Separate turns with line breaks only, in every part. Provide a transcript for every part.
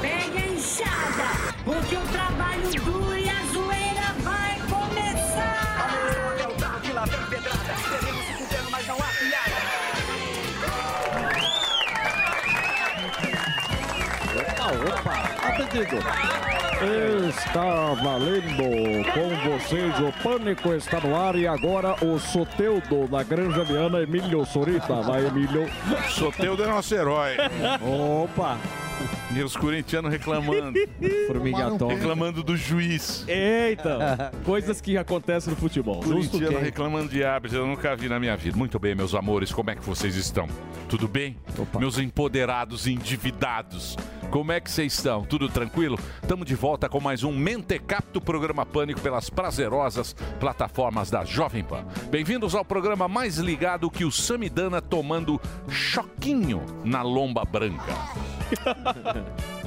Pega a enxada, porque o trabalho duro e a zoeira vai começar.
É o carro que lá vem pedrada. Devemos se fudendo, mas não há piada.
Ah,
Atendido. Está valendo com vocês, o Pânico está no ar e agora o Soteudo da Granja Viana, Emílio Sorita. Vai, Emílio.
Soteudo é nosso herói.
Opa!
E os corintianos reclamando.
Formigatão.
Reclamando do juiz.
Eita! Coisas que acontecem no futebol. Justo
é
Corintiano
quem?
reclamando de árbitro, eu nunca vi na minha vida. Muito bem, meus amores, como é que vocês estão? Tudo bem? Meus empoderados e endividados, como é que vocês estão? Tudo tranquilo? Estamos de volta com mais um Mentecapto Programa Pânico pelas prazerosas plataformas da Jovem Pan. Bem-vindos ao programa mais ligado que o Samidana tomando choquinho na lomba branca.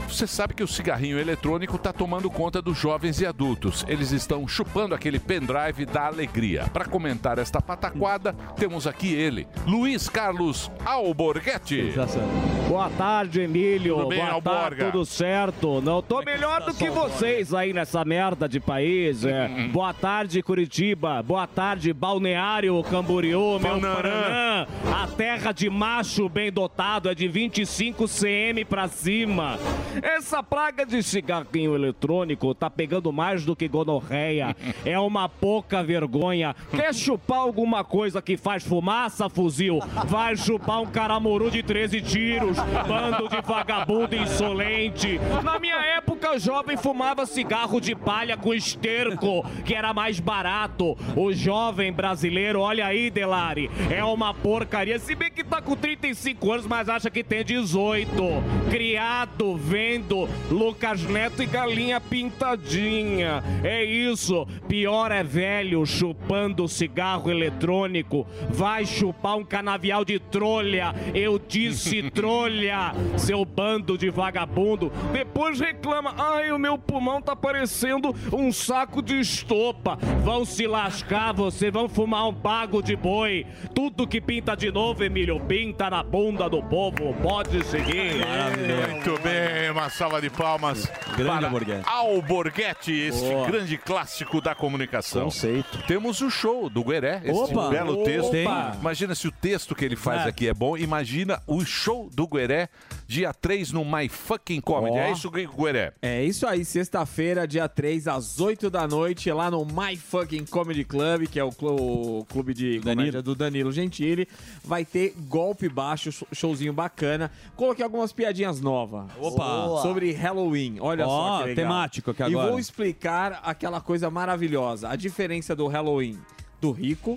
Você sabe que o cigarrinho eletrônico está tomando conta dos jovens e adultos. Eles estão chupando aquele pendrive da alegria. Para comentar esta pataquada, temos aqui ele, Luiz Carlos Alborguete.
Boa tarde, Emílio.
Tudo bem,
Boa
Alborga? é
tarde, tudo certo. Não tô
tá
melhor do que vocês aí nessa merda de país. é. Boa tarde, Curitiba. Boa tarde, Balneário Camboriú, meu
Bananã.
Paranã. A terra de macho bem dotado é de 25 cm pra cima. Essa praga de cigarrinho eletrônico tá pegando mais do que gonorreia. É uma pouca vergonha. Quer chupar alguma coisa que faz fumaça, fuzil? Vai chupar um caramuru de 13 tiros. Bando de vagabundo insolente. Na minha época, jovem fumava cigarro de palha com esterco, que era mais barato. O jovem brasileiro, olha aí, Delari, é uma porcaria. Se bem que tá com 35 anos, mas acha que tem 18. Criado, vendo Lucas Neto e galinha pintadinha. É isso. Pior é velho chupando cigarro eletrônico. Vai chupar um canavial de trolha. Eu disse trolha, seu bando de vagabundo. Depois reclama. Ai, o meu pulmão tá parecendo um saco de estopa. Vão se lascar, você vão fumar um bago de boi. Tudo que pinta de novo, Emílio, pinta na bunda do povo. Pode seguir.
Muito bem, uma salva de palmas para
Alborguete.
Alborguete, este
Boa.
grande clássico da comunicação.
Conceito.
Temos o show do Gueré, este
Opa!
belo texto.
Tem.
Imagina se o texto que ele faz
Ah.
aqui é bom, imagina o show do Gueré, dia 3 no My Fucking Comedy.
Ó.
É isso, Gui- Gueré?
É isso aí, sexta-feira, dia 3, às 8 da noite, lá no My Fucking Comedy Club, que é o, clu- o clube de comédia do Danilo Gentili. Vai ter golpe baixo, sh- showzinho bacana. Coloquei algumas piadinhas novas.
Opa!
Boa. Sobre Halloween. Olha só
Ó,
que legal.
temático aqui
E
agora.
vou explicar aquela coisa maravilhosa, a diferença do Halloween do rico,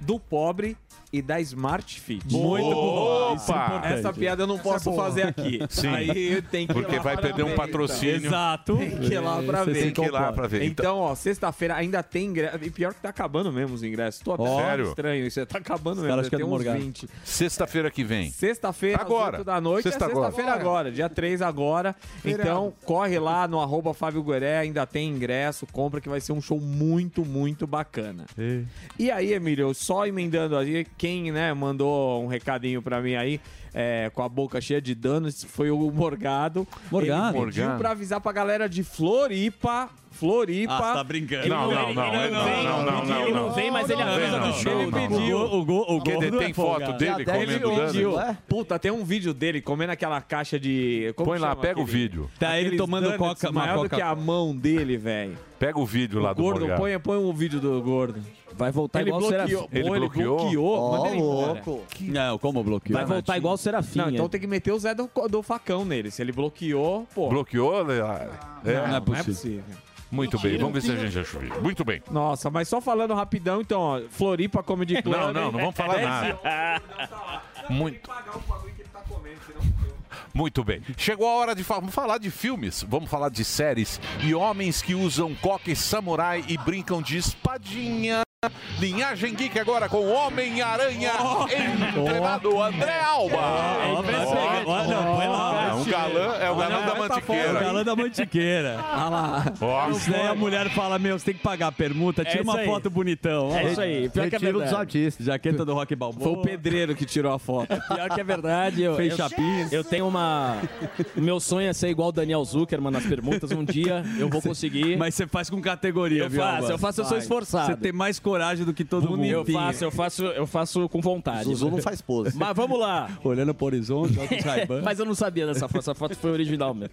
do pobre e da Smart
é
Fit.
Muito bom. Isso é
Opa!
importante.
é Essa piada eu não posso fazer aqui.
é Sim.
Aí tem que ir
Porque
lá
vai
pra
perder um
ver,
patrocínio.
Exato.
Tem que ir lá pra ver.
Tem que ir lá pra ver. Então,
Então, ó, sexta-feira ainda tem ingresso. E pior que tá acabando mesmo os ingressos. Tô até
Ó.
Sério?
estranho isso. Tá acabando mesmo.
caras
já
querem
tem uns
morgar.
20.
sexta-feira que vem.
Sexta-feira,
Agora.
às 8 da noite.
Sexta
é
agora.
sexta-feira agora. dia 3 agora. Então, corre lá no arroba Fábio Gueré, ainda tem ingresso, compra, que vai ser um show muito, muito bacana. E, aí, Emílio, só emendando aí, quem né, mandou um recadinho pra mim aí, é, com a boca cheia de danos, foi o Morgado.
Morgado?
Ele pediu
Morgado.
pra avisar pra galera de Floripa. Floripa.
Ah, você tá brincando.
Não, não, não, não,
ele não
não,
vem,
não, não, não,
ele
não.
não vem, mas ele
Não
avisa
vem,
do
não,
show.
não, não.
pediu. O, go, o
Quer dizer,
gordo
tem
é
foto
folgado.
dele
Ele
comendo
pediu.
dano?
Puta, tem um vídeo dele comendo aquela caixa de. como
Põe lá,
chama
pega o
aquele-
vídeo.
Tá ele
aqueles
tomando
donuts
coca, uma
maior do
coca-
que a mão dele, velho.
Pega o vídeo lá do
Gordo,
Morgado.
põe, põe um vídeo do gordo.
Vai
tá
voltar igual o Serafim.
Pô,
Ele
ele
bloqueou?
bloqueou.
Ó,
manda ele embora.
louco.
Não, como bloqueou?
Vai voltar igual o Serafim.
Não, então
hein?
tem que meter o Zé do, do facão nele. Se ele bloqueou, pô.
Bloqueou? Leila? É.
Não, não é possível.
Muito bem, vamos ver se a gente achou isso. Muito bem.
Nossa, mas só falando rapidão, então, ó, Floripa Comedy Club. É
Não, não, não vamos falar nada.
Tá
Muito, muito bem. Chegou a hora de fa- vamos falar de filmes, vamos falar de séries e homens que usam coque samurai e brincam de espadinha. Linhagem Geek agora com Homem-Aranha
Oh.
entregado André Alba.
É impressionante.
Ó,
Olha, põe lá.
É um galã, é o
Olha,
galã da
vai pra fora,
mantiqueira.
O tá galã da mantiqueira.
Ah
Olha lá.
Ó.
Isso daí a mulher fala, meu, você tem que pagar a permuta, tira
É isso
uma
aí.
foto bonitão.
É isso aí. Pior que é
Retiro dos
verdade.
artistas. Jaqueta do Rock Balboa.
Foi o pedreiro que tirou a foto.
Pior que é verdade. Eu,
Fez
eu,
chapinha.
eu tenho uma. o Meu sonho é ser igual o Daniel Zuckerman nas perguntas. Um dia eu vou conseguir.
Mas você faz com categoria,
eu
viu,
faço,
Alba?
eu faço, eu sou
Vai.
esforçado.
Você tem mais coragem do que todo
Eu
mundo.
faço, eu faço, eu faço com vontade.
Zuzu não faz pose.
Mas vamos lá.
Olhando pro horizonte, joga o Ray-Ban.
Mas eu não sabia dessa foto, essa foto foi original mesmo.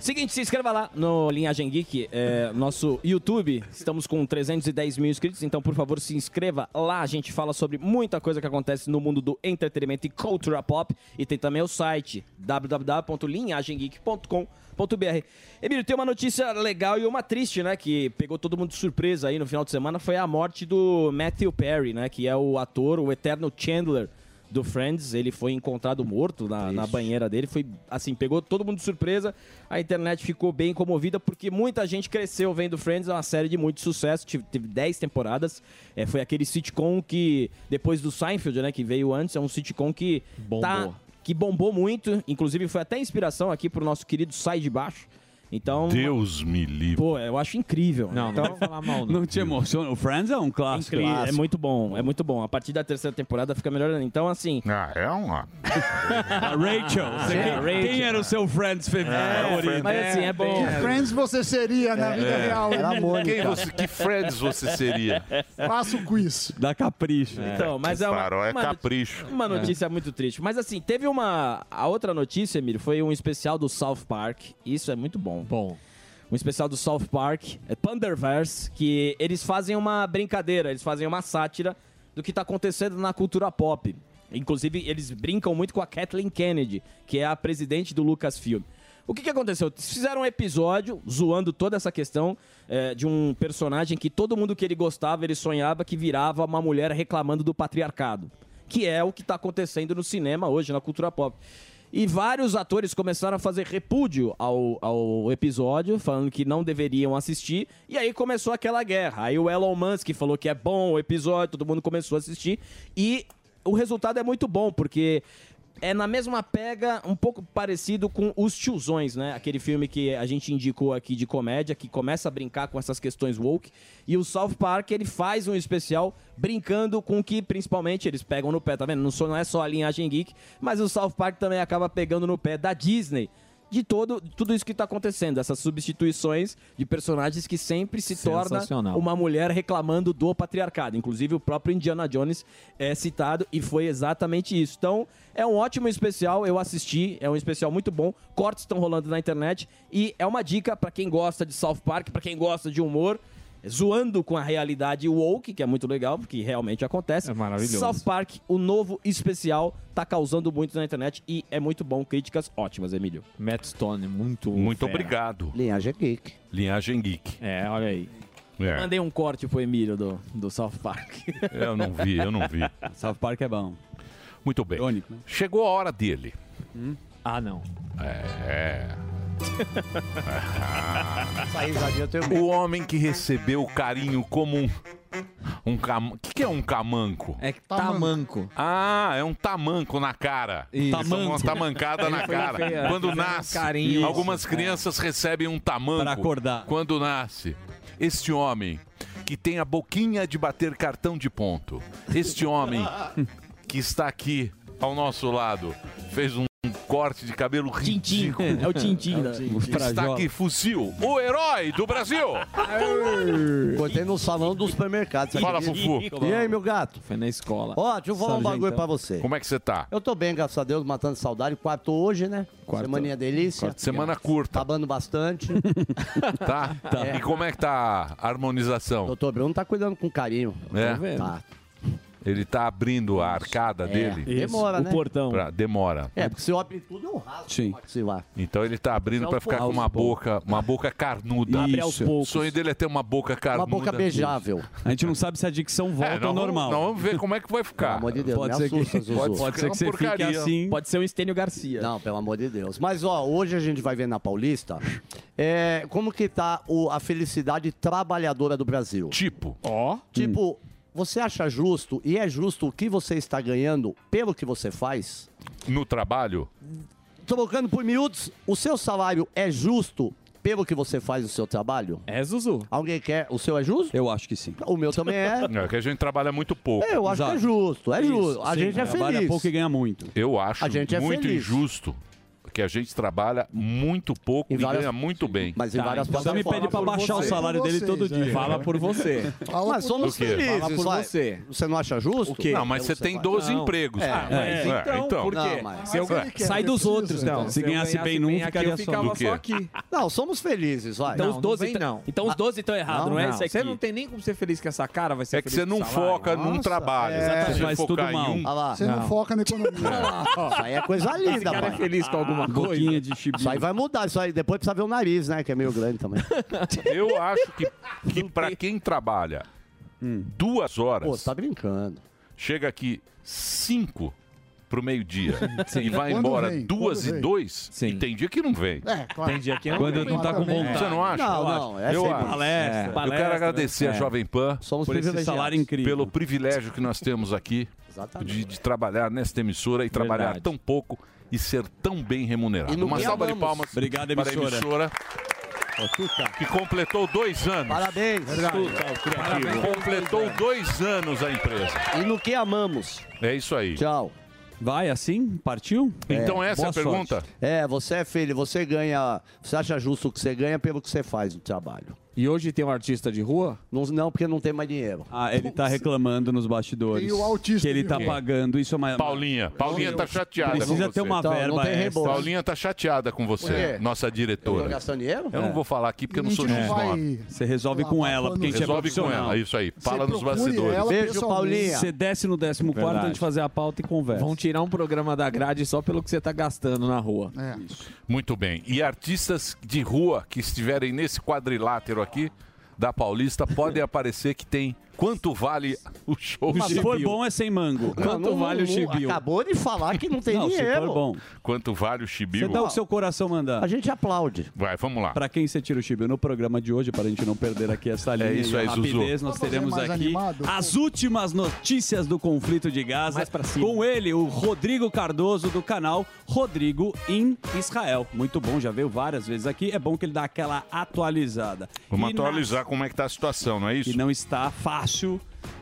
Seguinte, se inscreva lá no Linhagem Geek, é, nosso YouTube. Estamos com 310 mil inscritos, então por favor se inscreva lá. A gente fala sobre muita coisa que acontece no mundo do entretenimento e cultura pop. E tem também o site www.linhagemgeek.com.br. Emílio, tem uma notícia legal e uma triste, né? Que pegou todo mundo de surpresa aí no final de semana. Foi a morte do Matthew Perry, né? Que é o ator, o eterno Chandler do Friends, ele foi encontrado morto na, na banheira dele, foi assim, pegou todo mundo de surpresa, a internet ficou bem comovida, porque muita gente cresceu vendo Friends, é uma série de muito sucesso, tive- teve 10 temporadas, é, foi aquele sitcom que, depois do Seinfeld, né, que veio antes, é um sitcom que tá, que bombou muito, inclusive foi até inspiração aqui pro nosso querido Sai de Baixo, então,
Deus me livre.
pô, eu acho incrível. né? Então,
Não, não vou falar mal, não.
Não te emociona. O Friends é um clássico.
Incrível, É muito bom, é muito bom. A partir da terceira temporada fica melhor ainda. Então, assim,
Ah, é uma.
A Rachel. Você-
é,
quem,
Rachel.
quem era o seu Friends
É,
favorito?
mas assim, é bom. É.
Friends você seria na
É,
vida real. né?
Era a
hein?
Quem
Mônica.
você, que Friends você seria?
Faça o quiz.
Dá capricho.
Então, mas é uma,
Farol é
uma noti-
capricho.
uma notícia muito triste. Mas assim, teve uma. A outra notícia, Emílio, foi um especial do South Park. Isso é muito bom.
Bom.
Um especial do South Park, é Thunderverse, que eles fazem uma brincadeira, eles fazem uma sátira do que tá acontecendo na cultura pop. Inclusive, eles brincam muito com a Kathleen Kennedy, que é a presidente do Lucasfilm. O que, que aconteceu? Eles Fizeram um episódio zoando toda essa questão eh, de um personagem que todo mundo que ele gostava, ele sonhava que virava uma mulher reclamando do patriarcado que é o que está acontecendo no cinema hoje, na cultura pop. E vários atores começaram a fazer repúdio ao, ao episódio, falando que não deveriam assistir. E aí começou aquela guerra. Aí o Elon Musk falou que é bom o episódio, todo mundo começou a assistir. E o resultado é muito bom, porque é na mesma pega, um pouco parecido com Os Tiozões, né? Aquele filme que a gente indicou aqui de comédia, que começa a brincar com essas questões woke. E o South Park, ele faz um especial brincando com o que, principalmente, eles pegam no pé, tá vendo? Não, só- não é só a linhagem geek, mas o South Park também acaba pegando no pé da Disney. De todo, tudo isso que tá acontecendo, essas substituições de personagens que sempre se torna
Sensacional.
uma uma mulher reclamando do patriarcado. Inclusive, o próprio Indiana Jones é citado e foi exatamente isso. Então, é um ótimo especial, eu assisti, é um especial muito bom. Cortes estão rolando na internet e é uma dica pra quem gosta de South Park, pra quem gosta de humor. Zoando com a realidade woke, que é muito legal, porque realmente acontece.
É maravilhoso.
South Park, o novo especial, tá causando muito na internet e é muito bom. Críticas ótimas, Emílio.
Matt Stone, muito.
Muito
fera.
obrigado.
Linhagem geek.
Linhagem Geek.
É, olha aí.
É,
Mandei um corte pro Emílio do, do South Park.
eu não vi, eu não vi.
South Park é bom.
Muito bem.
Irônico, né?
Chegou a hora dele.
Hum?
Ah, não.
É.
Essa risadinha eu tenho medo.
O homem que recebeu o carinho como um. Um cam... O que, que é um camanco?
É tamanco.
Ah, é um tamanco na cara. Tá
Isso.
Eles tomam uma tamancada na
né? foi
cara.
feio,
Quando
fizeram um
nasce,
carinho. É.
algumas crianças recebem um tamanco.
Pra acordar.
Quando nasce, este homem que tem a boquinha de bater cartão de ponto, este homem que está aqui ao nosso lado, fez um corte de cabelo
Tintim.
ridículo.
É o Tintim, né?
Está aqui, fuzil, o herói do Brasil.
Encontrei no salão do supermercado. sabe
Fala,
disso?
Fufu.
E aí, meu gato?
Foi na escola.
Ó, deixa eu falar um
Sabe,
bagulho
então.
pra você.
Como é que você tá?
Eu tô bem, graças a Deus, matando saudade. Quarto hoje, né?
Quarto.
Semaninha delícia.
Semana curta,
Tabando bastante.
tá? E como é que tá a harmonização?
Doutor Bruno tá cuidando com carinho.
É.
Tá.
Ele tá abrindo a arcada dele.
demora, Isso, o né? portão.
Pra- demora.
É, porque se eu abrir tudo, é um rasgo.
Sim. Então ele tá abrindo
Abre
pra
aos
ficar com uma
poucos.
boca, uma boca carnuda.
Abre aos
O
poucos.
sonho dele é ter uma boca carnuda.
A gente não sabe se a dicção volta
É, nós
ao
vamos-
normal.
nós vamos ver como é que vai ficar. Pelo amor de Deus,
pode
me
ser
assusta,
que,
Zuzu.
Pode,
Pode
ser que você
ficar uma
fique
porcaria.
assim.
Pode ser um Estênio Garcia.
Não, pelo amor de Deus. Mas, ó, hoje a gente vai ver na Paulista é, como que tá o- a felicidade trabalhadora do Brasil.
Tipo?
Ó. Tipo, você acha justo, e é justo o que você está ganhando pelo que você faz?
No trabalho?
Trocando por miúdos, o seu salário é justo pelo que você faz o seu trabalho?
É, Zuzu.
Alguém quer? O seu é justo?
Eu acho que sim.
O meu também é.
É que a gente trabalha muito pouco.
Eu acho que é justo, é justo. A gente é feliz.
ganha muito.
Eu acho
A gente é
muito
feliz.
injusto que a gente trabalha muito pouco e
várias-
ganha muito bem.
Mas em Tá, várias então
você me pede pra baixar o salário dele todo dia.
Mas somos felizes.
Fala por
vai.
você.
Você não acha justo?
O quê? Não, mas
Pelo
você
seu
tem
salário.
12 Não. empregos,
É,
cara.
mas
É,
então,
então.
por quê?
Não, mas- Mas ele quer,
sai
ele
dos
precisa,
outros,
então.
então.
Se Se eu ganhasse ganhasse bem num, bem aqui, ficaria eu só. ficava Do quê? só
aqui.
Não, somos felizes, vai.
Então os Não, não 12 vem, tá- não. então os 12
estão
errados, não, é isso aqui. Você não tem nem como ser feliz com essa cara, vai ser
É que você não foca num
é.
trabalho. Exatamente. Você focar em um- Ah lá.
Você não, foca na economia.
Isso aí é coisa linda,
Esse cara
pai.
é feliz com alguma
Gotinha de chibi.
Isso aí vai mudar, isso aí depois precisa ver o nariz, né? Que é meio grande também.
Eu acho que, que para quem trabalha duas horas. Pô, tá
Hum. brincando.
Chega aqui cinco pro meio-dia
Sim.
e vai
Quando
embora
vem,
duas
quando
e
vem.
dois, e tem dia que não vem.
É, claro. Tem dia que não Quando vem. não tá com vontade.
Você não acha?
Não,
Eu
não,
acho.
é
eu
sempre
acho.
palestra,
Eu
palestra,
quero
né?
agradecer a
É.
Jovem Pan
Somos Por esse privilegiados. salário incrível.
Pelo privilégio que nós temos aqui de, de trabalhar nesta emissora e trabalhar
Verdade.
tão pouco e ser tão bem remunerado.
E no
é. Uma
que
salva de
amamos.
palmas
Obrigado,
para a
emissora.
emissora que completou dois anos.
Parabéns.
Parabéns. Completou dois anos a empresa.
E no que amamos.
É isso aí.
Tchau.
Vai assim? Partiu?
Então essa é a
boa sorte.
pergunta?
É, você é filho, você ganha. Você acha justo o que você ganha pelo que você faz no trabalho.
E hoje tem um artista de rua?
Não, não porque não tem mais dinheiro.
Ah, ele tá reclamando nos bastidores.
E o autista
Que ele
de
tá
rua?
pagando. Isso é uma.
Paulinha, Paulinha tá chateada.
Precisa
com
ter
você.
uma verba extra.
Paulinha tá chateada com
Por
você,
quê?
nossa
Eu
diretora.
tô gastando dinheiro?
Eu não
É.
vou falar aqui porque eu não
A
sou
gente não vai
juiz.
Você resolve com ela, porque a gente é
Resolve com
profissional.
ela, isso aí. Fala nos bastidores.
Beijo, Paulinha. Você desce no 14 a gente fazer a pauta e conversa.
Vão tirar um programa da grade só pelo que você tá gastando na rua.
É.
Muito bem. E artistas de rua que estiverem nesse quadrilátero aqui da Paulista podem aparecer que tem quanto vale o show.
Mas se for bom é sem mango. Quanto vale o chibio?
Acabou de falar que não tem
Não, se for
dinheiro.
bom.
Quanto vale o
Você
chibiu?
dá o que seu coração mandar.
A gente aplaude.
Vai, vamos lá.
Pra quem você tira o chibiu no programa de hoje, para a gente não perder aqui essa linha
É isso
e a
aí, Zuzu.
rapidez, nós
Vamos fazer
teremos
mais
aqui
animado?
as últimas notícias do conflito de Gaza. Com ele, o Rodrigo Cardoso, do canal Rodrigo em Israel. Muito bom, já veio várias vezes aqui. É bom que ele dá aquela atualizada.
Vamos
E na
atualizar como é que tá a situação, não é isso?
que não está fácil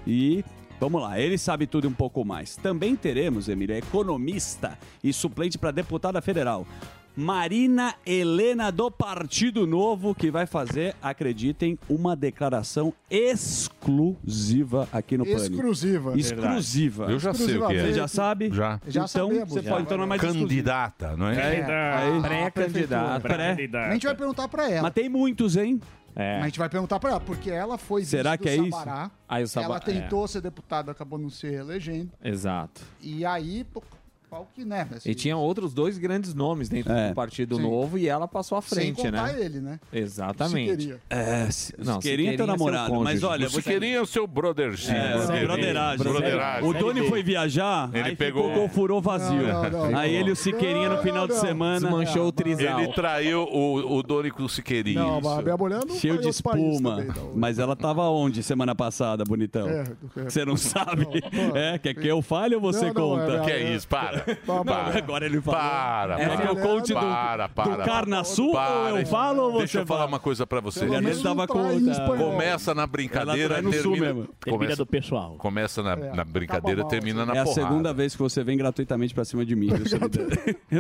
e vamos lá, ele sabe tudo e um pouco mais. Também teremos, Emílio, a economista e suplente para deputada federal. Marina Helena do Partido Novo, que vai fazer, acreditem, uma declaração exclusiva aqui no Pânico.
Exclusiva.
Exclusiva.
Eu já sei o que é.
Você já sabe?
Já.
Já
então,
sabemos,
você
já.
pode, então não é mais
Candidata, não é?
Candidata.
Aí-
Pré-candidata.
Pré.
A gente vai perguntar pra ela.
Mas tem muitos, hein?
É.
A gente vai perguntar pra ela, porque ela foi
Será
vice
que é
do
isso?
Sabará.
Aí o Sabará-
Ela tentou ser deputada, acabou não se reelegendo.
Exato.
E aí, pô, qual que, né?
E tinha outros dois grandes nomes dentro
É.
do Partido
Sim.
Novo e ela passou à frente,
Sem contar
né?
ele, né?
Exatamente.
Siqueirinha.
É, se-
Não,
Siqueirinha é
Siqueirinha é seu
teu namorado, mas
cônjuge.
olha...
o
vou te-
Siqueirinha é o seu brotherzinho.
É,
Siqueirinha.
broderagem.
Broderagem.
O Doni foi viajar,
Ele
aí
pegou-
ficou com o furô vazio.
Não, não, não.
aí ele e o Siqueirinha no final de semana
Desmanchou
o trisal.
Ele traiu o, o Doni com o Siqueirinho.
Não, mas a minha mulher não
Cheio
vai
de
em outro país
espuma.
também, não. né?
Mas ela tava onde semana passada, bonitão?
É, é.
Você não sabe? é, quer que eu fale ou você
Não, não,
conta?
é, é, Que é é.
isso, para.
Não,
Para.
Agora ele falou.
Para,
é
para.
que eu conte do,
Para, para,
do
para.
Carna Sul
Para.
ou eu falo ou você
Deixa eu falar uma coisa pra você.
Pelo Ele menos até não tava trai com- em espanhol.
Começa na brincadeira,
Ela trai no
termina...
sul mesmo.
é
Termina do
pessoal.
Começa na, na
Tá
brincadeira, termina na
É a
porrada.
segunda vez que você vem gratuitamente pra cima de mim. viu, Solidão?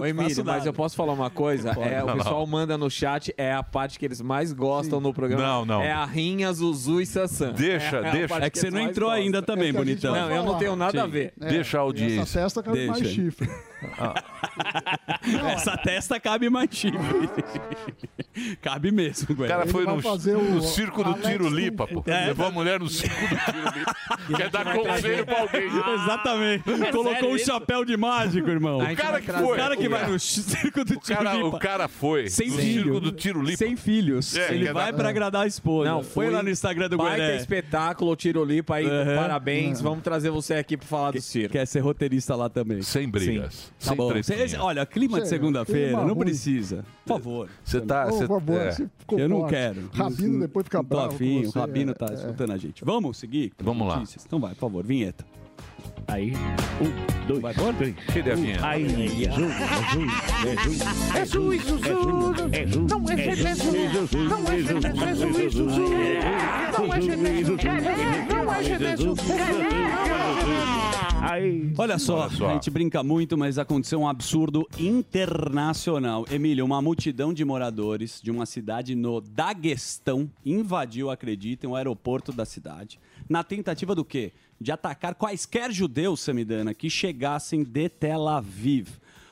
Ô, Emílio, mas eu posso falar uma coisa?
Pode.
É,
Não,
o
não.
pessoal manda no chat, é a parte que eles mais gostam no programa.
Não, não.
É a Rinha, Zuzu e Sassã.
Deixa,
é a
deixa.
parte
É que você
eles
não
mais
entrou ainda também,
É que a gente
bonitão.
vai Não, eu não falar. tenho nada a
Sim.
ver.
tá
É, e Essa festa eu quero mais
Deixa.
chifre.
Essa testa cabe mais chifre. cabe mesmo,
O
Guerra.
cara foi no, no circo do
Alex
tiro lipa, pô.
É.
Levou a mulher no circo do tiro lipa. Quer dar conselho pra alguém.
Exatamente.
Ah,
Colocou
sério
um
isso?
chapéu de mágico, irmão.
O cara que foi.
O cara que vai no circo do
o cara,
Tiro Lipa.
O cara foi
Sem
no
filho.
circo do tiro lipa.
Sem filhos.
É,
Ele
quer
vai
dar-
pra agradar a esposa.
Não,
foi
foi
lá no Instagram do
baita
Gueré.
espetáculo, Tirolipa aí,
Uhum.
parabéns.
Uhum.
Vamos trazer você aqui pra falar do circo.
Quer ser roteirista lá também.
Sem brigas.
Tá bom. Cê- olha, clima de segunda-feira, não precisa. Por favor.
Você tá.
Ô,
cê-
por favor,
é.
você ficou Eu não forte. quero. Rabino Não- depois fica não tô bravo com afim, o você, Rabino é, tá é. escutando a gente. Vamos seguir?
Vamos lá.
Então vai, por favor, vinheta.
Aí. Um, dois,
vai, É três.
Cadê a vinheta?
Aí, Jesus, Jesus,
É juiz, Jesus. Não é Jesus. Não é Jesus. Não é Jesus. Não é Jesus. Não é Jesus.
Olha só, a gente brinca muito, mas aconteceu um absurdo internacional. Emílio, uma multidão de moradores de uma cidade no Daguestão invadiu, acreditem, o aeroporto da cidade, na tentativa do quê? De atacar quaisquer judeus, Samidana, que chegassem de Tel Aviv.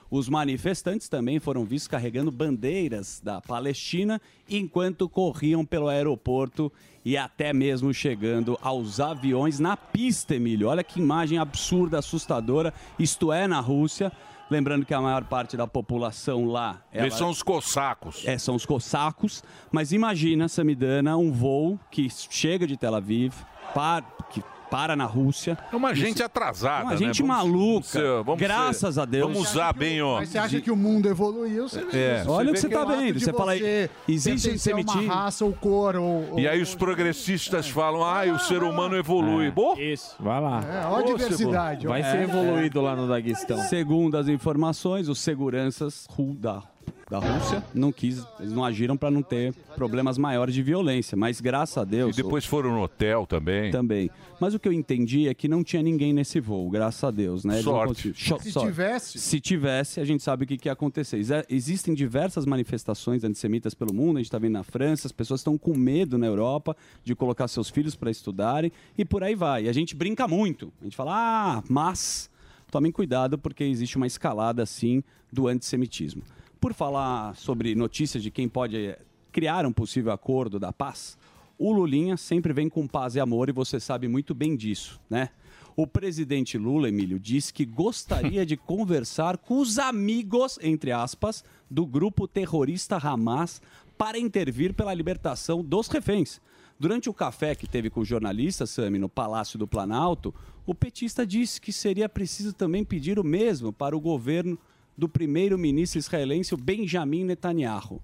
Os manifestantes também foram vistos carregando bandeiras da Palestina enquanto corriam pelo aeroporto e até mesmo chegando aos aviões na pista, Emílio. Olha que imagem absurda, assustadora. Isto é na Rússia. Lembrando que a maior parte da população lá
Eles são os cossacos.
É, são os cossacos. Mas imagina, Samidana, um voo que chega de Tel Aviv, para, que para na Rússia.
É uma gente atrasada,
Uma
né?
gente
Vamos-
maluca.
vamos ser- vamos
Graças
ser-
a Deus.
Vamos usar bem, ó.
Mas você acha que o mundo evoluiu? Você vê
É.
isso.
Olha o que
vê
você tá
o fato
vendo,
de
você fala, existe
pertencer a
antissemitismo.
uma raça ou cor ou... ou-
E aí os progressistas falam, ai, o ser humano evolui. Boa.
Isso.
Vai lá.
É, ó a diversidade, ó. é,
Vai ser evoluído lá no Daguestão.
Segundo as informações, os seguranças ru- da, da Rússia não quis, eles não agiram para não ter problemas maiores de violência, mas graças a
E
Deus.
depois foram no hotel também.
Também. Mas o que eu entendi é que não tinha ninguém nesse voo, graças a Deus, né? Eles não
Sorte.
conseguiram- Cho-
Se
sorte.
tivesse-
Se tivesse, a gente sabe o que, que ia acontecer. Exa- Existem diversas manifestações antissemitas pelo mundo, a gente está vendo na França, as pessoas estão com medo na Europa de colocar seus filhos para estudarem e por aí vai. E a gente brinca muito. A gente fala, ah, mas tomem cuidado porque existe uma escalada assim do antissemitismo. Por falar sobre notícias de quem pode eh, criar um possível acordo da paz, o Lulinha sempre vem com paz e amor e você sabe muito bem disso, né? O presidente Lula, Emílio, disse que gostaria de conversar com os amigos, entre aspas, do grupo terrorista Hamas para intervir pela libertação dos reféns. Durante o café que teve com o jornalista Sami no Palácio do Planalto, o petista disse que seria preciso também pedir o mesmo para o governo do primeiro-ministro israelense o Benjamin Netanyahu.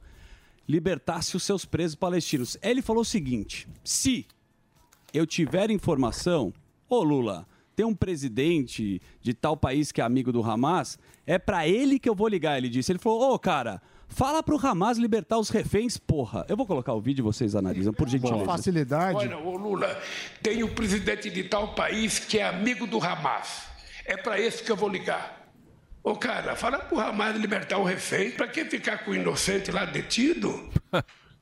Libertasse os seus presos palestinos. Ele falou o seguinte: se eu tiver informação, ô Lula, tem um presidente de tal país que é amigo do Hamas, é pra ele que eu vou ligar, ele disse. Ele falou, ô cara, fala pro Hamas libertar os reféns, porra. Eu vou colocar o vídeo e vocês analisam, por gentileza.
Olha, ô Lula, tem um presidente de tal país que é amigo do Hamas. É para esse que eu vou ligar. Ô, cara, fala pro Hamas libertar o refém. Para quem ficar com o inocente lá detido?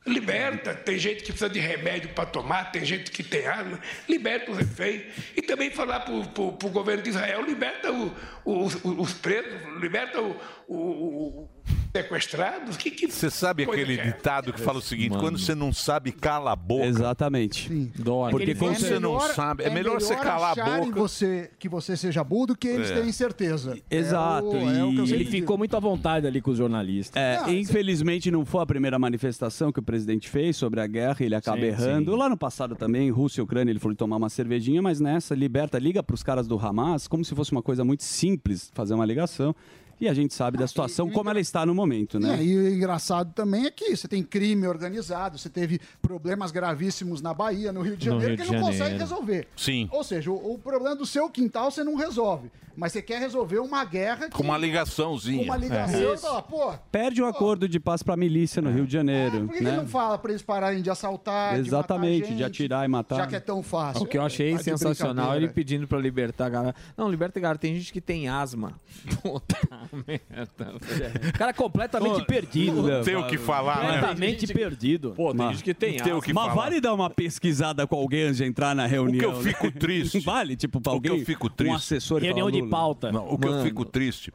Liberta. Tem gente que precisa de remédio para tomar, tem gente que tem arma. Liberta o refém. E também falar pro, pro, pro governo de Israel: liberta o- o- os- os presos, liberta o- o- o- os sequestrados. Que, que
Você sabe
coisa
aquele
que é?
ditado que fala o seguinte:
Mano.
quando você não sabe, cala a boca.
Exatamente.
Dói. Porque quando você não sabe, é, melhor, você calar a
acharem
boca.
Você, que você seja burro do que eles
É.
terem certeza.
Exato.
É o- é o que eu
e-
sempre
Ele
digo.
ficou
muito à vontade ali com os jornalistas.
É,
Não,
infelizmente não foi a primeira manifestação que o presidente fez sobre a guerra, ele acaba
Sim,
errando. Lá no passado também, Rússia e Ucrânia, ele foi tomar uma cervejinha, mas nessa, liberta, liga para os caras do Hamas, como se fosse uma coisa muito simples fazer uma ligação. E a gente
Ah,
sabe da situação como ela está no momento, né?
É, e o engraçado também é que você tem crime organizado, você teve problemas gravíssimos na Bahia, no Rio de
No
Janeiro,
Rio
que
de
não consegue
Janeiro.
resolver.
Sim.
Ou seja, o, o problema do seu quintal você não resolve, mas você quer resolver uma guerra que-
Com uma ligaçãozinha.
com uma ligação.
É.
você fala, pô,
Perde o acordo de paz para a milícia
É.
no Rio de Janeiro,
por que, que
né?
não fala pra eles pararem de assaltar, de matar
Exatamente, de
gente,
atirar tá?" e matar.
Já que é tão fácil.
O que eu achei
Tá de
sensacional
brincadeira.
ele pedindo pra libertar a galera. Não, liberta a galera. Tem gente que tem asma. Puta
É, tá,
merda. velho.
Cara completamente perdido.
Não
tem o que falar, né?
Completamente perdido.
Pô, tem
Mas-
gente que tem
Mas vale dar uma pesquisada com alguém antes de entrar na reunião?
eu fico
triste. Vale, tipo, pra
O que
alguém.
eu fico triste.
Um assessor e falar, "Lula".
Não, o que eu fico triste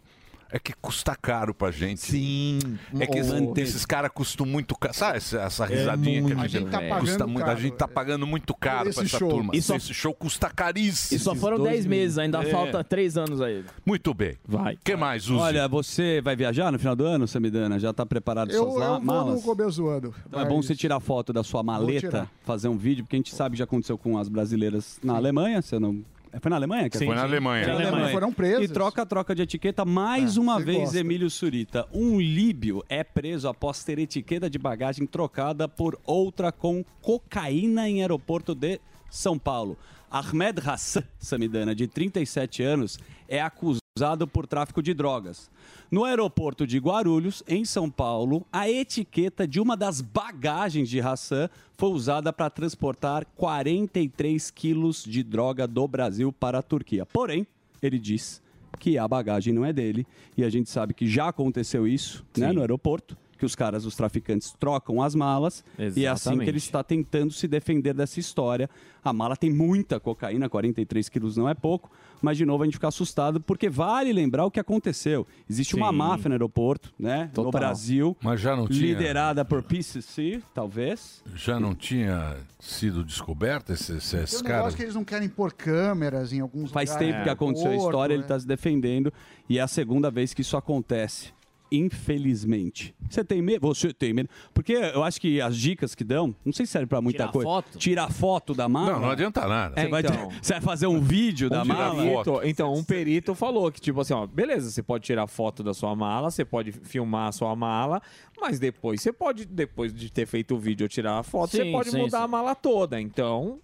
É que custa caro pra gente.
Sim.
É que esses,
Manter.
esses caras custam muito caro. Sabe essa,
É
essa risadinha
muito,
que a gente
A gente tá
deu?
pagando
custa muito, A
caro. é.
gente tá pagando muito caro
Esse
pra essa
show.
turma.
E só-
Esse show custa caríssimo.
E só foram 10 meses, ainda
É.
falta 3 anos aí.
Muito bem.
Vai.
que mais, Uzi?
Olha, você vai viajar no final do ano, Samidana? Já tá preparado
Eu,
suas
eu
la-
vou
malas?
no Gobel zoando.
Então é bom você tirar foto da sua maleta,
tirar.
fazer um vídeo, porque a gente sabe que já aconteceu com as brasileiras na Alemanha, se eu não. É, Foi na Alemanha?
Sim, Foi na sim. Alemanha.
Foi
Na Alemanha. Foram
presos. E troca, troca de etiqueta. Mais uma vez,
gosta.
Emílio Surita. Um líbio é preso após ter etiqueta de bagagem trocada por outra com cocaína em aeroporto de São Paulo. Ahmed Hassan Samidana, de 37 anos, é acusado por tráfico de drogas. No aeroporto de Guarulhos, em São Paulo, a etiqueta de uma das bagagens de Hassan foi usada para transportar 43 quilos de droga do Brasil para a Turquia. Porém, ele diz que a bagagem não é dele. E a gente sabe que já aconteceu isso né, no aeroporto, que os caras, os traficantes, trocam as malas. E é assim que
Exatamente.
ele está tentando se defender dessa história. A mala tem muita cocaína, 43 quilos não é pouco. Mas, de novo, a gente fica assustado, porque vale lembrar o que aconteceu. Existe uma
Sim.
máfia no aeroporto, né? No Brasil.
Mas já não tinha.
Liderada por PCC, talvez.
Já não tinha sido descoberta esses, esses
Tem um negócio
caras?
que eles não querem pôr câmeras em alguns
Faz
lugares.
tempo que aconteceu a
Porto,
história, ele
É.
tá
né?
está se defendendo e é a segunda vez que isso acontece. Infelizmente. Você tem medo? Você tem medo? Porque eu acho que as dicas que dão, não sei se serve pra muita
Tirar
coisa.
foto?
Tirar foto da mala?
Não, não adianta nada.
Você,
É,
vai,
então.
você vai fazer um vídeo da
Um
mala?
perito- então, um perito falou que, tipo assim, ó, beleza, você pode tirar foto da sua mala, você pode filmar a sua mala, mas depois você pode, depois de ter feito o vídeo ou tirar a foto, você
Sim,
pode
sim,
mudar
sim.
a mala toda. Então.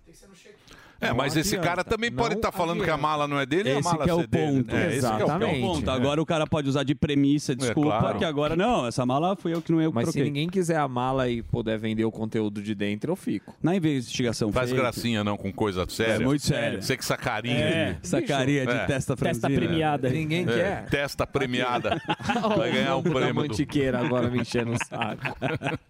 É, mas esse cara também pode estar falando que a mala não é dele e a
Esse
mala
que é o
ser dele.
ponto.
É, esse que é o ponto. É,
Agora o cara pode usar de premissa, desculpa,
claro.
que agora É, não, essa mala fui eu que não eu que
Mas
troquei.
se ninguém quiser a mala e puder vender o conteúdo de dentro, eu fico.
Na investigação
Faz gracinha não com coisa séria.
É muito sério.
Você que sacarinha.
É,
de-
essa carinha de
testa Testa franzina. premiada. Ninguém quer.
Testa premiada. Vai ganhar um
Da
prêmio. do-
Mantiqueira agora me enchendo o saco.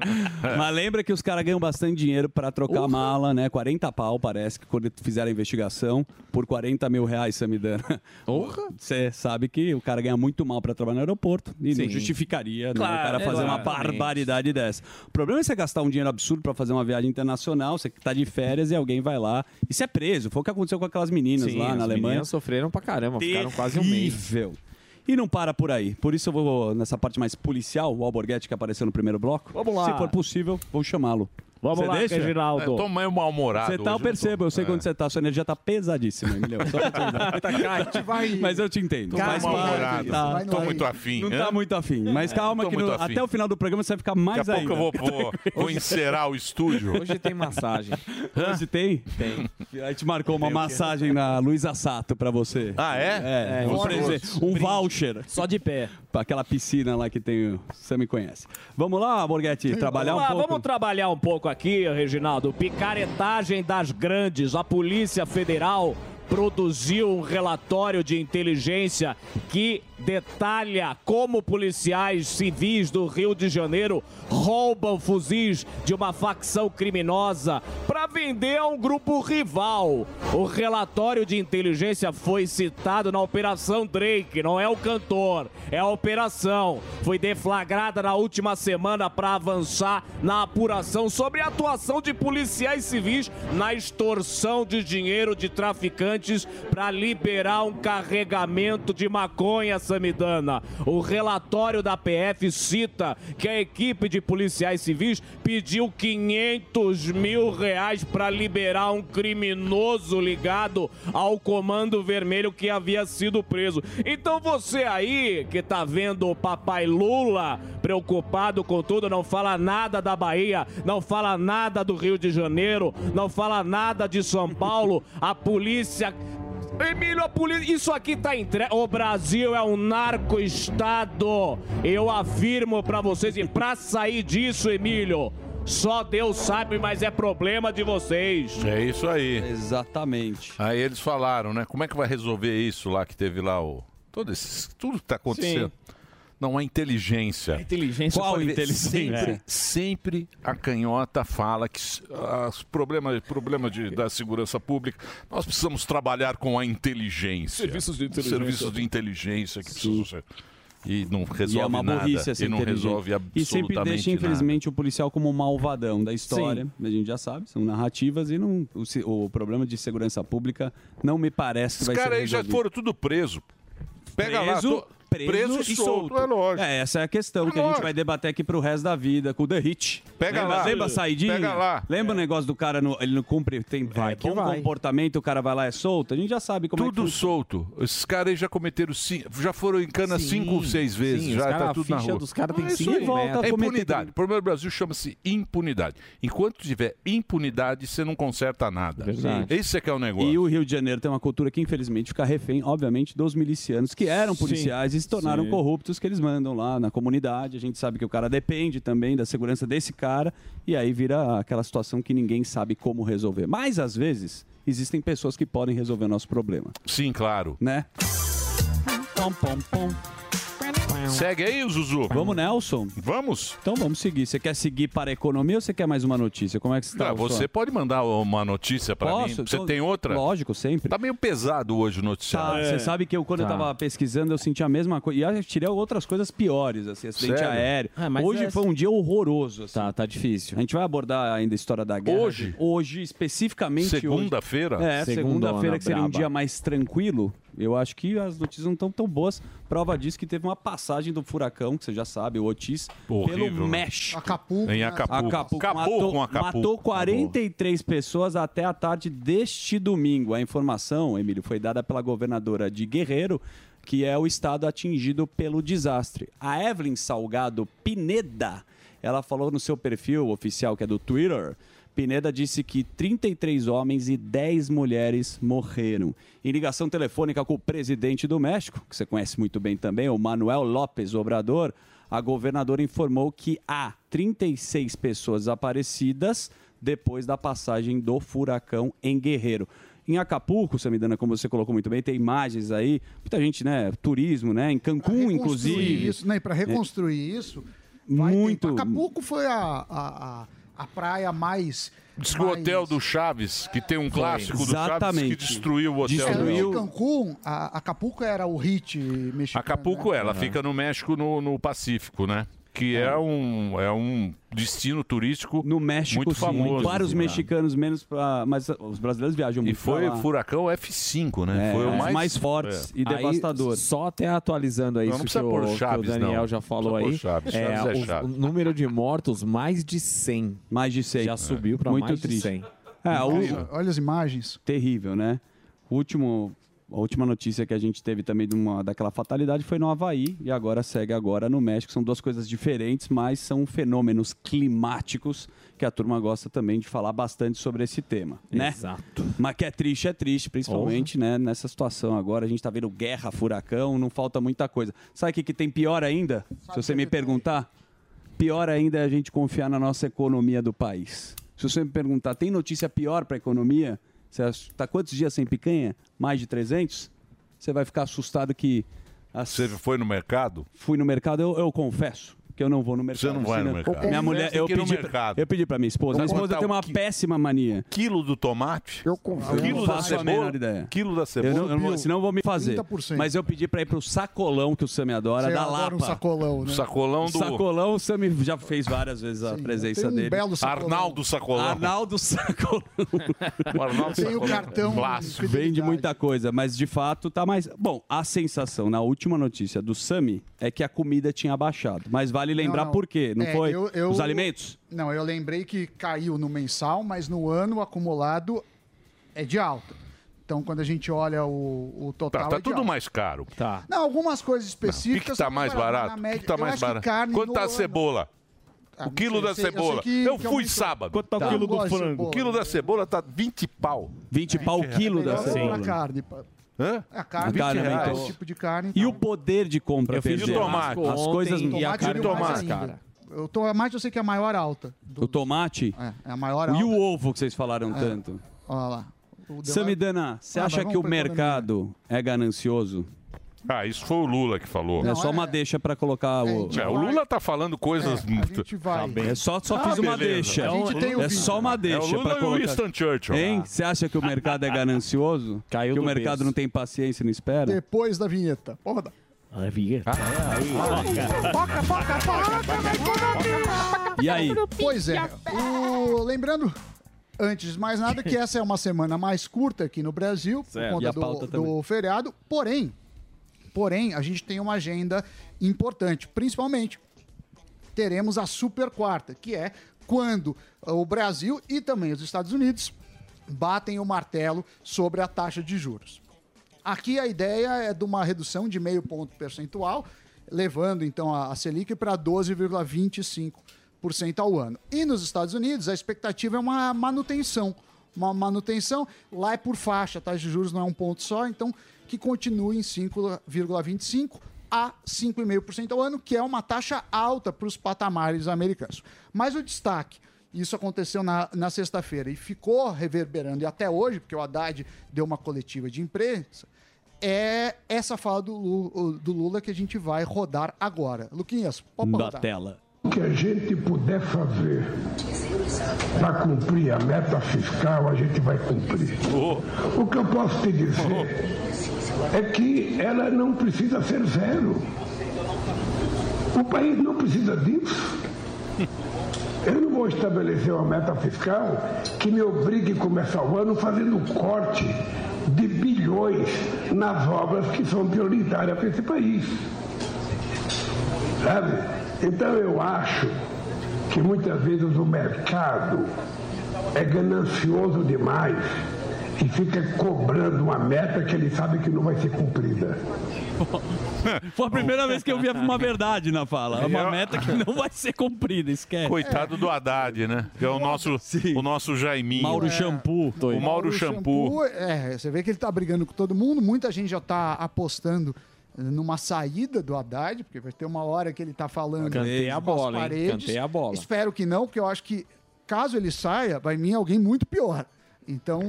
Mas lembra que os caras ganham bastante dinheiro pra trocar a mala, né? 40 pau, parece, que quando fizeram a investigação, por 40 mil reais, Samidana. Porra! Você sabe que o cara ganha muito mal pra trabalhar no aeroporto e
Sim.
não justificaria né,
Claro,
o cara
é,
fazer uma
exatamente.
barbaridade dessa. O problema é você gastar um dinheiro absurdo pra fazer uma viagem internacional, você tá de férias e alguém vai lá. Isso é preso. Foi o que aconteceu com aquelas meninas
Sim,
lá na
as
Alemanha.
meninas sofreram pra caramba, ficaram quase um mês.
Terrível. E não para por aí. Por isso eu vou nessa parte mais policial, o Alborguete que apareceu no primeiro bloco.
Vamos lá.
Se for possível, vou chamá-lo.
Vamos
Você
lá,
deixa?
que é Giraldo. É, tô
meio um mal-humorado
Você tá, eu
hoje, eu
percebo.
tô.
Eu sei
É.
quando você tá, sua energia tá pesadíssima, Emilio. Só pra te
Tá,
avisar. Mas eu te entendo.
Tô
Faz
mal
parte,
humorado.
tá?
Tô muito afim.
Não
hã?
tá muito afim. Mas calma
É, Tô
que
muito
no-
afim.
até o final do programa você vai ficar mais
Daqui a pouco eu
ainda.
vou, vou, vou encerar o estúdio.
Hoje tem massagem.
Hoje tem? Tem. A gente marcou uma
Tem o quê?
massagem na Luísa Sato pra você.
Ah, é?
É.
É,
um,
Ótimo.
presente, um voucher. Só de pé. Pra aquela piscina lá que tem. o- Você me conhece. Vamos lá, Borghetti, trabalhar
vamos
um
lá,
pouco.
Vamos trabalhar um pouco aqui, Reginaldo. Picaretagem das grandes. A Polícia Federal produziu um relatório de inteligência que detalha como policiais civis do Rio de Janeiro roubam fuzis de uma facção criminosa para vender a um grupo rival. O relatório de inteligência foi citado na Operação Drake, não é o cantor, é a operação. Foi deflagrada na última semana para avançar na apuração sobre a atuação de policiais civis na extorsão de dinheiro de traficantes para liberar um carregamento de maconha samidana. O relatório da PF cita que a equipe de policiais civis pediu 500 mil reais para liberar um criminoso ligado ao Comando Vermelho que havia sido preso. Então você aí que tá vendo o papai Lula preocupado com tudo, não fala nada da Bahia, não fala nada do Rio de Janeiro, não fala nada de São Paulo, a polícia Emílio, a polícia. Isso aqui tá entregue. O Brasil é um narco-estado. Eu afirmo pra vocês. E pra sair disso, Emílio, só Deus sabe, mas é problema de vocês.
É isso aí.
Exatamente.
Aí eles falaram, né? Como é que vai resolver isso lá que teve lá o. Todo esse, tudo que tá acontecendo. Não, a inteligência.
inteligência.
Você pode ver,
É.
Sempre,
inteligência?
sempre a canhota fala que s- as problema, problema de, da segurança pública, nós precisamos trabalhar com a inteligência.
Serviços de inteligência.
Serviços de inteligência que precisam ser. E não resolve
E é uma
nada.
burrice essa
e não
inteligente.
resolve absolutamente
E sempre deixa,
nada.
infelizmente, o policial como o malvadão da história. A gente já sabe, são narrativas e não, o, se- o problema de segurança pública não me parece que
Os
vai ser
caras aí já
resolvido.
foram tudo preso. Pega
preso,
lá, tô-
preso, e solto.
É lógico.
É, essa é a questão que a gente
lógico.
vai debater aqui pro resto da vida, com o The Hit.
Pega
lembra,
lá.
Lembra a saidinha?
Pega lá.
Lembra o negócio do cara, no- ele não cumpre, tem vai, bom
É vai.
comportamento, o cara vai lá e é solto? A gente já sabe como é
Tudo
que...
solto. Esses caras aí já cometeram cinco, já foram em cana cinco ou seis vezes.
sim, os
já
cara-
tá
a
tudo na
ficha
rua.
dos caras tem
Ah, isso
cinco
aí.
e volta tá a
É
cometer
impunidade.
crime.
O problema do Brasil chama-se impunidade. Enquanto tiver impunidade, você não conserta nada.
Verdade.
Esse é que é o negócio.
E o Rio de Janeiro tem uma cultura que, infelizmente, fica refém, obviamente, dos milicianos que eram
Sim.
policiais e se tornaram
Sim.
corruptos que eles mandam lá na comunidade. A gente sabe que o cara depende também da segurança desse cara e aí vira aquela situação que ninguém sabe como resolver. Mas, às vezes, existem pessoas que podem resolver o nosso problema,
Sim, claro.
né?
Segue aí, Zuzu.
Vamos, Nelson?
Vamos.
Então vamos seguir. Você quer seguir para a economia ou você quer mais uma notícia? Como é que você está?
Ah, você pode mandar uma notícia pra mim?
Posso?
Você
Então,
tem outra?
Lógico, sempre.
Tá meio pesado hoje o noticiário.
Tá, Você sabe que eu, quando eu tava pesquisando, eu senti a mesma coisa. E eu tirei outras coisas piores, assim, acidente
Sério?
aéreo.
Ah, mas
Hoje
é-
foi um dia horroroso. Tá, tá difícil. A gente vai abordar ainda a história da guerra.
Hoje?
Hoje, especificamente hoje.
Segunda-feira?
É,
Segundona,
segunda-feira, que seria um
braba.
dia mais tranquilo. Eu acho que as notícias não estão tão boas. Prova disso que teve uma passagem do furacão, que você já sabe, o Otis,
Horrível,
pelo
né?
México.
Acapulco, Em né? Acapulco. Acabou
matou,
com Acapulco.
Matou 43 pessoas até a tarde deste domingo. A informação, Emílio, foi dada pela governadora de Guerreiro, que é o estado atingido pelo desastre. A Evelyn Salgado Pineda, ela falou no seu perfil oficial, que é do Twitter. Pineda disse que 33 homens e 10 mulheres morreram. Em ligação telefônica com o presidente do México, que você conhece muito bem também, o Manuel López Obrador, a governadora informou que há 36 pessoas desaparecidas depois da passagem do furacão em Guerreiro. Em Acapulco, Samidana, como você colocou muito bem, tem imagens aí, muita gente, né? Turismo, né? Em Cancún,
Reconstruir
inclusive. É,
Isso, né? E para reconstruir isso,
muito.
Acapulco foi a, a, a, a praia mais.
Diz que o hotel do Chaves, que tem um clássico do
Exatamente.
Chaves, que destruiu o hotel. né?
Destruiu. Cancún, a Acapulco era o hit mexicano.
Acapulco, é,
né?
ela fica no México, no, no Pacífico, né? Que é, um, é um destino turístico
no México,
muito
sim,
famoso.
Para os
né?
mexicanos, menos para. Mas ah, os brasileiros viajam
E
muito.
foi
pra lá.
furacão F5, né?
É,
foi
os
o mais,
mais fortes e devastadores.
Só até atualizando aí
Não, não
isso que
precisa
o,
pôr
que o
Chaves,
Daniel
não.
já falou
Não
aí.
precisa pôr Chaves,
é,
Chaves é
o-
chato.
o, número de mortos, mais de 100.
Mais de 100.
Já subiu pra
Muito
mais de
triste.
100.
É, o-
Olha as imagens.
Terrível, né? O último, a última notícia que a gente teve também de uma, daquela fatalidade foi no Havaí e agora segue agora no México. São duas coisas diferentes, mas são fenômenos climáticos que a turma gosta também de falar bastante sobre esse tema, né?
Exato.
Mas que é triste, é triste, principalmente né, nessa situação agora. A gente tá vendo guerra, furacão, não falta muita coisa. Sabe o que, que tem pior ainda? Se você me perguntar, pior ainda é a gente confiar na nossa economia do país. Se você me perguntar, tem notícia pior para a economia? Você está quantos dias sem picanha? Mais de 300? Você vai ficar assustado que
Você foi no mercado?
fui no mercado, eu, eu confesso que eu não vou no mercado.
Você não vai no
Senão-
mercado.
Minha
Confesso
mulher,
que
eu
ir no
pedi, pra,
mercado.
eu pedi pra minha esposa. Minha
Vamos
esposa
botar
tem
o
uma péssima mania.
Quilo do tomate?
Eu
Quilo da
faço a menor
cebola?
ideia.
Quilo da
Eu
cebola?
não, eu não, senão eu vou me fazer.
30%.
Mas eu pedi pra ir pro sacolão que o Sam adora,
Você
da
adora
Lapa.
um sacolão, né?
Sacolão do-
Sacolão, o Sam já fez várias vezes a presença
tem um
dele.
belo sacolão.
Arnaldo Sacolão.
Arnaldo Sacolão.
O Arnaldo Tem o Sacolão. cartão Clássico. de
Vende muita coisa, mas de fato tá mais. Bom, a sensação na última notícia do Sami é que a comida tinha baixado. Mas vale lembrar
não.
por quê, não
É,
foi?
eu- eu-
Os alimentos?
Não, eu lembrei que caiu no mensal, mas no ano acumulado é de alta. Então, quando a gente olha o, o total.
Tá,
é
tá
de
tudo
alta.
mais caro.
Tá.
Não, algumas coisas
O que,
específicas.
que tá mais
comparado na
barato? O que,
média.
que tá
Eu
mais
acho que
barato?
carne
Quanto
no
tá a
ano-
cebola? o quilo
sei,
da
eu sei- eu
cebola. Eu,
sei que- que
fui
aumentou.
sábado.
Quanto tá o Tá. quilo do Eu gosto de frango?
O quilo da cebola tá 20 pau. É,
20 pau o quilo da
Melhor
cebola.
pra carne. pra-
Hã?
A carne,
A carne
20 reais,
aumentou.
esse tipo de carne.
E o poder de compra
Eu fiz
perdeu.
o tomate.
As coisas
Tomate subiu mais ainda. O tomate eu sei que é a maior alta.
O tomate?
É, a maior
E o ovo que vocês falaram
É.
tanto?
Olha lá. O deu-
Samidana, você
Ah, mas
acha
vamos
que o
pra
mercado é ganancioso?
Ah, isso foi o Lula que falou.
é só uma deixa pra colocar o.
É, o Lula tá falando coisas. muito.
vai.
É só, só
Ah,
fiz uma
beleza. A
deixa.
gente tem o
é
vídeo.
só
É
uma
o
deixa
Lula
pra
e o
colocar.
Winston Churchill.
Hein? Você acha que o mercado é ganancioso? Caiu que o
do
mercado
berço.
não tem paciência e não espera? Ah, é
Depois da vinheta. Porra,
Ah,
Foca,
Tá
foca, foca na economia.
E aí?
Pois é. o- Lembrando, antes de mais nada, que essa é uma semana mais curta aqui no Brasil,
Certo.
por
E a
conta do,
pauta também.
do feriado. Porém, porém, a gente tem uma agenda importante, principalmente teremos a super quarta, que é quando ah, o Brasil e também os Estados Unidos batem o martelo sobre a taxa de juros. Aqui a ideia é de uma redução de meio ponto percentual, levando então a a Selic para 12,25% ao ano. E nos Estados Unidos, a expectativa é uma manutenção. Uma manutenção, lá é por faixa, a taxa de juros não é um ponto só, então que continue em 5,25% a 5,5% ao ano, que é uma taxa alta para os patamares americanos. Mas o destaque isso aconteceu na, na sexta-feira e ficou reverberando e até hoje, porque o Haddad deu uma coletiva de imprensa, é essa fala do, Lu- do Lula que a gente vai rodar agora. Luquinhas, pode rodar.
O que a gente puder fazer para cumprir a meta fiscal, a gente vai cumprir. O que eu posso te dizer é que ela não precisa ser zero. O país não precisa disso. Eu não vou estabelecer uma meta fiscal que me obrigue a começar o ano fazendo corte de bilhões nas obras que são prioritárias para esse país. Sabe? Então eu acho que muitas vezes o mercado é ganancioso demais e fica cobrando uma meta que ele sabe que não vai ser cumprida.
Ah, Foi a primeira vez que eu vi uma verdade na fala. É Uma
Eu-
meta que não vai ser cumprida, esquece.
É. Coitado do Haddad, né? Que é o nosso, o nosso Jaiminho. É.
Mauro Shampoo.
O Mauro Shampoo.
é, você vê que ele tá brigando com todo mundo, muita gente já tá apostando eh, numa saída do Haddad, porque vai ter uma hora que ele tá falando
Cantei a
com as
bola, hein?
paredes.
Cantei a bola.
Espero que não, porque eu acho que caso ele saia, vai vir alguém muito pior. Então,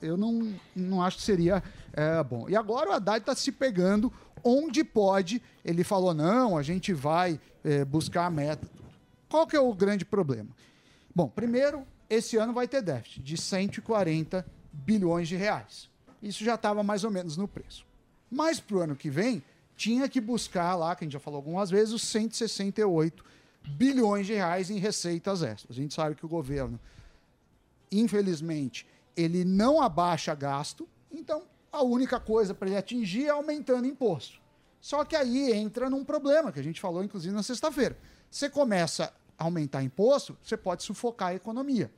eu não, não acho que seria eh, bom. E agora o Haddad está se pegando onde pode. Ele falou: não, a gente vai eh, buscar a meta. Qual que é o grande problema? Bom, primeiro, esse ano vai ter déficit de 140 bilhões de reais. Isso já estava mais ou menos no preço. Mas para o ano que vem, tinha que buscar lá, que a gente já falou algumas vezes, os 168 bilhões de reais em receitas extras. A gente sabe que o governo, infelizmente, ele não abaixa gasto, então a única coisa para ele atingir é aumentando imposto. Só que aí entra num problema que a gente falou, inclusive, na sexta-feira. Você começa a aumentar imposto, você pode sufocar a economia.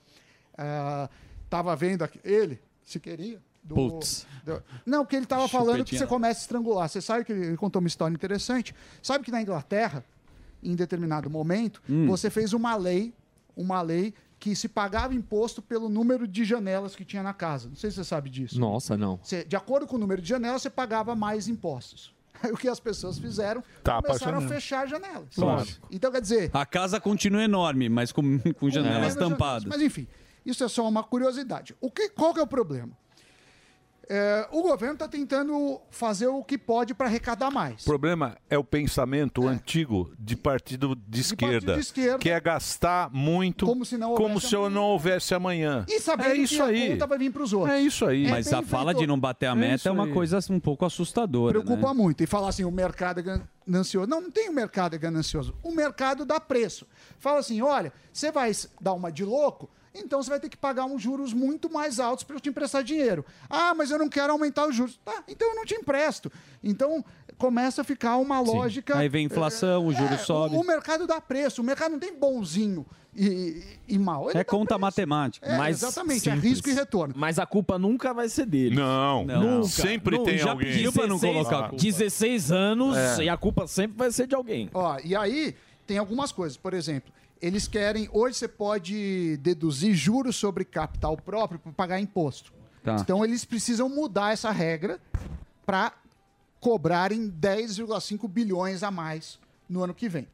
Ah, tava vendo aqui, ele, se queria. do-
Putz.
do- não, porque ele tava falando que
Chupetinha
você
lá.
começa a estrangular. Você sabe que ele contou uma história interessante. Sabe que na Inglaterra, em determinado momento,
Hum.
você fez uma lei, uma lei que se pagava imposto pelo número de janelas que tinha na casa. Não sei se você sabe disso.
Nossa, não.
Você- de acordo com o número de janelas, você pagava mais impostos. Aí o que as pessoas fizeram,
Tá,
começaram a
apaixonante.
fechar janelas.
Lógico.
Então, quer dizer,
A casa continua enorme, mas com, com
menos
janelas
janelas.
tampadas.
É. Mas enfim, isso é só uma curiosidade. O que, qual que é o problema? É, o governo está tentando fazer o que pode para arrecadar mais.
O problema é o pensamento antigo de partido de esquerda,
de esquerda.
que é gastar muito
Como se não
como
houvesse
se eu não houvesse amanhã.
E sabendo
é isso
que a
aí.
conta vai vir para os outros.
É isso aí.
Mas a
bem
fala
feito.
de não bater a
É
meta
isso
é uma
aí.
coisa assim, um pouco assustadora.
Preocupa
né?
muito. E falar assim, o mercado é ganancioso. Não, não tem o mercado é ganancioso. O mercado dá preço. Fala assim, olha, você vai s- dar uma de louco, então você vai ter que pagar uns juros muito mais altos para eu te emprestar dinheiro. Ah, mas eu não quero aumentar os juros. Tá, então eu não te empresto. Então começa a ficar uma
Sim.
lógica...
Aí vem a inflação, o juro
É,
sobe.
O, o mercado dá preço. O mercado não tem bonzinho e, e mal. Ele dá
É conta
preço.
matemática.
É,
mais
exatamente. É
simples.
risco e retorno.
Mas a culpa nunca vai ser dele.
Não,
Não.
sempre
Nunca.
tem
Já
alguém.
pediu pra não colocar a culpa.
16 anos
É.
e a culpa sempre vai ser de alguém.
Ó, e aí tem algumas coisas. Por exemplo, eles querem. Hoje você pode deduzir juros sobre capital próprio para pagar imposto.
Tá.
Então eles precisam mudar essa regra para cobrarem 10,5 bilhões a mais no ano que vem.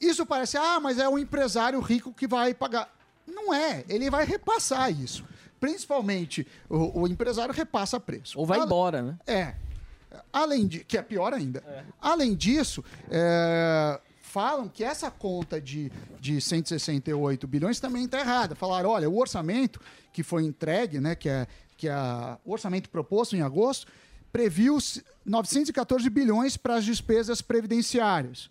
Isso parece, ah, mas é um empresário rico que vai pagar. Não é, ele vai repassar isso. Principalmente o, o empresário repassa preço.
Ou vai
Ah,
embora, né?
é. Além de, que é pior ainda. Além disso, é, falam que essa conta de, de 168 bilhões também está errada. Falaram, olha, o orçamento que foi entregue, né, que é, que é o orçamento proposto em agosto, previu s- 914 bilhões para as despesas previdenciárias.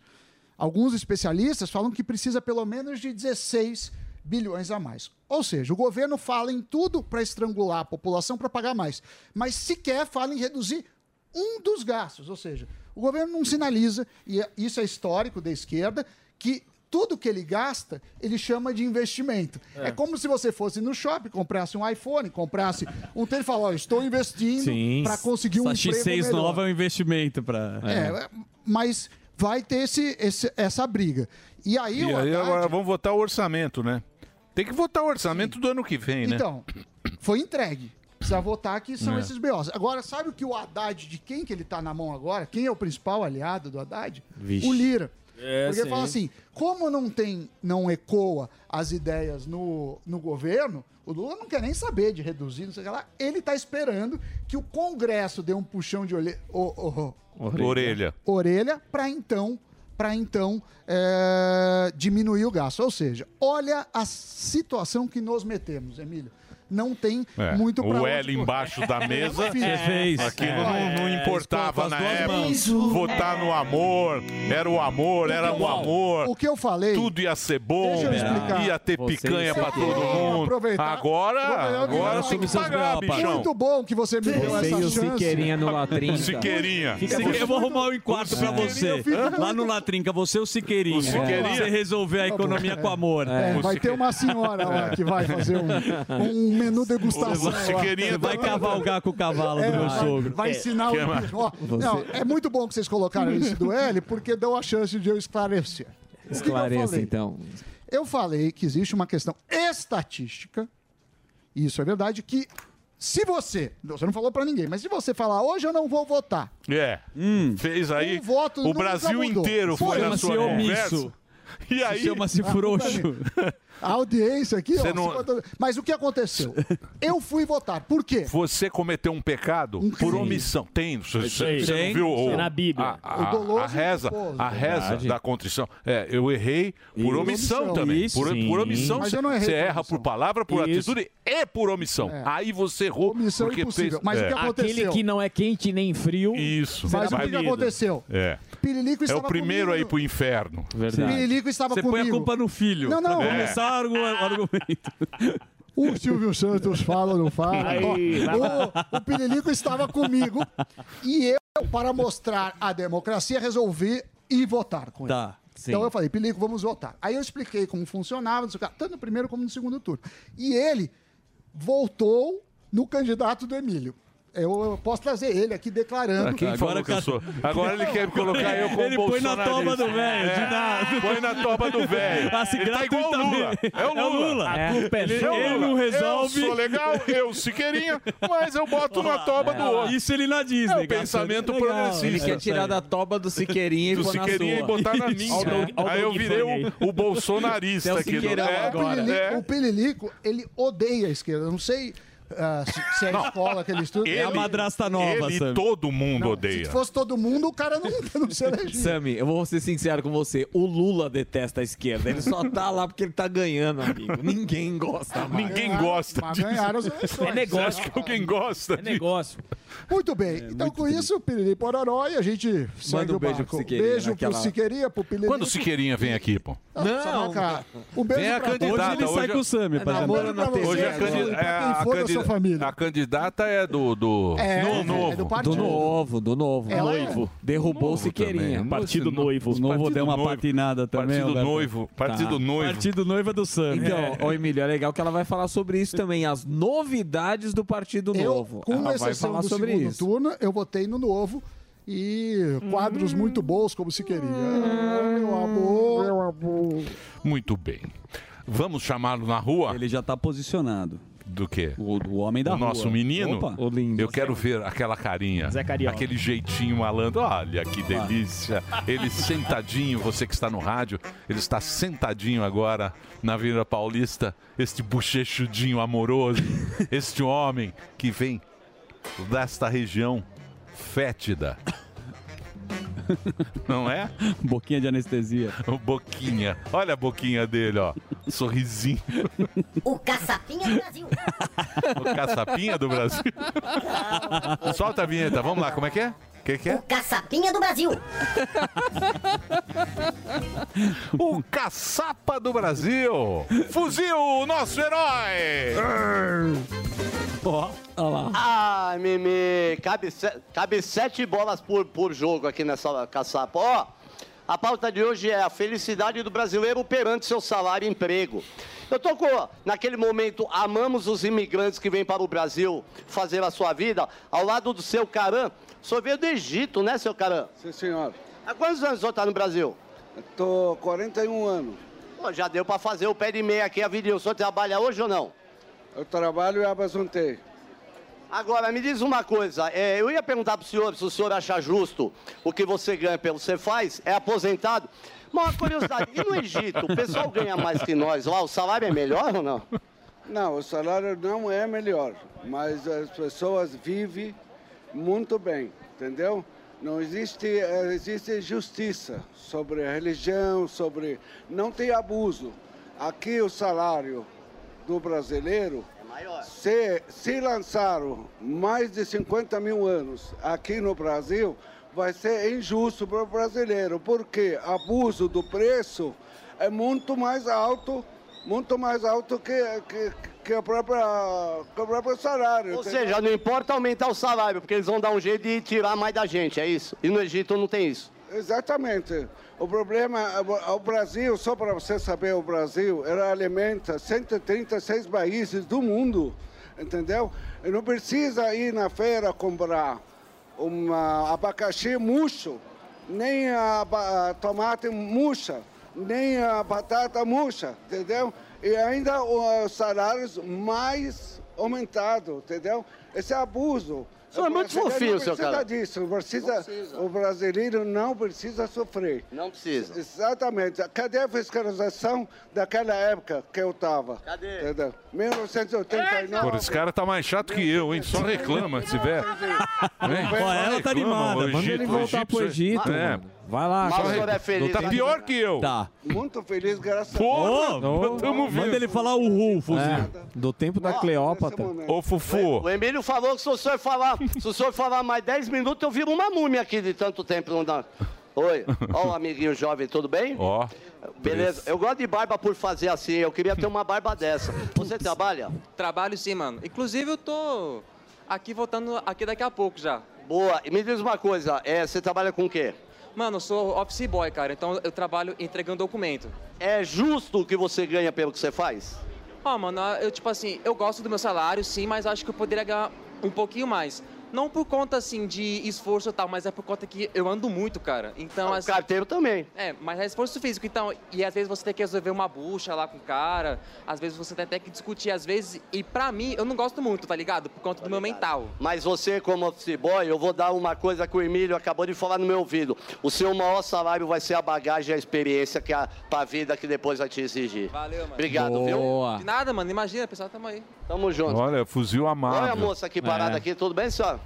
Alguns especialistas falam que precisa pelo menos de 16 bilhões a mais. Ou seja, o governo fala em tudo para estrangular a população para pagar mais, mas sequer fala em reduzir um dos gastos. Ou seja, o governo não sinaliza, e é- isso é histórico da esquerda, que tudo que ele gasta, ele chama de investimento. É, como se você fosse no shopping, comprasse um iPhone, comprasse um telefone e falasse, ó, estou investindo para conseguir um
Essa
emprego
X6
melhor.
nova é um investimento para.
É, mas vai ter esse, esse- essa briga. E aí,
E
o
aí
Haddad-
agora vamos votar o orçamento, né? Tem que votar o orçamento do ano que vem, né?
Então, foi entregue. Precisa votar que são
É.
esses BOs. Agora, sabe o que o Haddad, de quem que ele tá na mão agora? Quem é o principal aliado do Haddad?
Vixe.
O Lira.
É,
Porque
sim.
fala assim, como não tem, não ecoa as ideias no, no governo, o Lula não quer nem saber de reduzir, não sei o que lá. Ele tá esperando que o Congresso dê um puxão de olhe... o- o-
Orelha. Orelha.
orelha para então para então é, diminuir o gasto. Ou seja, olha a situação que nós metemos, Emílio. Não tem
É,
muito pra
o
onde
L
correr.
embaixo da mesa.
Fiz.
Aquilo
É.
não, não importava na época.
mãos.
Votar no amor. Era o amor, era o amor.
Então, O que eu falei?
Tudo ia ser bom,
Deixa eu explicar.
É. ia ter
Vocês
picanha pra
têm que
todo mundo.
aproveitar.
Agora,
Vou ganhar
agora
dinheiro.
tem que pagar, bichão.
Muito bom que você me deu
Você
essa
e o
chance.
Siqueirinha no
Latrinca. Siqueirinha.
Fica
Sique-
Eu vou arrumar um quarto pra você. Lá no Latrinca, você e o Siqueirinha.
O Siqueirinha.
Você resolver a economia com amor.
Tá É, vai ter uma senhora lá que vai fazer um, um menu degustação. lá.
Você vai cavalgar com o cavalo do meu
vai-
sogro.
Vai ensinar
Que é
o
uma-
bicho. Ó,
Você-
Não, é muito bom que vocês colocaram isso do L, porque dão a chance de eu esclarecer. O que que eu
Esclareça,
falei?
então.
Eu falei que existe uma questão estatística, e isso é verdade, que se você, você não falou pra ninguém, mas se você falar hoje eu não vou votar,
É. Fez aí.
Um voto
o
nunca
Brasil
mudou.
inteiro foi na
Chama-se
sua
omisso.
conversa. E aí.
Ah, A audiência aqui, ó,
Você não-
50 mas o que aconteceu? Eu fui votar, por quê?
Você cometeu um pecado por omissão. Tem, você,
crime.
você não
Tem,
viu?
tem
o-
na Bíblia.
A,
O
a,
doloso
a reza,
e o culposo.
a reza
Verdade.
da contrição. É, eu errei por
E-
omissão,
omissão.
também.
Isso.
Por,
Sim.
por omissão,
Mas
você
eu não errei
você
por
erra por palavra, por
Isso.
atitude e por omissão.
É.
Aí você errou. Omissão porque
impossível.
fez-
Mas o
é.
que aconteceu?
Aquele que não é quente nem frio.
Isso.
Mas o que
Vai-
que aconteceu?
É.
Pirilico
É
estava
o primeiro aí pro inferno.
Verdade. Pirilico estava
Você põe a
comigo.
culpa no filho.
Não, não.
Pra
É.
começar o argu- o argumento.
O Silvio Santos fala ou não fala?
Aí, vai lá.
o, o Pirilico estava comigo e eu, para mostrar a democracia, resolvi ir votar com ele.
Tá, sim.
Então eu falei, Pilico, vamos votar. Aí eu expliquei como funcionava, não sei o que, tanto no primeiro como no segundo turno. E ele voltou no candidato do Emílio. Eu, eu posso trazer ele aqui declarando.
Ah, quem falou que eu sou? Agora ele quer colocar eu como
Ele põe na
bolsonarista.
toba do velho, de
É,
nada.
Põe na toba do velho.
Assim,
ele tá igual o Lula.
gratuitamente.
É o Lula.
É o Lula. A culpa é
Ele-
sua.
é o
Ele
Lula.
não resolve.
Eu sou legal, eu Siqueirinha, mas eu boto na toba
É.
do outro.
Isso ele na Disney.
É o pensamento progressista.
É. Ele quer tirar da toba do Siqueirinha e
do
pôr na
Siqueirinha e
sua.
botar na minha.
Isso, é. Olha
Aí eu
Doug
virei
Funny aí.
o, o bolsonarista
Você é o
aqui. do-
Siqueirão
É,
O Pirilico,
é.
o Pirilico, ele odeia a esquerda. Eu não sei ah, se, se é a escola que ele estuda.
Ele e todo mundo
Se
odeia.
fosse todo mundo, o cara não, não se elegia.
Sammy, eu vou ser sincero com você. O Lula detesta a esquerda. Ele só tá lá porque ele tá ganhando, amigo. Ninguém gosta mais.
Ninguém gosta.
Mas ganharam as
disso.
eleições.
É negócio. Você acha que alguém gosta? É negócio.
Muito
É,
bem. então, com isso, Piriri Pororó e a gente segue
um
o
beijo
barco.
pro Siqueirinha
Beijo
naquela-
pro Siqueirinha, pro Piriri.
Quando o Siqueirinha vem aqui, pô?
Não, cara. Um beijo
Vem a
pra
candidata.
todos.
Hoje- é-
Um beijo pra vocês,
Hoje É a
pra
candidata.
quem for da sua família.
A candidata é do. do...
É,
do
é
novo.
do
Do novo, do novo.
Ela é.
noivo. Derrubou o Siqueirinha.
também. Partido Nossa, noivo.
O novo
Partido
deu uma
noivo.
patinada também.
Partido
Alberto. Tá.
noivo. Partido noivo.
Partido noivo é do
Tá.
Sam.
Então, ô Emílio, é legal que ela vai falar sobre isso também, as novidades do Partido Novo.
Ah,
Com
ela vai
exceção
falar
do
sobre
segundo
isso.
turno, eu votei no novo. E quadros muito bons, como Siqueirinha. Ah, Meu amor. Meu amor.
Muito bem. Vamos chamá-lo na rua?
Ele já tá posicionado.
Do quê?
O, o homem da
o
rua.
nosso menino?
Opa.
Eu quero ver aquela carinha.
Zé Carioca.
Aquele jeitinho malandro. Olha que delícia. Ele sentadinho, você que está no rádio, ele está sentadinho agora na Avenida Paulista. Este bochechudinho amoroso. este homem que vem desta região fétida Não é?
Boquinha de anestesia.
O Boquinha. Olha a boquinha dele, ó. Sorrisinho.
O Caçapinha do Brasil.
O caçapinha do Brasil. Solta a vinheta. Vamos lá, como é que é? O que, que é?
O Caçapinha do Brasil.
O caçapa do Brasil. Fuzil, nosso herói.
Ó, olha lá.
Ah, Mimi, cabe, se- cabe sete bolas por, por jogo aqui nessa caçapa. Ó, a pauta de hoje é a felicidade do brasileiro perante seu salário e emprego. Eu tô com, naquele momento, amamos os imigrantes que vêm para o Brasil fazer a sua vida, ao lado do seu Caran. O senhor veio do Egito, né, seu Caran?
Sim, senhor.
Há quantos anos o senhor tá no Brasil?
Tô 41 anos.
Pô, já deu para fazer o pé de meia aqui, a vida. O senhor trabalha hoje ou não?
Eu trabalho e abazuntei.
Agora, me diz uma coisa. é, eu ia perguntar pro senhor se o senhor achar justo o que você ganha pelo que você faz, é aposentado. Mas uma curiosidade, e no Egito, o pessoal ganha mais que nós lá, o salário é melhor ou não?
Não, o salário não é melhor, mas as pessoas vivem muito bem, entendeu? Não existe, eh, existe justiça sobre a religião, sobre. Não tem abuso. Aqui o salário do brasileiro.
É
Se, se lançaram mais de 50 mil anos aqui no Brasil, vai ser injusto para o brasileiro, porque abuso do preço é muito mais alto, muito mais alto que, que, que, a própria, que o próprio salário.
Ou
entendeu?
seja, não importa aumentar o salário, porque eles vão dar um jeito de tirar mais da gente, é isso? E no Egito não tem isso.
Exatamente. O problema, o Brasil, só para você saber, o Brasil ela alimenta 136 países do mundo, entendeu? E não precisa ir na feira comprar um ah, abacaxi murcho, nem a ba- tomate murcha, nem a batata murcha, entendeu? E ainda os salários mais aumentados, entendeu? Esse é abuso.
O senhor é muito
brasileiro não
fofinho, seu
precisa
cara.
disso, precisa- o brasileiro não precisa sofrer.
Não precisa.
Exatamente. Cadê a fiscalização daquela época que eu estava? Cadê? 1989.
Pô, esse cara tá mais chato que eu, hein? Só reclama se tiver. Hein?
Ó, ela tá animada.
O
Manda ele voltar
o
pro Egito,
É.
mano. Vai lá,
Mas
Só
o senhor
reclama.
é feliz,
Tá
né?
pior que eu.
Tá.
Muito feliz, graças
Porra,
Ô,
tamo É. vendo.
Manda ele falar o então. Ru, fuzil.
É.
Do tempo da
Ó,
Cleópatra.
Ô, Fufu.
O Emílio falou que se o senhor falar, se o senhor falar mais 10 minutos, eu viro uma múmia aqui de tanto tempo. Não dá. Oi, ó o amiguinho jovem, tudo bem?
Ó.
Beleza, eu gosto de barba por fazer assim, eu queria ter uma barba dessa. Você trabalha?
Trabalho sim, mano. Inclusive eu tô aqui voltando aqui daqui a pouco já.
Boa, e me diz uma coisa, é, você trabalha com o quê?
Mano, eu sou office boy, cara, então eu trabalho entregando documento.
É justo o que você ganha pelo que você faz?
Ó, mano, eu tipo assim, eu gosto do meu salário, sim, mas acho que eu poderia ganhar um pouquinho mais. Não por conta, assim, de esforço e tal, mas é por conta que eu ando muito, cara. Então,
O
assim,
carteiro também.
É, mas é esforço físico, então. E às vezes você tem que resolver uma bucha lá com o cara, às vezes você tem até que discutir, às vezes. E pra mim, eu não gosto muito, tá ligado? Por conta do meu mental.
Mas você, como office boy, eu vou dar uma coisa que o Emílio acabou de falar no meu ouvido. O seu maior salário vai ser a bagagem e a experiência que a, pra vida que depois vai te exigir.
Valeu, mano.
Obrigado, viu?
De nada, mano. Imagina, pessoal, tamo aí.
Tamo junto.
Olha, fuzil
Olha a
amado.
moça aqui parada
É.
aqui, tudo bem, senhora?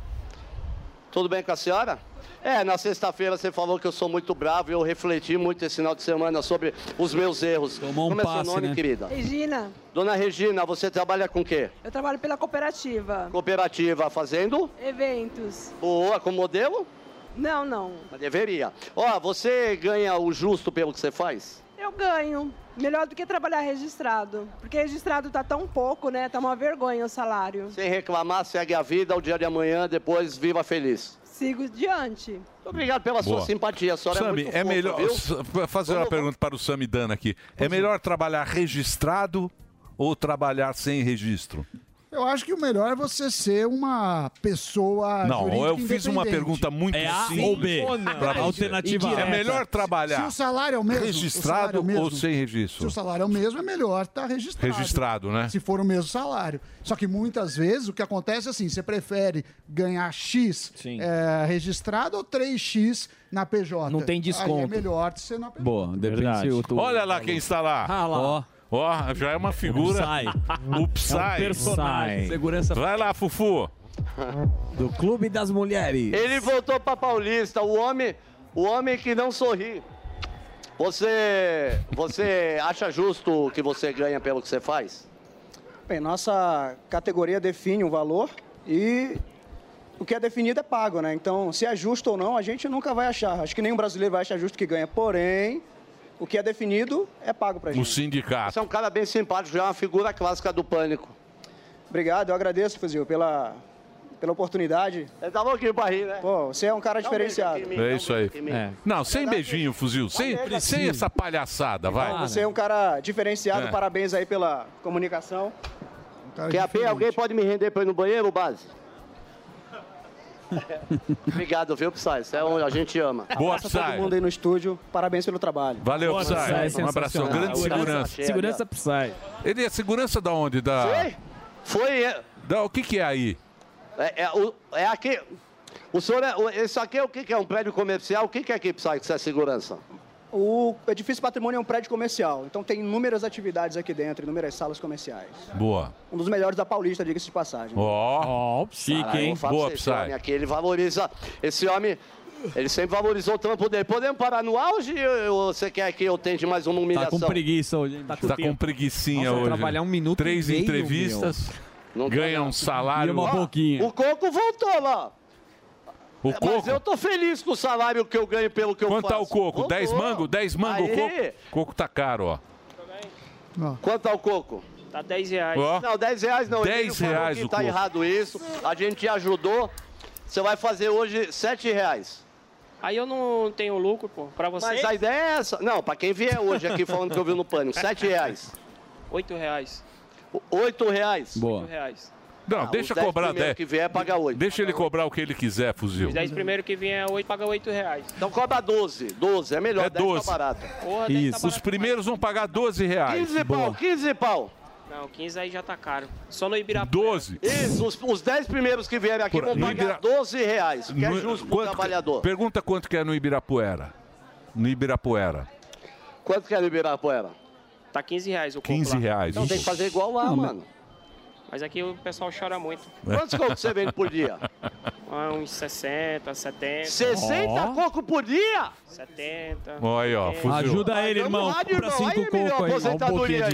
Tudo bem com a senhora? É, na sexta-feira você falou que eu sou muito bravo e eu refleti muito esse final de semana sobre os meus erros.
Tomou um
Como é
passe,
seu nome,
né?
querida?
Regina,
Dona Regina, você trabalha com o quê?
eu trabalho pela cooperativa.
Cooperativa fazendo?
Eventos.
Boa, como modelo?
Não, não.
Mas deveria. Ó, você ganha o justo pelo que você faz?
Eu ganho. Melhor do que trabalhar registrado. Porque registrado tá tão pouco, né? Tá uma vergonha o salário.
Sem reclamar, segue a vida, o dia de amanhã, depois viva feliz.
Sigo diante.
Obrigado pela
Boa.
sua simpatia, a senhora
Sami,
é muito
é
fofa,
melhor.
viu?
S- fa- Fazer uma pergunta para o Sami Dana aqui. É melhor trabalhar registrado ou trabalhar sem registro?
Eu acho que o melhor é você ser uma pessoa.
Não,
jurídica
eu fiz uma
independente.
pergunta muito
É A
simples.
ou B?
pra você.
Alternativa
É
A.
melhor
Se
trabalhar
o salário é o mesmo. o salário é
registrado
o mesmo,
ou sem
Se
registro?
o salário é o mesmo, é melhor estar registrado.
Registrado, né?
Se for o mesmo salário. Só que muitas vezes o que acontece é assim: você prefere ganhar X eh, registrado ou 3X na PJ?
Não tem
Aí é
desconto.
melhor ser na PJ.
Boa, depende
Verdade.
se o tu...
Olha lá quem está lá.
Ah lá.
Ó,
Ó, já é uma figura.
sai.
O Psy.
É um
é um
Personagem.
Segurança
Vai lá, Fufu.
Do Clube das Mulheres.
Ele voltou pra Paulista, o homem. O homem que não sorri. Você, você acha justo o que você ganha pelo que você faz?
Bem, nossa categoria define um valor e o que é definido é pago, né? Então, se é justo ou não, a gente nunca vai achar. Acho que nenhum brasileiro vai achar justo que ganha. Porém, o que é definido é pago pra gente.
O sindicato.
Você é um cara bem simpático, já é uma figura clássica do pânico.
Obrigado, eu agradeço, Fuzil, pela, pela oportunidade.
Ele tá louquinho pra rir, né?
Pô, você é um cara diferenciado.
É isso aí.
É.
Não, sem beijinho, fuzil. Sem, sem essa palhaçada, vai.
Você é um cara diferenciado,
É.
parabéns aí pela comunicação.
Quer a pé? Alguém pode me render pra ir no banheiro, base? Obrigado, viu, Psy? Você é um, a gente ama.
Boa,
Abraço a todo
Psy.
mundo aí no estúdio, parabéns pelo trabalho.
Valeu, Psy. Um abração. Grande segurança.
Psy.
Ele é segurança da onde? Da...
Foi? Foi. É,
da... O que, que é aí?
é, é o- é aqui. O senhor é, o- esse aqui é o que, que é um prédio comercial? O que, que é aqui, Psy, que você é segurança?
O Edifício Patrimônio é um prédio comercial, então tem inúmeras atividades aqui dentro, inúmeras salas comerciais.
Boa.
Um dos melhores da Paulista, diga-se de passagem.
Ó.
Ó, Psy.
Caralho, eu falo
Boa,
pra você, esse homem
Psy.
aqui, ele valoriza. Esse homem, ele sempre valorizou o trampo dele. Podemos parar no auge ou você quer que eu tente mais uma humilhação?
preguiça hoje, hein?
Tá com, preguiçinha
Nossa,
hoje.
trabalhar um minuto
Três
e meio,
entrevistas. Ganha um salário.
E uma
O coco voltou lá. É,
O
Mas
coco?
eu tô feliz com o salário que eu ganho pelo que eu
Quanto
faço.
tá o coco? Dez
Voltou.
mango? Dez mango o
Aí.
coco? Coco tá caro, ó.
Quanto tá o coco? Tá 10 reais.
Ó.
Não, 10 reais não.
10
Emílio falou
reais
que
o
tá
coco.
errado isso. A gente te ajudou. Você vai fazer hoje 7 reais.
Aí eu não
é
tenho lucro, pô. Pra vocês.
Mas a ideia é essa. Não, pra quem vier hoje aqui falando que eu vi no pânico, 7 reais.
8 reais.
8 reais.
Oito reais.
Não,
Ah,
deixa
os dez
cobrar
primeiros
10.
que vier, paga 8.
Deixa ele cobrar o que ele é quiser, fuzil.
Os 10 primeiros que vier, 8 paga 8 reais.
Então cobra 12. 12, é melhor.
É
10
12.
tá barato.
Porra, dez tá
Isso. Os primeiros vão pagar 12 reais.
15 pau, 15 pau.
barato. Não, 15 aí já tá caro. Só no Ibirapé.
12.
Isso, os, os 10 primeiros que vierem aqui
Por-
vão
no
pagar
Ibira-
12 reais, que é justo pro
quanto que-
trabalhador.
Pergunta quanto que é no Ibirapuera. No Ibirapuera.
Quanto que é liberar poeira?
Tá 15 reais o copo
15
lá.
reais.
Não, tem que fazer igual lá, mano.
Mas aqui o pessoal chora muito.
Quantos cocos você vende por dia?
Ah, uns 60, 70.
60
Tá?
coco por dia?
70.
Olha aí, ó. Fuzil.
um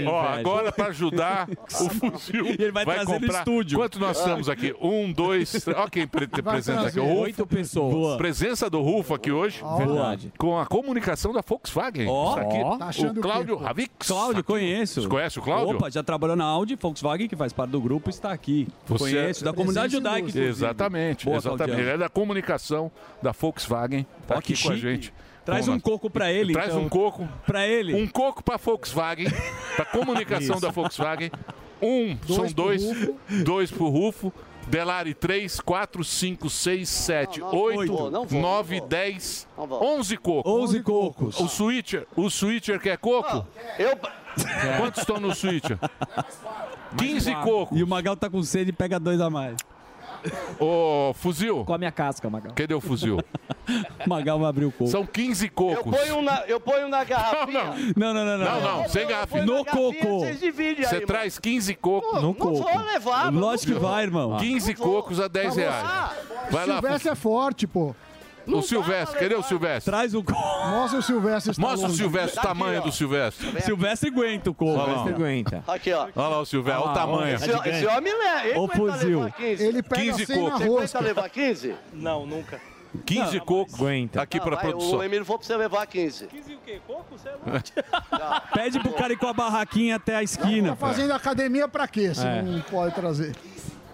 Ó, agora pra ajudar o fuzil.
E ele vai trazer no
comprar...
estúdio.
Quanto nós estamos aqui? Um, dois, três. Ó, quem pre
Vai
presença aqui.
trazer
O Rufo.
oito pessoas. Boa.
Presença do Rufo aqui hoje.
Verdade.
Com a comunicação da Volkswagen.
Ó,
Isso aqui.
tá achando o quê,
o Cláudio
pô?
Ravix.
Cláudio, conheço.
Você conhece o Cláudio?
Opa, já trabalhou na Audi, Volkswagen, que faz parte do grupo, está aqui.
Você é-
Conheço, da comunidade judaica. inclusive.
Exatamente,
Boa,
exatamente.
Claudiano.
Ele é da comunicação da Volkswagen. Tá
Ó,
aqui
que
com a
chique.
gente.
Traz
Vamos
um
lá.
coco pra ele,
Traz
então.
um coco.
Pra ele.
Um coco pra Volkswagen. Pra comunicação
Isso.
da Volkswagen. Um,
Dois
são
pro
dois.
Rufo.
Dois pro Rufo. Delari 3, 4, 5, 6, 7, 8,
vou, não vou,
9, 10, 11 cocos.
11 cocos.
O switcher, o switcher quer coco?
Ah,
Eu...
Quantos estão no switcher? 15 cocos.
E o Magal tá com sede e pega dois a mais.
Ô, fuzil.
Come a casca, Magal.
Cadê o fuzil?
Magal vai abrir o coco.
São 15 cocos.
Ponho um na, eu ponho na garrafinha.
Não, não, não, não.
Não, não, sem garrafinha. No coco.
Vocês dividem
Você
aí,
traz 15 cocos.
Não, não coco. vou levar, mano. Lógico que vai, irmão.
15 cocos a 10 reais. Vai lá,
Silvestre é forte, pô.
o Silvestre. Cadê o Silvestre?
Traz o coco.
Mostra o Silvestre. está
Mostra o
longe.
Tá
Silvestre, o tamanho do Silvestre.
Silvestre aguenta o coco.
Olha lá.
Silvestre aguenta.
Aqui, ó.
Olha lá o Silvestre,
Ah,
olha o tamanho.
Esse, esse homem leva. Ele tá
Ô,
aguenta
fuzil.
levar 15.
Ele pega
15
100 na
cocos.
rosca.
Aguenta levar 15?
Não, nunca.
15 cocos aqui
Não,
pra
Ah, vai,
produção.
O Emílio falou pra você levar 15. 15
o quê? Pouco? Você é
Pede pro cara ir com a barraquinha até a esquina.
Tá fazendo academia pra quê? Se
É.
não pode trazer.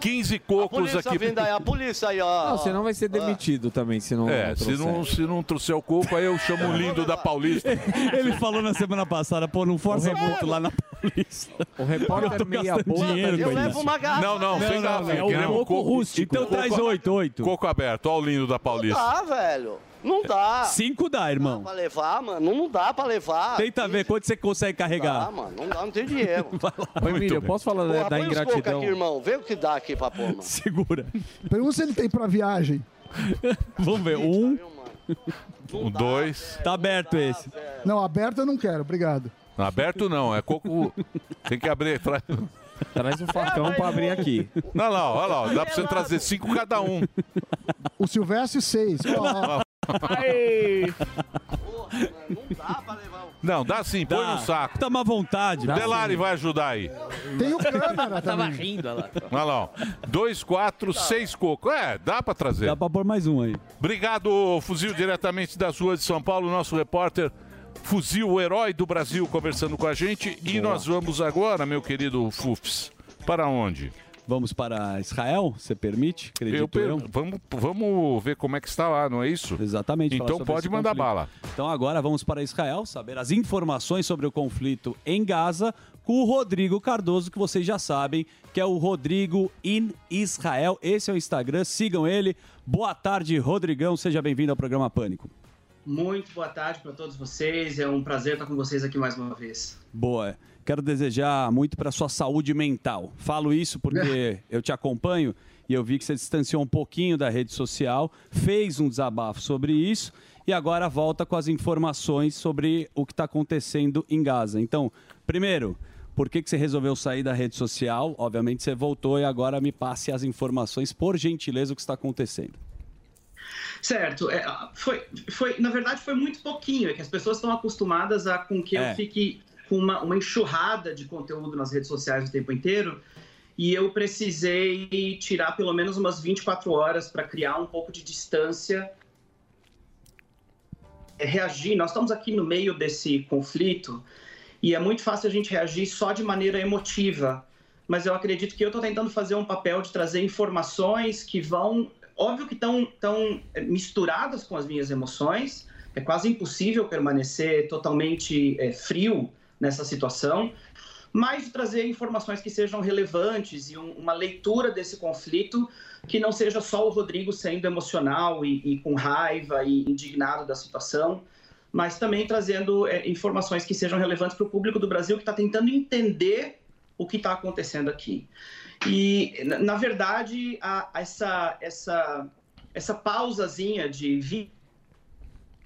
15
A polícia vindo aí, a polícia aí, ó.
Não, você não vai ser
é
Ah,
demitido também se não.
É, se não, se não trouxer o coco, aí eu chamo o lindo da Paulista.
Ele falou na semana passada, pô, não força muito lá na polícia. O
repórter meia boca.
tá
dinheiro,
Eu
com
levo
isso.
uma garrafa.
Não, não, sem garrafa.
É o
Queremos
coco, rústico. Então
Coco-
traz oito, oito.
Coco aberto, olha o lindo da
Não
Paulista.
dá, velho. Não dá.
Cinco dá, irmão.
Pra levar, mano. Não dá pra levar.
Tenta ver quanto você consegue
Dá,
Tá,
carregar.
Ah, mano. Não dá, não tem dinheiro.
Ô, Emílio, eu posso falar da-
Porra,
da
põe os coca
ingratidão?
um aqui, irmão. Vê o que dá aqui pra pôr, mano.
Segura.
Pergunta se ele tem pra viagem.
Vamos ver, um.
O dois.
Tá aberto esse.
Não, aberto eu não quero, obrigado.
Aberto não, é coco. Tem que abrir. Traz,
traz um facão pra abrir aqui.
um.
Não, não, olha lá, ó, dá pra você trazer cinco cada um.
O Silvestre, seis. Ó, ó.
Não, dá sim, põe
Dá.
no saco.
Tamo à vontade.
Delari vai ajudar aí.
Tem o câmera
Tava rindo, olha lá.
Olha lá, ó. Dois, quatro, seis cocos. É, dá pra trazer.
Dá pra pôr mais um aí.
Obrigado, Fuzil, diretamente das ruas de São Paulo, nosso repórter Fuzil, o herói do Brasil, conversando com a gente. E nós vamos agora, meu querido Fufs, para onde?
Vamos para é Israel, você permite? Acredito
Eu
eu.
per- Vamos, vamos ver como é que está lá, não é isso?
Exatamente. falar
Então
sobre
pode
esse
mandar
conflito.
bala.
Então agora vamos para Israel saber as informações sobre o conflito em Gaza com o Rodrigo Cardoso, que vocês já sabem, que é o Rodrigo in Israel. Esse é o Instagram, sigam ele. Boa tarde, Rodrigão. Seja bem-vindo ao programa Pânico.
Muito boa tarde para todos vocês. É um prazer estar com vocês aqui mais uma vez.
Boa. Quero desejar muito para sua saúde mental. Falo isso porque eu te acompanho e eu vi que você distanciou um pouquinho da rede social, fez um desabafo sobre isso e agora volta com as informações sobre o que está acontecendo em Gaza. Então, primeiro, por que, que você resolveu sair da rede social? Obviamente você voltou e agora me passe as informações, por gentileza, o que está acontecendo.
Certo, é, foi, foi, na verdade foi muito pouquinho, é que as pessoas estão acostumadas a com que
É.
eu fique com uma, uma enxurrada de conteúdo nas redes sociais o tempo inteiro. E eu precisei tirar pelo menos umas 24 horas para criar um pouco de distância é reagir. Nós estamos aqui no meio desse conflito e é muito fácil a gente reagir só de maneira emotiva. Mas eu acredito que eu estou tentando fazer um papel de trazer informações que vão, óbvio que estão tão eh, misturadas com as minhas emoções. É quase impossível permanecer totalmente eh, frio nessa situação, mas de trazer informações que sejam relevantes e um- uma leitura desse conflito que não seja só o Rodrigo sendo emocional e, e com raiva e indignado da situação, mas também trazendo é, informações que sejam relevantes para o público do Brasil que está tentando entender o que está acontecendo aqui. E, na, na verdade, a- a essa, essa, essa pausazinha de vi-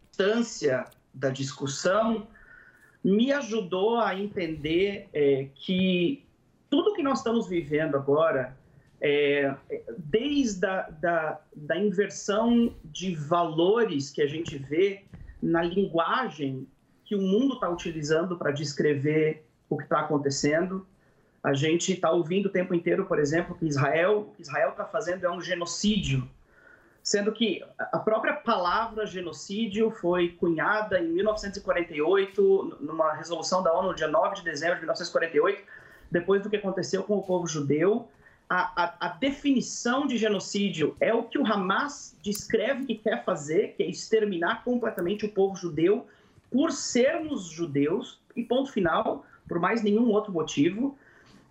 distância da discussão me ajudou a entender é, que tudo que nós estamos vivendo agora, é, é, desde a da, da inversão de valores que a gente vê na linguagem que o mundo está utilizando para descrever o que está acontecendo, a gente está ouvindo o tempo inteiro, por exemplo, que Israel, o que Israel está fazendo é um genocídio sendo que a própria palavra genocídio foi cunhada em 1948, numa resolução da ONU, dia 9 de dezembro de 1948, depois do que aconteceu com o povo judeu. A, a- a definição de genocídio é o que o Hamas descreve que quer fazer, que é exterminar completamente o povo judeu por sermos judeus, e ponto final, por mais nenhum outro motivo.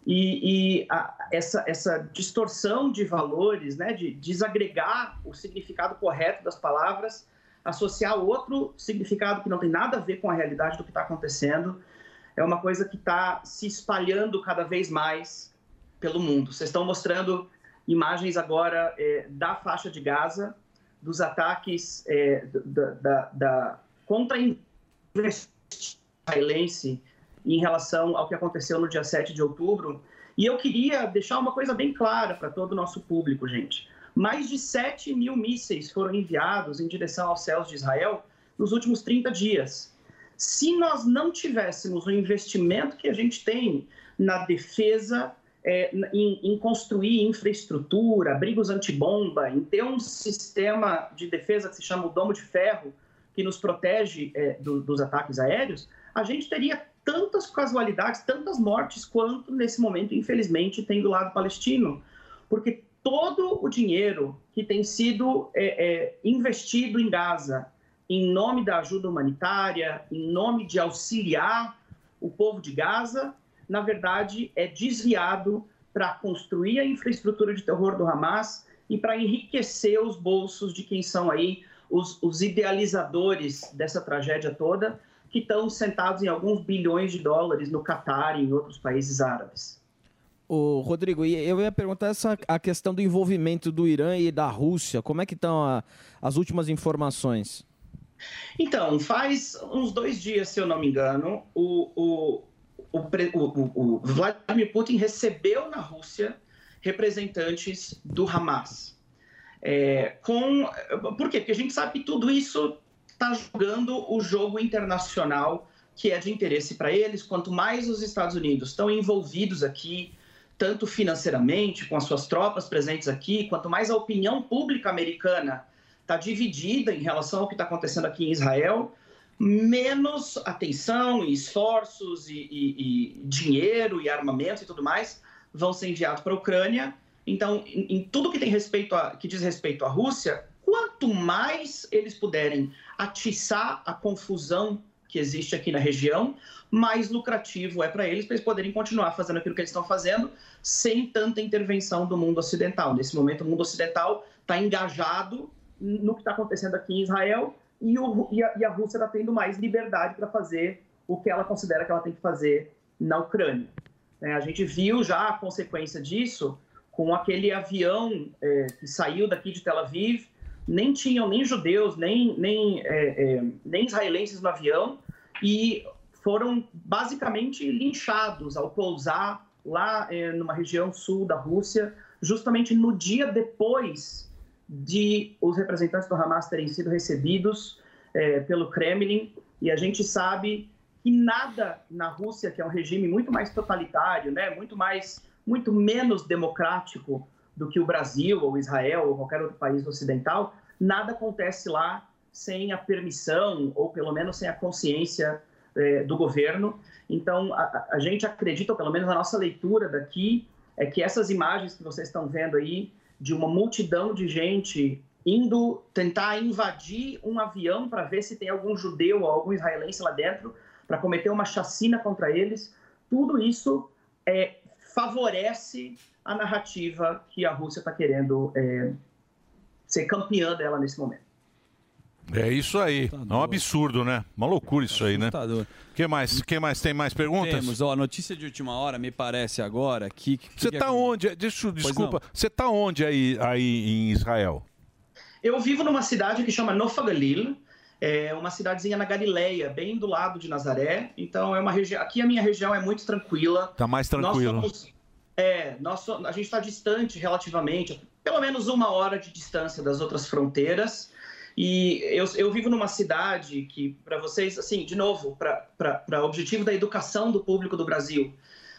E, e a- essa, essa distorção de valores, né, de desagregar o significado correto das palavras, associar outro significado que não tem nada a ver com a realidade do que está acontecendo, é uma coisa que está se espalhando cada vez mais pelo mundo. Vocês estão mostrando imagens agora eh, da faixa de Gaza, dos ataques eh, da, da, da contra israelense em relação ao que aconteceu no dia 7 de outubro. E eu queria deixar uma coisa bem clara para todo o nosso público, gente. Mais de 7 mil mísseis foram enviados em direção aos céus de Israel nos últimos 30 dias. Se nós não tivéssemos o investimento que a gente tem na defesa, eh, na- em, em construir infraestrutura, abrigos antibomba, em ter um sistema de defesa que se chama o Domo de Ferro, que nos protege eh, do- dos ataques aéreos, a gente teria tantas casualidades, tantas mortes quanto nesse momento, infelizmente, tem do lado palestino. Porque todo o dinheiro que tem sido eh, eh, investido em Gaza, em nome da ajuda humanitária, em nome de auxiliar o povo de Gaza, na verdade, é desviado para construir a infraestrutura de terror do Hamas e para enriquecer os bolsos de quem são aí os, os idealizadores dessa tragédia toda, que estão sentados em alguns bilhões de dólares no Catar e em outros países árabes.
Ô, Rodrigo, e eu ia perguntar essa a questão do envolvimento do Irã e da Rússia. Como é que estão a- as últimas informações?
Então, faz uns dois dias, se eu não me engano, o, o, o, pre- o- o- o Vladimir Putin recebeu na Rússia representantes do Hamas. É, com, por quê? Porque a gente sabe que tudo isso está jogando o jogo internacional que é de interesse para eles. Quanto mais os Estados Unidos estão envolvidos aqui, tanto financeiramente, com as suas tropas presentes aqui, quanto mais a opinião pública americana está tá dividida em relação ao que está acontecendo aqui em Israel, menos atenção e esforços e, e- e dinheiro e armamento e tudo mais vão ser enviados para a Ucrânia. Então, em, em tudo que tem respeito a, que diz respeito à Rússia, quanto mais eles puderem atiçar a confusão que existe aqui na região, mais lucrativo é para eles, para eles poderem continuar fazendo aquilo que eles estão fazendo, sem tanta intervenção do mundo ocidental. Nesse momento, o mundo ocidental está engajado no que está acontecendo aqui em Israel e, o- e a, e a Rússia está tendo mais liberdade para fazer o que ela considera que ela tem que fazer na Ucrânia. né? A gente viu já a consequência disso com aquele avião eh, que saiu daqui de Tel Aviv, nem tinham nem judeus, nem, nem, eh, eh, nem israelenses no avião, e foram basicamente linchados ao pousar lá eh, numa região sul da Rússia, justamente no dia depois de os representantes do Hamas terem sido recebidos eh, pelo Kremlin e a gente sabe que nada na Rússia, que é um regime muito mais totalitário, né, muito mais, muito menos democrático do que o Brasil ou Israel ou qualquer outro país ocidental, nada acontece lá sem a permissão ou pelo menos sem a consciência eh, do governo. Então a- a, a gente acredita, ou pelo menos a nossa leitura daqui é que essas imagens que vocês estão vendo aí de uma multidão de gente indo tentar invadir um avião para ver se tem algum judeu ou algum israelense lá dentro para cometer uma chacina contra eles. Tudo isso é, favorece a narrativa que a Rússia está querendo é, ser campeã dela nesse momento.
É isso aí. É um absurdo, né? Uma loucura isso aí, né? Que mais? Que mais? Tem mais perguntas?
Temos, ó, a notícia de última hora, me parece agora, que... é
Você tá onde? Deixa, eu- desculpa. Você tá onde aí, aí em Israel?
Eu vivo numa cidade que chama Nofagalil, é uma cidadezinha na Galileia, bem do lado de Nazaré. Então é uma região. Aqui a minha região é muito tranquila.
Tá mais tranquilo.
Nós somos- é, nós so- a gente está distante relativamente, pelo menos uma hora de distância das outras fronteiras. E eu, eu vivo numa cidade que, para vocês, assim, de novo, para o objetivo da educação do público do Brasil,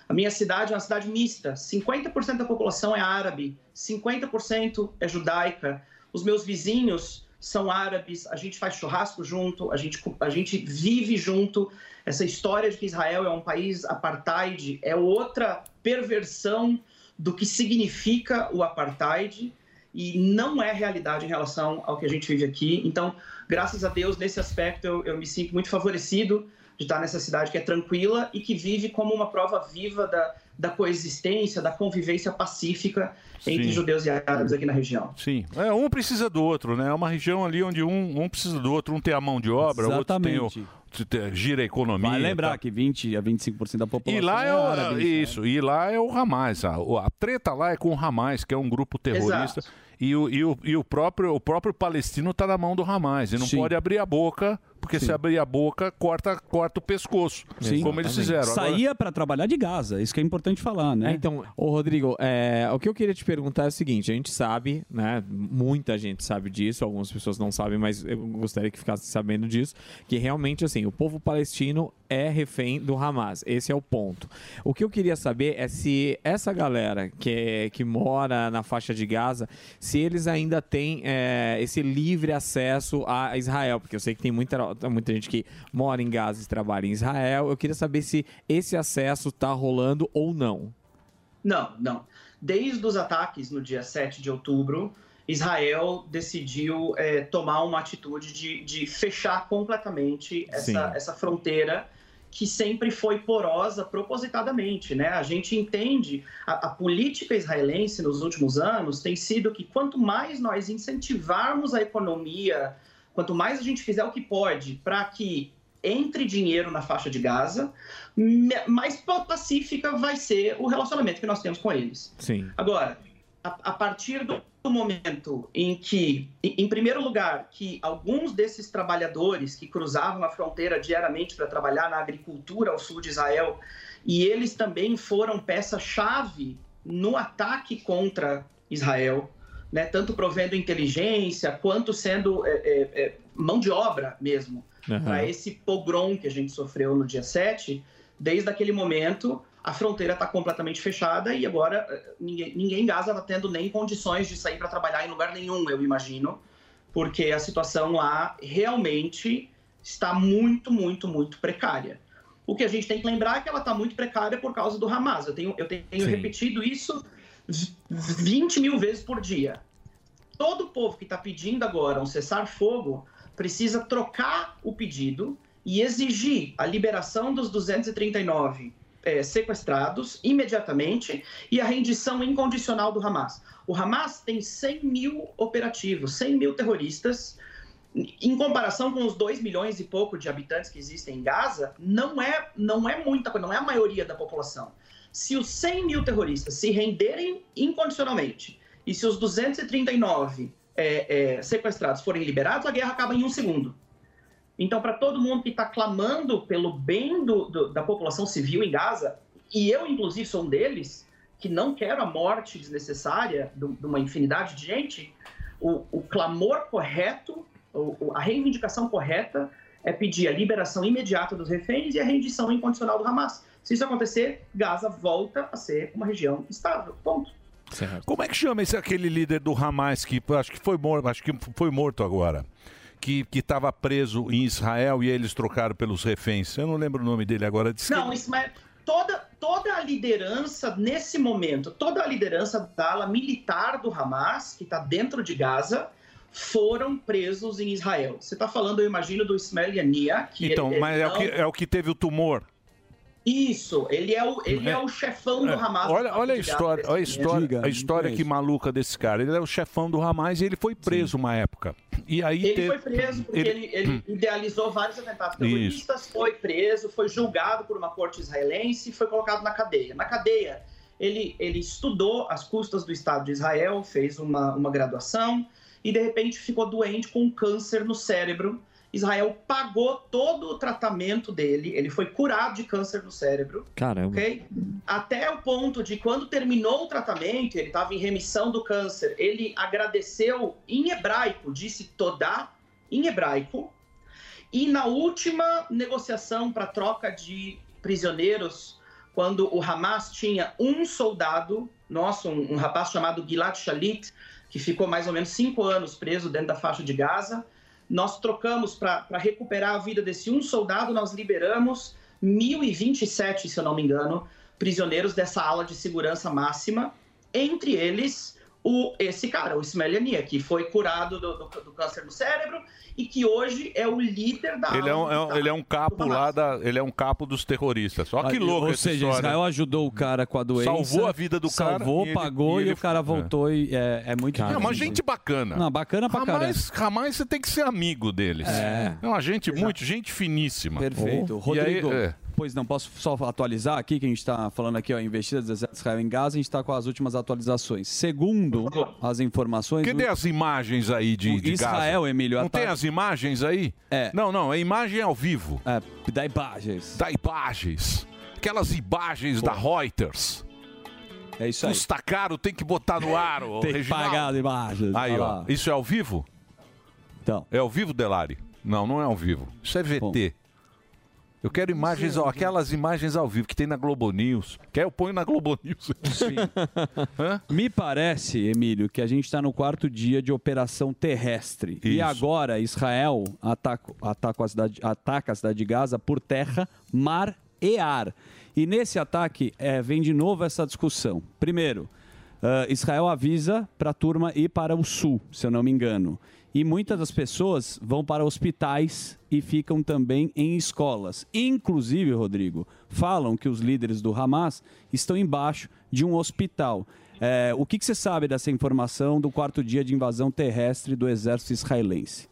a minha cidade é uma cidade mista. 50% da população é árabe, 50% é judaica. Os meus vizinhos são árabes, a gente faz churrasco junto, a gente, a gente vive junto. Essa história de que Israel é um país apartheid é outra perversão do que significa o apartheid e não é realidade em relação ao que a gente vive aqui. Então, graças a Deus, nesse aspecto, eu, eu me sinto muito favorecido de estar nessa cidade que é tranquila e que vive como uma prova viva da, da coexistência, da convivência pacífica entre
Sim.
judeus e árabes aqui na região.
Sim. É, um precisa do outro, né? É uma região ali onde um, um precisa do outro. Um tem a mão de obra, o outro tem
Exatamente.
o... te- te- Gira a economia.
Vai lembrar
tá?
que 20 a 25% da população
E lá é,
o...
o, isso, e lá é o Hamas. A, a treta lá é com o Hamas, que é um grupo terrorista. E o, e o, e o próprio, o próprio palestino está na mão do Hamas. E não
Sim.
pode abrir a boca, porque se abrir a boca, corta, corta o pescoço. Como eles fizeram. Agora-
Saía pra trabalhar de Gaza, isso que é importante falar, né?
É, então, ô Rodrigo, é, o que eu queria te perguntar é o seguinte: a gente sabe, né? Muita gente sabe disso, algumas pessoas não sabem, mas eu gostaria que ficasse sabendo disso, que realmente, assim, o povo palestino é refém do Hamas. Esse é o ponto. O que eu queria saber é se essa galera que, que mora na faixa de Gaza, se eles ainda têm é, esse livre acesso a Israel, porque eu sei que tem muita, muita gente que mora em Gaza e trabalha em Israel. Eu queria saber se esse acesso tá rolando ou não.
Não, não. Desde os ataques no dia 7 de outubro, Israel decidiu eh, tomar uma atitude de, de fechar completamente
Sim.
essa, essa fronteira que sempre foi porosa propositadamente, né? A gente entende a, a política israelense nos últimos anos tem sido que quanto mais nós incentivarmos a economia, quanto mais a gente fizer o que pode para que entre dinheiro na faixa de Gaza, me- mais pa- pacífica vai ser o relacionamento que nós temos com eles.
Sim.
Agora, a, a partir do momento em que, em em primeiro lugar, que alguns desses trabalhadores que cruzavam a fronteira diariamente para trabalhar na agricultura ao sul de Israel, e eles também foram peça-chave no ataque contra Israel, né, tanto provendo inteligência quanto sendo é, é, é, mão de obra mesmo
Aham.
para esse pogrom que a gente sofreu no dia 7. Desde aquele momento, a fronteira está completamente fechada e agora eh, ninguém, ninguém em Gaza está tendo nem condições de sair para trabalhar em lugar nenhum, eu imagino, porque a situação lá realmente está muito, muito, muito precária. O que a gente tem que lembrar é que ela está muito precária por causa do Hamas. Eu tenho, eu tenho
Sim.
repetido isso v- 20 mil vezes por dia. Todo o povo que está pedindo agora um cessar-fogo precisa trocar o pedido e exigir a liberação dos 239 eh, sequestrados imediatamente e a rendição incondicional do Hamas. O Hamas tem 100 mil operativos, 100 mil terroristas em comparação com os 2 milhões e pouco de habitantes que existem em Gaza, não é, não é muita coisa, não é a maioria da população. Se os 100 mil terroristas se renderem incondicionalmente e se os 239 é, é, sequestrados forem liberados, a guerra acaba em um segundo. Então, para todo mundo que está clamando pelo bem do- do- da população civil em Gaza, e eu, inclusive, sou um deles, que não quero a morte desnecessária do- de uma infinidade de gente, o, o clamor correto, o- o- a reivindicação correta é pedir a liberação imediata dos reféns e a rendição incondicional do Hamas. Se isso acontecer, Gaza volta a ser uma região estável. Ponto.
Como é que chama esse aquele líder do Hamas que pô, acho que foi morto, acho que foi morto agora? Que que estava preso em Israel e eles trocaram pelos reféns. Eu não lembro o nome dele agora. Diz que-
Não, Ismael, toda, toda a liderança nesse momento, toda a liderança da ala militar do Hamas, que está dentro de Gaza, foram presos em Israel. Você está falando, eu imagino, do Ismael Yania, que
Então,
ele- ele
mas é o,
não-
que, é o que teve o tumor.
Isso, ele é o, ele é. o chefão do
É.
Hamas. tá
Olha, olha a
Obrigado,
história, olha a
presidente.
história,
Diga,
a história
diga
que maluca desse cara. Ele é o chefão do Hamas e ele foi preso uma época. E aí
Ele
teve-
foi preso porque ele,
Hum.
ele idealizou vários atentados
Isso.
terroristas, foi preso, foi julgado por uma corte israelense e foi colocado na cadeia. Na cadeia, ele, ele estudou as custas do Estado de Israel, fez uma, uma graduação e, de repente, ficou doente com um câncer no cérebro. Israel pagou todo o tratamento dele, ele foi curado de câncer no cérebro.
Caramba.
Ok? Até o ponto de quando terminou o tratamento, ele estava em remissão do câncer, ele agradeceu em hebraico, disse Todá em hebraico. E na última negociação para troca de prisioneiros, quando o Hamas tinha um soldado, nosso, um, um rapaz chamado Gilad Shalit, que ficou mais ou menos cinco anos preso dentro da faixa de Gaza, nós trocamos para recuperar a vida desse um soldado, nós liberamos 1.027, se eu não me engano, prisioneiros dessa ala de segurança máxima, entre eles o esse cara, o Ismail Haniyeh, que foi curado do, do- do câncer no cérebro e que hoje é o líder da
Ele é, um,
ala
é um- ele é um capo lá da. Ele é um capo dos terroristas. Olha que
Ah,
louco
Ou
essa
seja,
história.
Israel ajudou o cara com a doença.
Salvou a vida do cara
Salvou,
e ele-
pagou
e
e,
ele-
o cara voltou e é, é muito
Não, mas gente bacana.
Não, bacana pra caramba.
Ramais, Ramais, você tem que ser amigo deles.
É.
É uma gente muito, gente finíssima.
Perfeito.
Oh.
Rodrigo,
E aí, é.
pois não, posso só atualizar aqui que a gente está falando aqui, ó, investidas de Israel em Gaza, a gente está com as últimas atualizações. Segundo as informações.
Cadê as imagens aí de, de
Israel,
Gaza?
Emílio,
Não tem
ataque-
as imagens aí? Não, não, é imagem ao vivo.
É, dá imagens.
Dá imagens. Aquelas imagens da Reuters.
É isso aí.
Custa caro, tem que botar no ar. ô,
Tem que
Reginaldo.
pagar as imagens.
Aí,
Olha
ó.
lá.
Isso é ao vivo?
Então.
É ao vivo, Delari? Não, não é ao vivo. Isso é VT. Eu quero imagens, ó, aquelas imagens ao vivo que tem na Globo News. Quer eu ponho na Globo News.
Me parece, Emílio, que a gente está no quarto dia de operação terrestre. E
Isso.
agora Israel ataca, ataca, a cidade, ataca a cidade de Gaza por terra, mar e ar. E nesse ataque eh, vem de novo essa discussão. Primeiro, ah, Israel avisa para a turma ir para o sul, se eu não me engano. E muitas das pessoas vão para hospitais e ficam também em escolas. Inclusive, Rodrigo, falam que os líderes do Hamas estão embaixo de um hospital. É, o que, que você sabe dessa informação do quarto dia de invasão terrestre do exército israelense?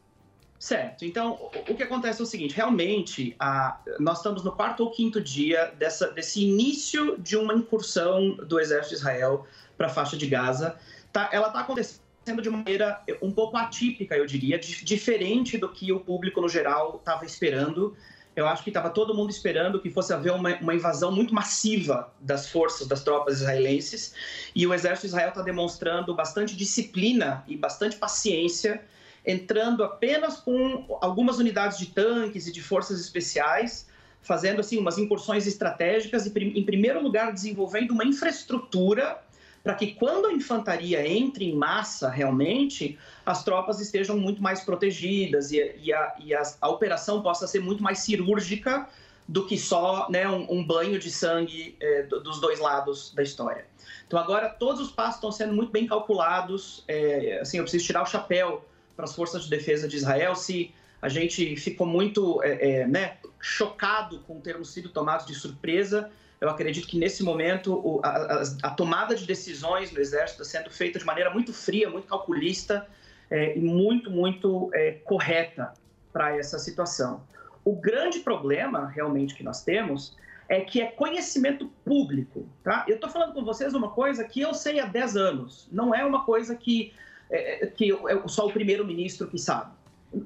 Certo. Então, o- o que acontece é o seguinte: realmente, a- nós estamos no quarto ou quinto dia dessa- desse início de uma incursão do exército de Israel para a faixa de Gaza. Tá- ela está acontecendo de maneira eh, um pouco atípica, eu diria, di- diferente do que o público no geral estava esperando. eu acho que estava todo mundo esperando que fosse haver uma, uma invasão muito massiva das forças, das tropas israelenses. E o exército de Israel está demonstrando bastante disciplina e bastante paciência, entrando apenas com algumas unidades de tanques e de forças especiais, fazendo assim umas incursões estratégicas e, prim- em primeiro lugar, desenvolvendo uma infraestrutura para que quando a infantaria entre em massa realmente, as tropas estejam muito mais protegidas e, e a, e as- a operação possa ser muito mais cirúrgica do que só né, um, um banho de sangue eh, do- dos dois lados da história. Então agora todos os passos estão sendo muito bem calculados. eh, assim, eu preciso tirar o chapéu para as forças de defesa de Israel se a gente ficou muito eh, eh, né, chocado com termos sido tomados de surpresa. Eu acredito que nesse momento o- a, a- a tomada de decisões no exército está sendo feita de maneira muito fria, muito calculista eh, e muito, muito eh, correta para essa situação. O grande problema realmente que nós temos é que é conhecimento público, tá? Eu estou falando com vocês uma coisa que eu sei há 10 anos. Não é uma coisa que é, é, que eu- é só o primeiro-ministro que sabe.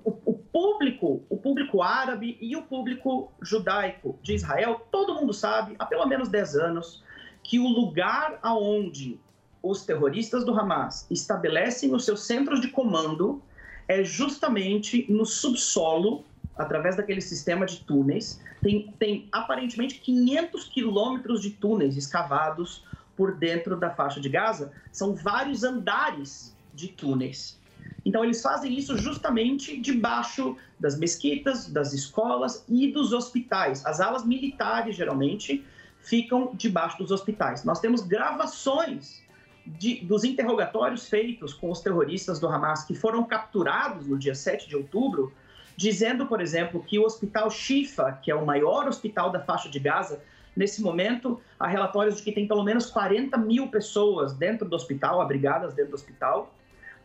O, o público, o público árabe e o público judaico de Israel, todo mundo sabe há pelo menos 10 anos que o lugar aonde os terroristas do Hamas estabelecem os seus centros de comando é justamente no subsolo, através daquele sistema de túneis. Tem, tem aparentemente 500 quilômetros de túneis escavados por dentro da faixa de Gaza. São vários andares de túneis. Então, eles fazem isso justamente debaixo das mesquitas, das escolas e dos hospitais. As alas militares, geralmente, ficam debaixo dos hospitais. Nós temos gravações de- dos interrogatórios feitos com os terroristas do Hamas que foram capturados no dia 7 de outubro, dizendo, por exemplo, que o hospital Shifa, que é o maior hospital da faixa de Gaza, nesse momento há relatórios de que tem pelo menos 40 mil pessoas dentro do hospital, abrigadas dentro do hospital,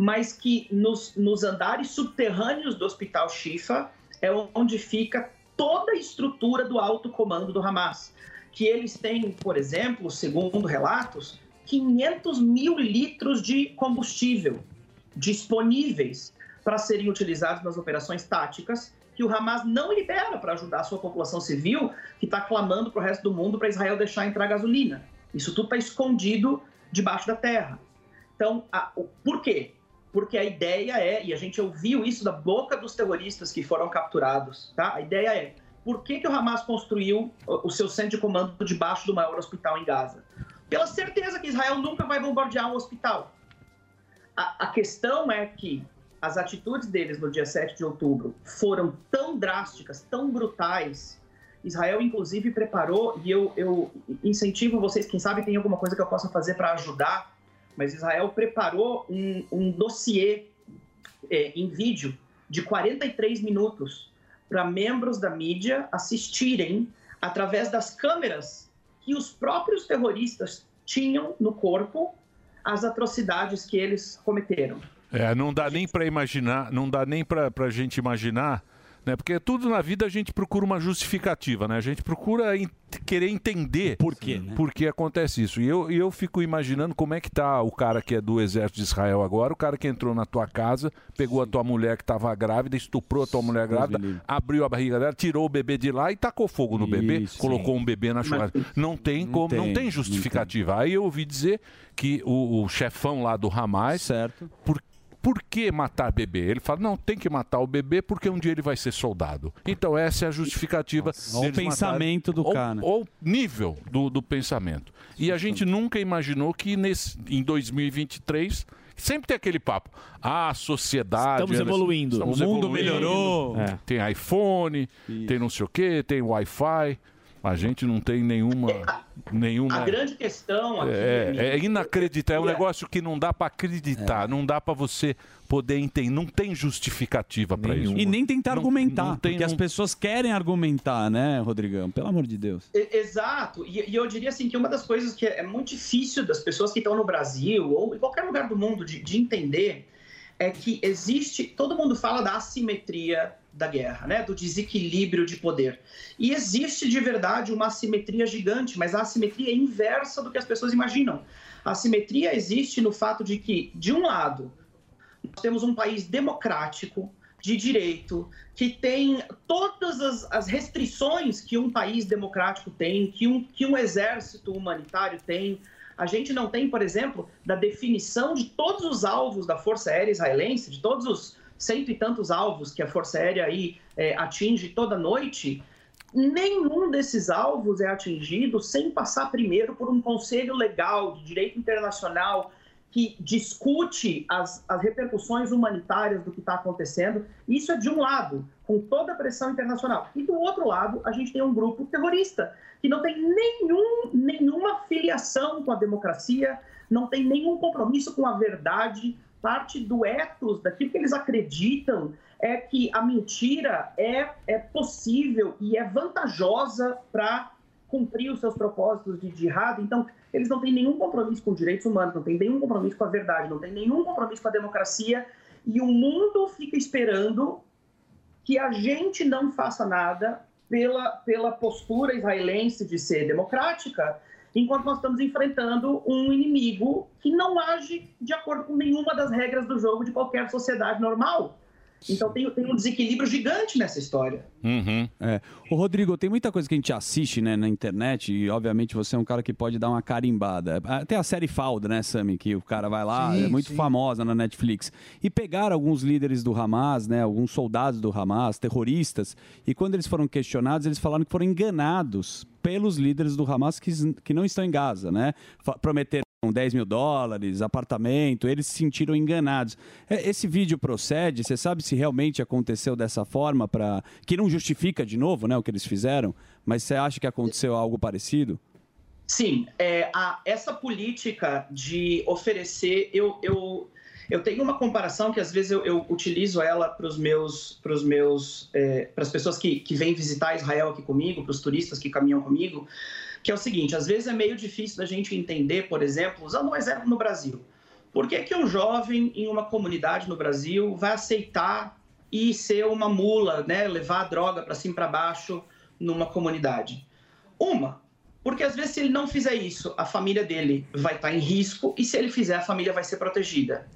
mas que nos, nos andares subterrâneos do hospital Shifa é onde fica toda a estrutura do alto comando do Hamas. Que eles têm, por exemplo, segundo relatos, 500 mil litros de combustível disponíveis para serem utilizados nas operações táticas que o Hamas não libera para ajudar a sua população civil que está clamando para o resto do mundo para Israel deixar entrar gasolina. Isso tudo está escondido debaixo da terra. Então, a- o- por quê? Porque a ideia é, e a gente ouviu isso da boca dos terroristas que foram capturados, tá? A ideia é, por que, que o Hamas construiu o o seu centro de comando debaixo do maior hospital em Gaza? Pela certeza que Israel nunca vai bombardear um hospital. A, a questão é que as atitudes deles no dia 7 de outubro foram tão drásticas, tão brutais. Israel, inclusive, preparou, e eu, eu incentivo vocês, quem sabe tem alguma coisa que eu possa fazer para ajudar, mas Israel preparou um, um dossiê é, em vídeo de 43 minutos para membros da mídia assistirem através das câmeras que os próprios terroristas tinham no corpo as atrocidades que eles cometeram.
É, não dá nem pra imaginar, não dá nem pra pra gente imaginar, né? Porque tudo na vida a gente procura uma justificativa, né? A gente procura en- querer entender por quê, por que acontece isso. E eu, e eu fico imaginando como é que tá o cara que é do exército de Israel agora, o cara que entrou na tua casa, pegou a tua mulher que tava grávida, estuprou a tua mulher grávida, abriu a barriga dela, tirou o bebê de lá e tacou fogo no bebê, colocou um bebê na churrasca. Não tem como, não
tem,
tem justificativa. Aí eu ouvi dizer que o, o chefão lá do Hamas, certo. Por por que matar bebê? Ele fala, não, tem que matar o bebê porque um dia ele vai ser soldado. Então essa é a justificativa.
Olha o
deles
pensamento do
ou,
cara.
Ou nível do, do pensamento. E a gente nunca imaginou que nesse, em 2023... Sempre tem aquele papo. Ah, a sociedade.
Estamos
olha,
evoluindo. O mundo melhorou. É.
Tem iPhone, tem não sei o quê, tem Wi-Fi. A gente não tem nenhuma. nenhuma
A grande questão aqui, Emílio,
Né. é, é inacreditável, é um negócio que não dá pra
É.
acreditar, não dá pra você poder entender, não tem justificativa pra isso.
E nem tentar
Não-
argumentar,
não tem- um
porque as
não-
pessoas querem argumentar, né, Rodrigão? Pelo amor de Deus.
E- Exato, e, e eu diria assim que uma das coisas que é é muito difícil das pessoas que estão no Brasil ou em qualquer lugar do mundo de, de entender é que existe, todo mundo fala da assimetria da guerra, né, do desequilíbrio de poder. E existe de verdade uma assimetria gigante, mas a assimetria é inversa do que as pessoas imaginam. A assimetria existe no fato de que, de um lado, nós temos um país democrático, de direito, que tem todas as, as restrições que um país democrático tem, que um, que um exército humanitário tem. A gente não tem, por exemplo, da definição de todos os alvos da Força Aérea Israelense, de todos os cento e tantos alvos que a Força Aérea aí eh, atinge toda noite, nenhum desses alvos é atingido sem passar primeiro por um conselho legal de direito internacional que discute as, as repercussões humanitárias do que está acontecendo. Isso é de um lado, com toda a pressão internacional. E do outro lado, a gente tem um grupo terrorista que não tem nenhum, nenhuma filiação com a democracia, não tem nenhum compromisso com a verdade. Parte do ethos, daquilo que eles acreditam, é que a mentira é, é possível e é vantajosa para cumprir os seus propósitos de jihad. Então, eles não têm nenhum compromisso com direitos humanos, não têm nenhum compromisso com a verdade, não têm nenhum compromisso com a democracia. E o mundo fica esperando que a gente não faça nada pela, pela postura israelense de ser democrática, enquanto nós estamos enfrentando um inimigo que não age de acordo com nenhuma das regras do jogo de qualquer sociedade normal. Então, tem, tem um desequilíbrio gigante nessa história.
É. Ô, Rodrigo, tem muita coisa que a gente assiste né, na internet e, obviamente, você é um cara que pode dar uma carimbada. Até a série Falda, né, Sami? Que o cara vai lá,
Sim,
é muito
sim.
famosa na Netflix. E pegaram alguns líderes do Hamas, né, alguns soldados do Hamas, terroristas, e quando eles foram questionados, eles falaram que foram enganados pelos líderes do Hamas que, que não estão em Gaza, né? Fa- Prometeram 10 mil dólares, apartamento, eles se sentiram enganados. É, Esse vídeo procede, você sabe se realmente aconteceu dessa forma para que não justifica de novo, né, o que eles fizeram, mas você acha que aconteceu algo parecido?
Sim, é, a- essa política de oferecer, eu, eu, eu tenho uma comparação que às vezes eu, eu utilizo ela para os meus, para os meus, para as pessoas que, que vêm visitar Israel aqui comigo, para os turistas que caminham comigo, que é o seguinte: às vezes é meio difícil da gente entender, por exemplo, usando um exemplo no Brasil, por que que um jovem em uma comunidade no Brasil vai aceitar e ser uma mula, né, levar a droga para cima e para baixo numa comunidade? Uma, porque às vezes se ele não fizer isso, a família dele vai estar em risco e se ele fizer, a família vai ser protegida.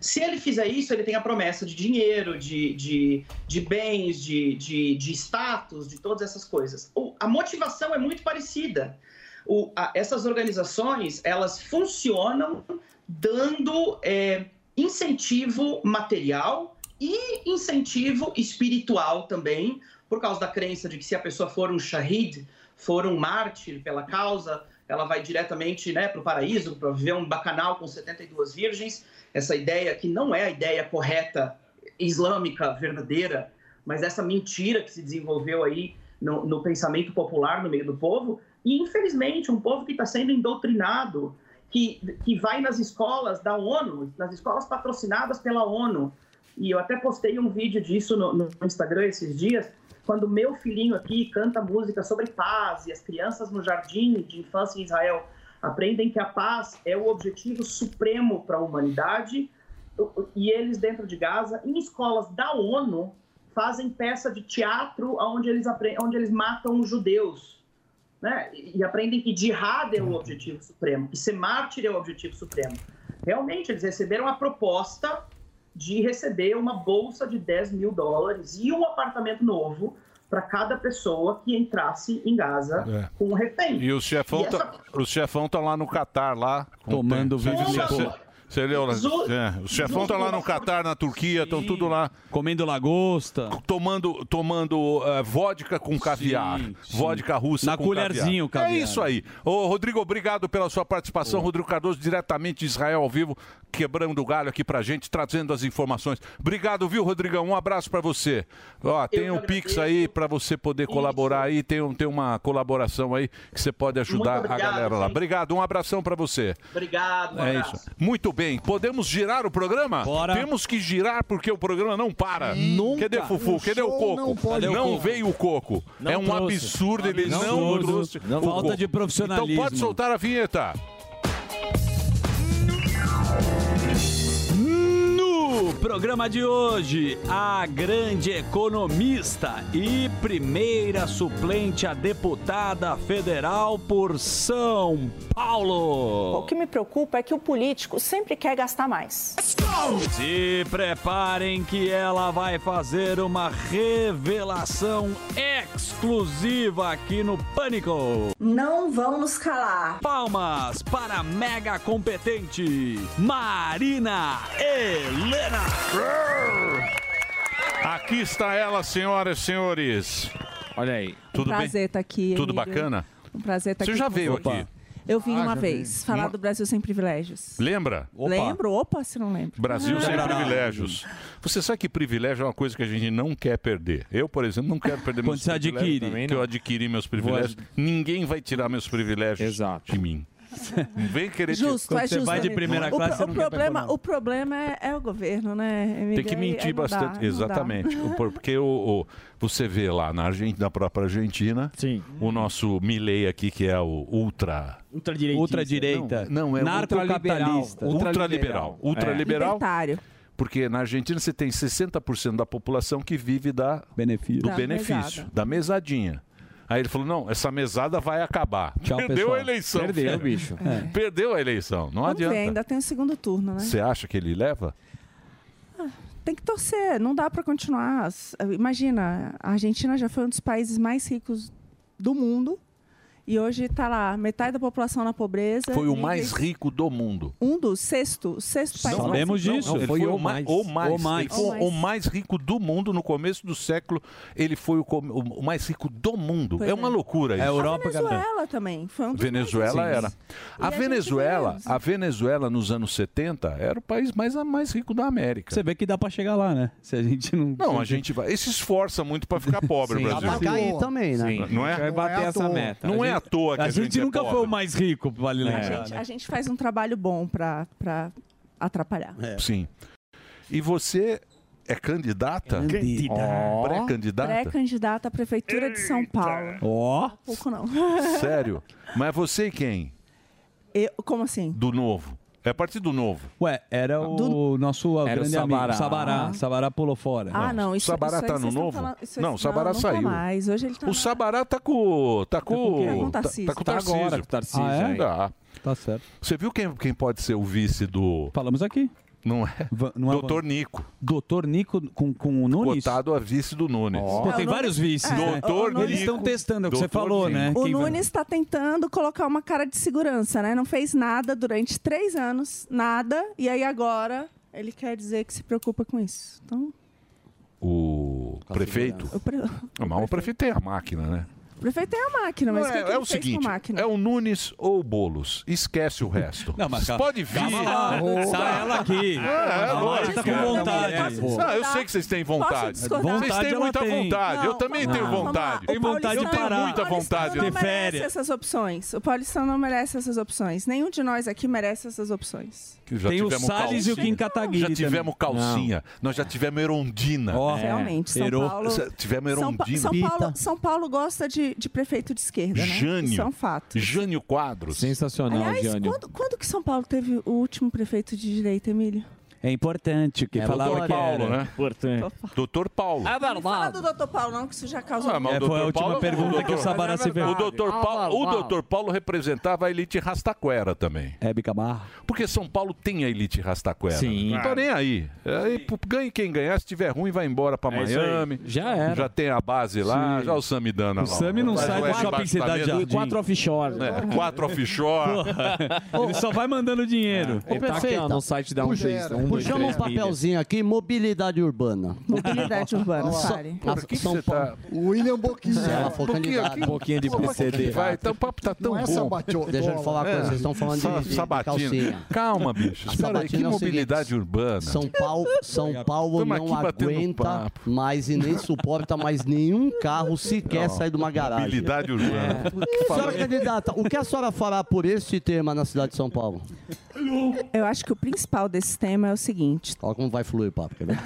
Se ele fizer isso, ele tem a promessa de dinheiro, de, de, de bens, de, de, de status, de todas essas coisas. O- a motivação é muito parecida. O- a- essas organizações, elas funcionam dando é, incentivo material e incentivo espiritual também, por causa da crença de que se a pessoa for um shahid, for um mártir pela causa, ela vai diretamente né, para o paraíso, para viver um bacanal com 72 virgens. Essa ideia que não é a ideia correta islâmica verdadeira, mas essa mentira que se desenvolveu aí no, no pensamento popular no meio do povo. E, infelizmente, um povo que está sendo indoctrinado, que, que vai nas escolas da ONU, nas escolas patrocinadas pela ONU. E eu até postei um vídeo disso no, no Instagram esses dias, quando meu filhinho aqui canta música sobre paz e as crianças no jardim de infância em Israel aprendem que a paz é o objetivo supremo para a humanidade e eles dentro de Gaza, em escolas da ONU, fazem peça de teatro onde eles, apre- onde eles matam os judeus. Né? E e aprendem que jihad
Uhum.
é o objetivo supremo, que ser mártir é o objetivo supremo. Realmente, eles receberam a proposta de receber uma bolsa de 10 mil dólares e um apartamento novo para cada pessoa que entrasse em Gaza
É.
com um refém.
E os chefão,
E essa-
tá, os chefão tá lá no Catar, lá.
Tomando
Você-
vinho
você-
limpo.
você- Você leu, né?
Zu-
É, Os chefão
Zu-
tá lá no Catar, na Turquia, estão tudo lá.
Comendo lagosta.
Tomando, tomando eh, vodka com caviar. Vodka russa
Na
com
colherzinho,
caviar.
caviar.
É isso aí. Ô, Rodrigo, obrigado pela sua participação. Rodrigo Cardoso, diretamente de Israel ao vivo, quebrando o galho aqui pra gente, trazendo as informações. Obrigado, viu, Rodrigão? Um abraço pra você. Ó, tem um Pix aí pra você poder colaborar aí. Tem, um, tem uma colaboração aí que você pode ajudar
Muito
a
obrigado,
galera lá.
gente.
Obrigado, um abração pra você.
Obrigado, um
É
abraço.
isso. Muito bem. Podemos girar o programa? Temos que girar porque o programa não para. Cadê Fufu?
O
Cadê o
show
Coco?
não pode
Não
parar.
veio o Coco.
Não
é um
trouxe.
absurdo ele
Não
não
trouxe.
trouxe.
Não-
o
falta
Coco.
de profissionalismo.
Então pode soltar a vinheta.
No Programa de hoje, a grande economista e primeira suplente a deputada federal por São Paulo.
O que me preocupa é que o político sempre quer gastar mais.
Se preparem que ela vai fazer uma revelação exclusiva aqui no Pânico.
Não vão nos calar.
Palmas para a mega competente Marina Helena.
Aqui está ela, senhoras e senhores.
Olha aí.
Tudo
prazer
bem?
estar aqui.
Tudo
Emílio.
bacana?
Um prazer estar
Você
aqui.
já
com
veio
você.
aqui?
Eu vim
Ah,
uma
já
vez
veio.
falar
Uma-
do Brasil sem privilégios.
Lembra?
Lembro? Opa, se não lembro.
Brasil sem
Ah.
privilégios. Você sabe que privilégio é uma coisa que a gente não quer perder. Eu, por exemplo, não quero perder meus
você
privilégios.
adquire.
também,
né?
Que eu adquiri meus privilégios. Ninguém vai tirar meus privilégios de mim. Não vem querer tirar.
Justo, é justo. Emílio. o, pro- o problema, o problema é, é o governo, né, Emílio?
Tem que
Aí- aí não
mentir
dá,
bastante.
não dá.
Exatamente. O por- Porque o, o- você vê lá na, Argen- na própria Argentina, o nosso Milley aqui, que é o ultra.
Ultradireitista.
Ultradireita.
Não, não é
Narcocapitalista.
Ultraliberal. Ultraliberal. Ultraliberal.
Libertário.
Porque na Argentina você tem 60% da população que vive da
benefício.
do
Da
benefício,
mesada.
da mesadinha. Aí ele falou: não, essa mesada vai acabar.
Tchau,
Perdeu
pessoal.
a eleição.
Perdeu,
cara.
bicho. É.
Perdeu a eleição. Não
Vamos ver,
adianta.
ainda tem o segundo turno, né?
Você acha que ele leva?
Tem que torcer, não dá para continuar. S- eh, Imagina, a Argentina já foi um dos países mais ricos do mundo e hoje está lá metade da população na pobreza.
Foi o
níveis-
mais rico do mundo.
Um dos sexto, o sexto país. mais
Sabemos
rico.
disso. Ele foi, o mais, o mais, Ele foi o mais rico do mundo no começo do século. Ele foi o, com- o mais rico do mundo.
Pois
é uma
é.
loucura isso.
A Venezuela também. Foi um dos
Venezuela
mais
era.
ricos. E
A
gente
Venezuela,
ganhou.
a Venezuela nos anos 70 era é o país mais, mais rico da América.
Você vê que dá pra chegar lá, né? Se a gente não.
Não, a gente vai. Se esforça muito pra ficar pobre,
Sim.
Brasil.
Pra cair também, né? Sim.
Não
A
é?
gente vai bater
Não é à
essa
toa.
meta.
Não
A
é
gente-
à toa que a,
a gente nunca foi o
mais
rico, vale né?
A gente, a gente faz um trabalho bom para atrapalhar.
É. Sim. E você é candidata?
Candidata.
Ó. Pré-candidata?
Pré-candidata à Prefeitura de São Paulo.
Ó.
Pouco não.
Sério? Mas você e quem?
Eu, como assim? Ah,
Do novo. É a partir do novo.
Ué, era o nosso
Era o
grande
Sabará.
amigo. Sabará. Sabará pulou fora.
Ah, não, isso,
Sabará
isso aí
tá
vocês
no
estão
novo?
falando- isso aí-
Não, o Sabará
não,
saiu.
Não tá mais, hoje ele tá...
O Sabará tá com. Tá com.
Tá com o
tá-
Tarcísio.
Tá com o
Tá
Tarcísio.
agora com o Tarcísio
Ah, é?
aí.
Tá.
Tá certo.
Você viu quem, quem pode ser o vice do.
Falamos aqui.
Não é?
não é
Doutor Nico.
Doutor Nico com, com o Nunes?
Cotado a vice do Nunes.
É,
Pô, tem vários vices. né?
Doutor Nico.
Eles estão testando, é o que você
Doutor
falou, né?
O
Quem vai-
Nunes está tentando colocar uma cara de segurança, né? Não fez nada durante três anos, nada, e aí agora ele quer dizer que se preocupa com isso. Então,
O prefeito.
o, pre- o
Não, mas o prefeito tem a máquina, né?
prefeito é a máquina, mas
Não,
o que,
é,
que ele
é o
fez com
seguinte,
a máquina?
é o Nunes ou o Boulos. Esquece o resto.
Não, mas calma-
Pode vir.
calma lá, tá ela aqui.
É,
A Mari
lógico.
tá com vontade. Posso discordar?
Não, eu sei que vocês têm vontade.
Posso discordar?
vocês
Vontade
têm
ela
muita
tem.
vontade. eu
Não,
também
vamos
tenho
lá, vamos lá.
vontade.
Tem vontade de
eu tenho
parar.
muita
Paulistano
vontade.
não merece essas opções. O Paulistão não merece essas opções. Nenhum de nós aqui merece essas opções.
Que já
Tem o
tivemos
Salles e o Kim Kataguiri
Já tivemos
também.
calcinha. Nós já tivemos Erondina.
É,
É, Realmente, São Paulo...
Já Tivemos
São, Pa-
Erondina.
São Paulo, São Paulo gosta de, de prefeito de esquerda, né?
Jânio.
Isso é um fato.
Jânio Quadros.
Sensacional,
Aliás, quando, quando que São Paulo teve o último prefeito de direita, Emílio?
É importante o que
É,
falava
Doutor
que
Paulo,
era.
né? Doutor Paulo.
Não fala do doutor Paulo, não, que isso já causou...
Ah, mas
É,
o
foi a
Dr.
última
Paulo-
pergunta
Dr.
que o Sabará se fez.
O doutor
Ah, lá,
Paulo,
lá.
o Dr. Paulo representava a elite rastaquera também.
É, Bicamarra.
Porque São Paulo tem a elite rastaquera.
Sim.
Não tô nem aí. aí pô, ganhe quem ganhar, se tiver ruim, vai embora pra
É isso aí.
Miami.
Já era.
Já tem a base lá, já o Samidana
O
lá.
Sami não
Faz
sai
um
do shopping
departamento.
Cidade Jardim.
Quatro offshore.
É, quatro offshore.
Ele só vai mandando
É.
dinheiro.
tá
tá
Ô, perfeita, puxa- puxamos um papelzinho aqui, mobilidade urbana.
Mobilidade urbana,
Só-
fale.
a- São Paulo.
Tá. O William um Boquinha.
Se ela é for candidata. um
Pô, mas que
Vai, então o papo tá tão
Não
bom.
é sabatiola.
Deixa eu falar uma coisa,
É.
vocês estão falando de-
Sa-
de, de
sabatina.
calcinha.
Calma, bicho. Espera
A
aí,
sabatina
que
é o
mobilidade
seguinte,
urbana.
São Paulo, São Paulo
Tamo
não
aqui batendo
aguenta
papo.
mais e nem suporta mais nenhum carro sequer
Não.
sair de uma garagem. É.
Mobilidade urbana.
É.
Senhora candidata, o que a senhora fará por esse tema na cidade de São Paulo?
Eu acho que o principal desse tema é o seguinte:
Olha como vai fluir o papo, quer ver?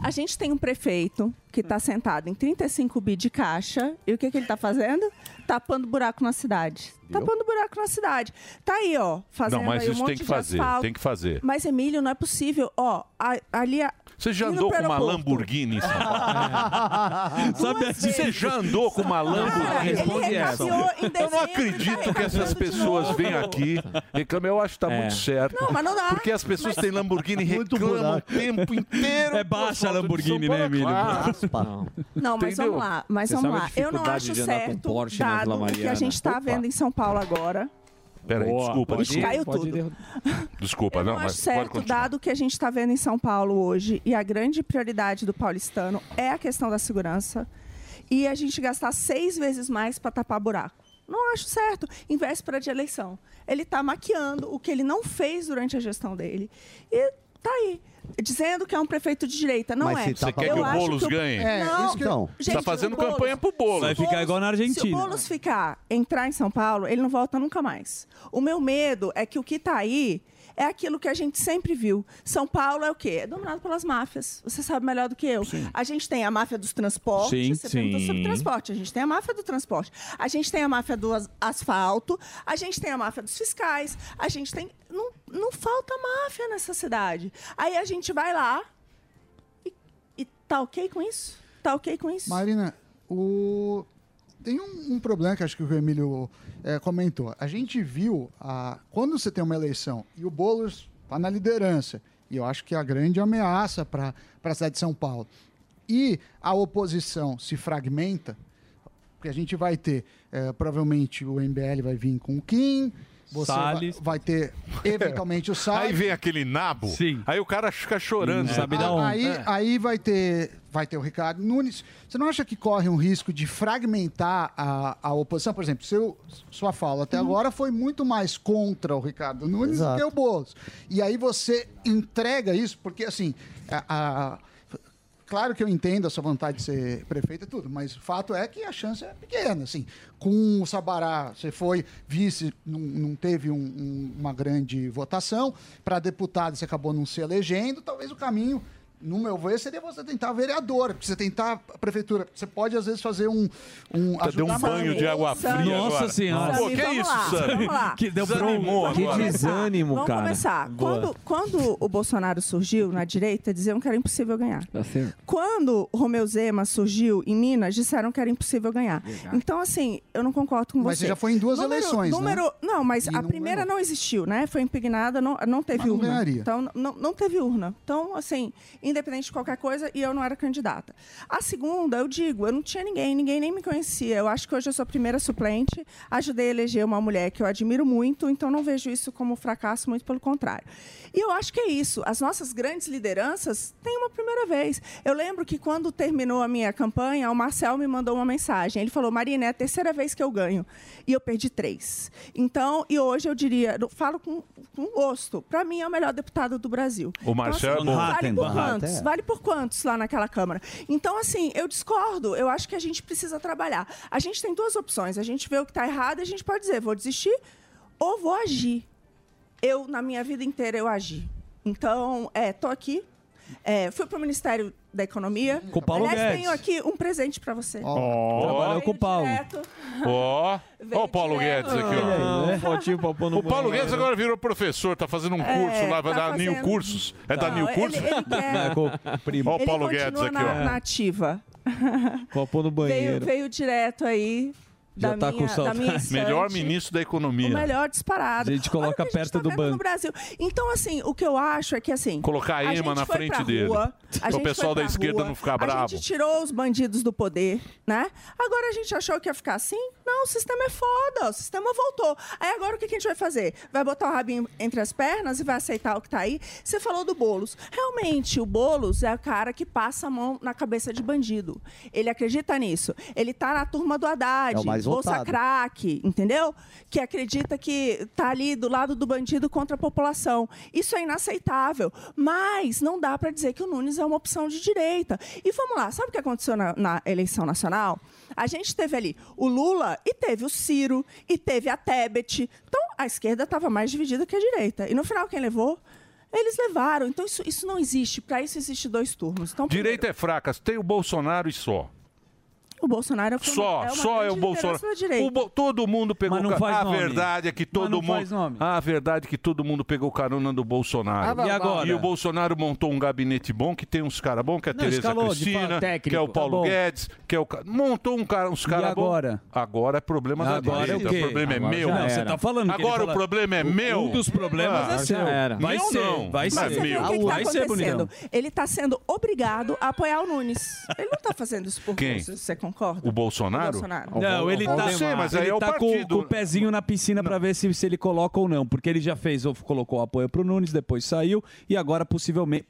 a gente tá tem um prefeito que está sentado em 35 bi de caixa, e o que, que ele está fazendo? tapando buraco na cidade. Tapando buraco na cidade. Tá aí, ó, fazendo
Não, mas
aí um
isso
monte
tem que
de
fazer,
asfalto.
tem que fazer.
Mas, Emílio, não é possível. Ó, a- ali... A...
Você já
indo
andou
pro
com uma
aeroporto.
Lamborghini em São Paulo?
Sabe assim?
Você já andou com uma Lamborghini?
Responde essa.
Eu
tá
não acredito que essas pessoas vêm aqui reclamam. Eu acho que tá
É.
muito certo.
Não, mas não dá.
Porque as pessoas têm Lamborghini e
Muito
reclamam o
buraco.
tempo inteiro.
É baixa a Lamborghini,
São Paulo,
né, Emílio?
claro.
Não, mas
Entendeu?
vamos lá, mas
Você
vamos
sabe a
lá. Eu não
dificuldade
acho
de andar com
certo
Porsche na
dado
Vila
o que a
Mariana.
gente está vendo em São Paulo agora.
Peraí, desculpa,
Ixi,
desculpa.
caiu tudo.
Desculpa, não,
Eu acho
mas pode
certo,
continuar.
dado o que a gente está vendo em São Paulo hoje, e a grande prioridade do paulistano é a questão da segurança, e a gente gastar seis vezes mais para tapar buraco. Não acho certo, em véspera de eleição. Ele está maquiando o que ele não fez durante a gestão dele. E tá aí, dizendo que é um prefeito de direita. Não
Mas
é.
se Você tapa quer que
Eu
o
acho
Boulos
que
ganhe? É,
Não,
isso que eu- Então.
gente,
Tá fazendo
o Boulos-
campanha pro Boulos. Vai ficar igual na
Se o
Argentina.
Boulos ficar, entrar em São Paulo, ele não volta nunca mais. O meu medo é que o que está aí é aquilo que a gente sempre viu. São Paulo é o quê? É dominado pelas máfias. Você sabe melhor do que eu. A gente tem a máfia dos transportes.
Sim,
você perguntou
sim.
sobre transporte. A gente tem a máfia do transporte. A gente tem a máfia do as- asfalto. A gente tem a máfia dos fiscais. A gente tem. Não, não falta máfia nessa cidade. Aí a gente vai lá e, e tá ok com isso? Tá ok com isso?
Marina, o... tem um, um problema que acho que o Emílio eh, comentou. A gente viu, a... quando você tem uma eleição e o Boulos está na liderança, e eu acho que é a grande ameaça para a cidade de São Paulo, e a oposição se fragmenta, porque a gente vai ter, eh, provavelmente o MBL vai vir com o Kim, você vai-
Salles.
Vai, ter, eventualmente, o Salles.
Aí vem aquele nabo,
Sim.
aí o cara fica chorando. um-
É. Ah, Aí, aí vai, ter, vai ter o Ricardo Nunes. Você não acha que corre um risco de fragmentar a, a oposição? Por exemplo, seu, sua fala até agora foi muito mais contra o Ricardo Nunes do que o Boulos. E aí você entrega isso, porque assim. a- a- Claro que eu entendo a sua vontade de ser prefeito e tudo, mas o fato é que a chance é pequena. Assim, com o Sabará, você foi vice, não, não teve um- um- uma grande votação. Para deputado, você acabou não se elegendo. Talvez o caminho, no meu ver, seria você tentar vereador, porque você tentar a prefeitura. Você pode, às vezes, fazer um. um
Tá, deu um
ajudar
banho
mais.
de água fria
Sammy,
agora.
Nossa Senhora.
Pô,
Sammy,
que é
vamos
isso,
lá,
Sammy?
vamos lá.
Que desanimou
Vamos
agora.
começar. Vamos começar.
Boa.
Quando, quando o Bolsonaro surgiu na direita, diziam que era impossível ganhar.
Tá certo.
Quando o Romeu Zema surgiu em Minas, disseram que era impossível ganhar.
Legal.
Então, assim, eu não concordo com
Mas
você.
você já foi em duas
Número-
eleições, né?
número, Não, mas
E
a
não
primeira não existiu, né? Foi impugnada, não, não teve
Mas não
urna.
ganharia.
Então, não, não teve urna. Então, assim, independente de qualquer coisa, e eu não era candidata. A segunda, eu digo, eu não tinha ninguém, ninguém nem me conhecia. Eu acho que hoje eu sou a primeira suplente. Ajudei a eleger uma mulher que eu admiro muito, então não vejo isso como fracasso, muito pelo contrário. E eu acho que é isso. As nossas grandes lideranças têm uma primeira vez. Eu lembro que quando terminou a minha campanha, o Marcel me mandou uma mensagem. Ele falou: Marina, é a terceira vez que eu ganho. E eu perdi três. Então, e hoje eu diria, eu falo com, com gosto. Para mim, é o melhor deputado do Brasil. Então, assim,
O Marcel é bom.
Vale
Manhattan,
por
Manhattan,
quantos?
é.
Vale por quantos lá naquela Câmara? Então, assim, eu discordo. Eu acho que a gente precisa trabalhar. A gente tem duas opções. A gente vê o que está errado e a gente pode dizer, vou desistir ou vou agir. Eu, na minha vida inteira, eu agi. Então, é, tô aqui. É, fui pro Ministério da Economia.
Com o Paulo
Aliás,
Guedes.
tenho aqui um presente para você.
Ó. Trabalhou com o Paulo.
Direto.
Ó, ó o Paulo Guedes aqui, ó.
Ah, um fotinho pra pôr no
O Paulo
banheiro.
Guedes agora virou professor, tá fazendo um
É,
curso lá, vai
tá
dar
fazendo-
New Cursos. É da
Não,
New
ele-
Cursos?
ele
é
quer-
Ó o
Ele
Paulo
continua
Guedes aqui,
na, na
ó.
ativa.
Copo no
Veio,
banheiro.
veio direto aí
Já
da,
tá com
minha, da
saudade.
minha estante.
Melhor ministro da economia.
O melhor
A
disparado.
gente coloca perto do
no tá
banco.
Brasil. Então, assim, o que eu acho é que, assim...
Colocar a
gente
Ema na
foi
frente
pra
dele.
rua, a
Pra o
gente
pessoal
foi pra
da esquerda
rua,
não ficar
A
bravo.
gente tirou os bandidos do poder, né? Agora a gente achou que ia ficar assim? Não, o sistema é foda, o sistema voltou. Aí agora o que que a gente vai fazer? Vai botar o rabinho entre as pernas e vai aceitar o que tá aí? Você falou do Boulos. Realmente, o Boulos é o cara que passa a mão na cabeça de bandido. Ele acredita nisso. Ele tá na turma do Haddad,
É o mais
Bolsa
votado.
Cra- craque, entendeu? Que acredita que tá ali do lado do bandido contra a população. Isso é inaceitável. Mas não dá para dizer que o Nunes é uma opção de direita. E vamos lá, sabe o que aconteceu na, na eleição nacional? A gente teve ali o Lula e teve o Ciro e teve a Tebet. Então a esquerda estava mais dividida que a direita. E no final quem levou? Eles levaram. Então isso, isso não existe. Para isso existe dois turnos. Então,
Direita é fraca, tem o Bolsonaro e só.
O Bolsonaro é
Só, só é o Bolsonaro. O Bo- todo mundo pegou
Mas não
ca-
faz
A
nome.
verdade é que
Mas
todo
não
mundo.
faz nome.
A verdade é que todo mundo pegou carona do
Ah,
Bolsonaro.
vai, E vai. agora?
E o Bolsonaro montou um gabinete bom que tem uns caras bons, que é a
Não,
Tereza
escalou de
Cristina,
fato, técnico.
que é o
Tá
Paulo
bom.
Guedes, que é o ca- montou um cara, uns caras bons.
agora?
Agora é problema da
Agora é o
direita.
quê?
o problema
Agora
é meu.
já Não, você era. tá falando que ele
Agora o
fala-
problema é
Um
meu.
dos problemas
Ah,
é seu.
já era.
Vai
Meu
ser,
não. Não
vai
é
ser. Mas você
meu.
viu
O que que tá
Vai ser, bonitão.
acontecendo? Ele está sendo obrigado a apoiar o Nunes. Ele não está fazendo isso por
Quem?
você, você concorda?
O Bolsonaro?
Bolsonaro.
Não, ele tá,
Você, mas aí
ele
é o
tá com-
partido.
Com, o pezinho na piscina pra ver se, se ele coloca ou não, porque ele já fez, ou colocou o apoio pro Nunes, depois saiu e agora possivelmente,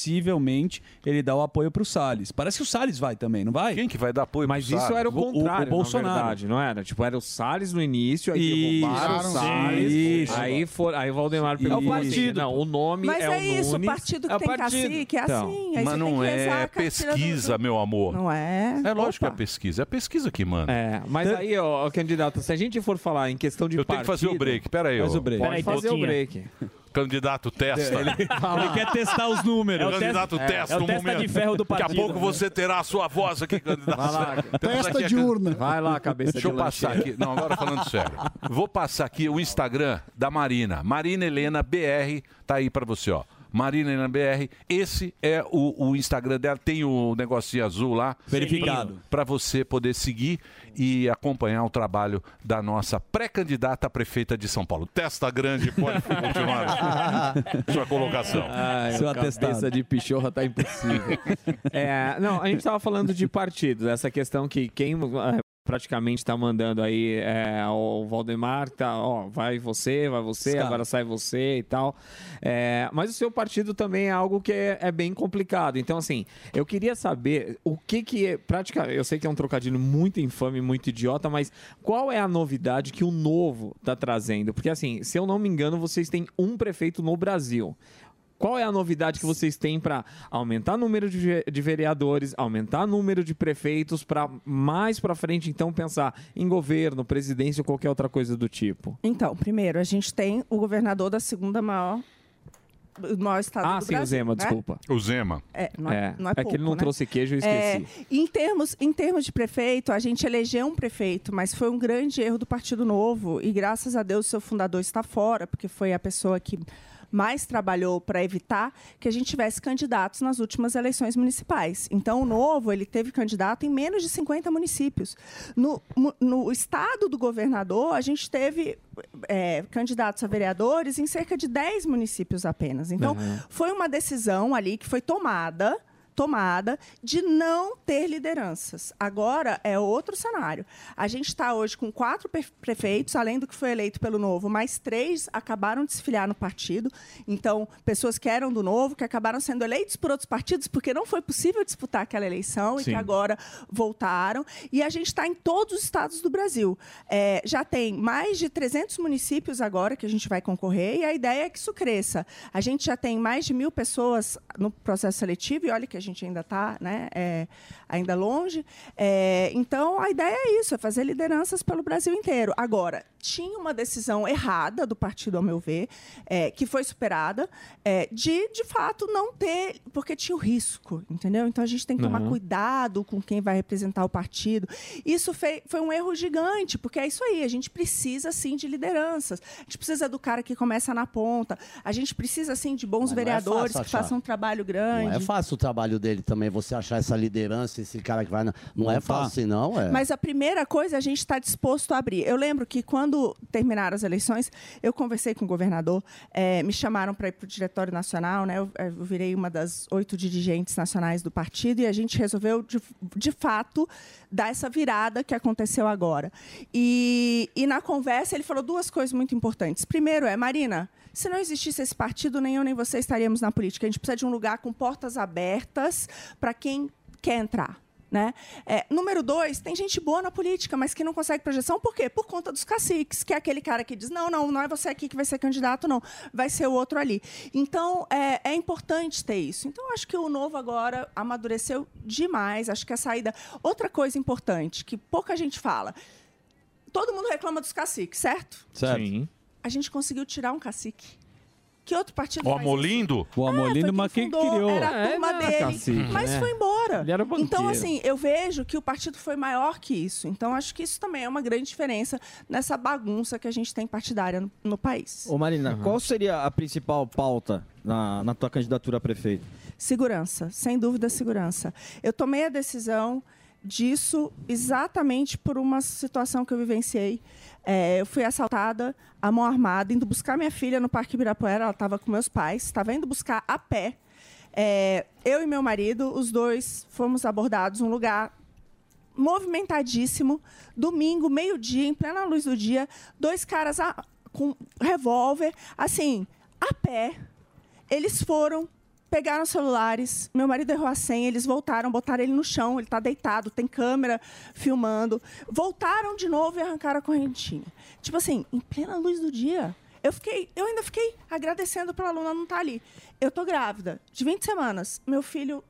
possivelmente ele dá o apoio pro Salles. Parece que o Salles vai também, não vai? Quem
que vai dar apoio
Mas
Isso era o contrário,
o Bolsonaro.
na verdade, não era? Tipo, era o Salles no início, aí
Isso,
derrubaram o
sim,
Salles,
isso.
aí, for, aí o Valdemar
É o
pegou assim,
partido.
Não, o nome
Mas
é,
é
o
isso, o
Nunes.
partido que
é o
tem
partido.
cacique é
Então,
assim, aí
mas
você tem
não
que rezar
é
a cartilha do-
pesquisa, meu amor.
Não é?
É lógico que é pesquisa. É pesquisa que manda.
É, mas aí, ó, ó, candidato, se a gente for falar em questão de
Eu tenho que fazer o break, peraí.
Faz
ó.
o break. Pode fazer o break.
Candidato testa.
Ele- ele quer testar os números.
O candidato
É o testa-
testa
é o
um
testa
momento.
de ferro do
Daqui
partido,
a pouco
né?
você terá a sua voz aqui, candidato.
Vai lá.
Temos
Testa
aqui a
de
can-
urna. Vai lá, cabeça
Deixa
de
eu passar
lancheira.
aqui. Não, agora falando sério. Vou passar aqui o Instagram da Marina. Marina Helena BR, tá aí pra você, ó. Marina Helena BR, esse é o, o Instagram dela, tem o negocinho azul lá.
Verificado.
Pra você poder seguir e acompanhar o trabalho da nossa pré-candidata a prefeita de São Paulo. Testa grande, pode continuar sua colocação.
Ai, Seu cabeça de pichorra tá impossível. É, não, a gente tava falando de partidos, essa questão que quem eh, praticamente tá mandando aí é o Valdemar, tá, ó, vai você, vai você,
Escala.
agora sai você e tal. É, mas o seu partido também é algo que é, é bem complicado. Então, assim, eu queria saber o que que é, praticamente, eu sei que é um trocadilho muito infame, muito idiota, mas qual é a novidade que o novo tá trazendo? Porque, assim, se eu não me engano, vocês têm um prefeito no Brasil. Qual é a novidade que vocês têm para aumentar o número de, ve- de vereadores, aumentar o número de prefeitos, para mais para frente, então, pensar em governo, presidência ou qualquer outra coisa do tipo?
Então, primeiro, a gente tem o governador da segunda maior, do maior estado
ah,
do
sim,
Brasil.
o Zema,
né?
desculpa.
O Zema.
É, não é, não é pouco,
que ele não
né?
trouxe queijo, eu
É,
esqueci.
em, termos, em termos de prefeito, a gente elegeu um prefeito, mas foi um grande erro do Partido Novo. E graças a Deus, seu fundador está fora, porque foi a pessoa que mais trabalhou para evitar que a gente tivesse candidatos nas últimas eleições municipais. Então, o Novo, ele teve candidato em menos de 50 municípios. No, mu- no estado do governador, a gente teve é, candidatos a vereadores em cerca de 10 municípios apenas. Então,
Uhum.
foi uma decisão ali que foi tomada tomada de não ter lideranças. Agora é outro cenário. A gente está hoje com quatro pre- prefeitos, além do que foi eleito pelo Novo, mais três acabaram de se filiar no partido. Então, pessoas que eram do Novo, que acabaram sendo eleitos por outros partidos, porque não foi possível disputar aquela eleição e que
Sim.
agora agora voltaram. E a gente está em todos os estados do Brasil. É, já tem mais de 300 municípios agora que a gente vai concorrer e a ideia é que isso cresça. A gente já tem mais de mil pessoas no processo seletivo e olha que a gente ainda está né, é, ainda longe. É, então, a ideia é isso, é fazer lideranças pelo Brasil inteiro. Agora, tinha uma decisão errada do partido, ao meu ver, é, que foi superada, é, de, de fato, não ter... Porque tinha o risco, entendeu? Então, a gente tem que tomar
Uhum.
cuidado cuidado com quem vai representar o partido. Isso fe- foi um erro gigante, porque é isso aí. A gente precisa, sim, de lideranças. A gente precisa do cara que começa na ponta. A gente precisa, sim, de bons
Mas não é
vereadores
fácil
que
achar.
façam um trabalho
Não
grande.
é fácil o trabalho dele também, você achar essa liderança, esse cara que vai. na- Não,
tá.
é fácil, assim, não, é.
Mas a primeira coisa a gente está disposto a abrir. Eu lembro que quando terminaram as eleições, eu conversei com o governador, eh, me chamaram para ir para o Diretório Nacional, né? Eu, eh, eu virei uma das oito dirigentes nacionais do partido e a gente resolveu, de, de fato, dar essa virada que aconteceu agora. E, e na conversa ele falou duas coisas muito importantes. Primeiro é, Marina, se não existisse esse partido, nem eu nem você estaríamos na política. A gente precisa de um lugar com portas abertas para quem quer entrar. Né? É, número dois, tem gente boa na política, mas que não consegue projeção, por quê? Por conta dos caciques, que é aquele cara que diz: não, não, não é você aqui que vai ser candidato, não, vai ser o outro ali. Então, é, é importante ter isso. Então, acho que o novo agora amadureceu demais, acho que a saída. Outra coisa importante, que pouca gente fala: todo mundo reclama dos caciques, certo?
Certo.
A gente conseguiu tirar um cacique. Que outro partido
O
faz isso?
Amolindo?
O
Ah, foi
Amolindo,
quem
mas quem
fundou,
criou?
Era a turma dele. mas foi embora. né? era.
Ele era banqueiro.
então, assim, eu vejo que o partido foi maior que isso. Então, acho que isso também é uma grande diferença nessa bagunça que a gente tem partidária no, no país.
Ô Marina, qual seria a principal pauta na, na tua candidatura a prefeito?
Segurança, sem dúvida, segurança. Eu tomei a decisão disso exatamente por uma situação que eu vivenciei. É, eu fui assaltada à mão armada, indo buscar minha filha no Parque Ibirapuera, ela estava com meus pais, estava indo buscar a pé. É, eu e meu marido, os dois, fomos abordados num lugar movimentadíssimo, domingo, meio-dia, em plena luz do dia, dois caras a- com revólver, assim, a pé. Eles foram, pegaram os celulares, meu marido errou a senha, eles voltaram, botaram ele no chão, ele está deitado, tem câmera filmando. Voltaram de novo e arrancaram a correntinha. Tipo assim, em plena luz do dia. Eu, fiquei, eu ainda fiquei agradecendo pela aluna não estar ali. Eu tô grávida, de 20 semanas. Meu filho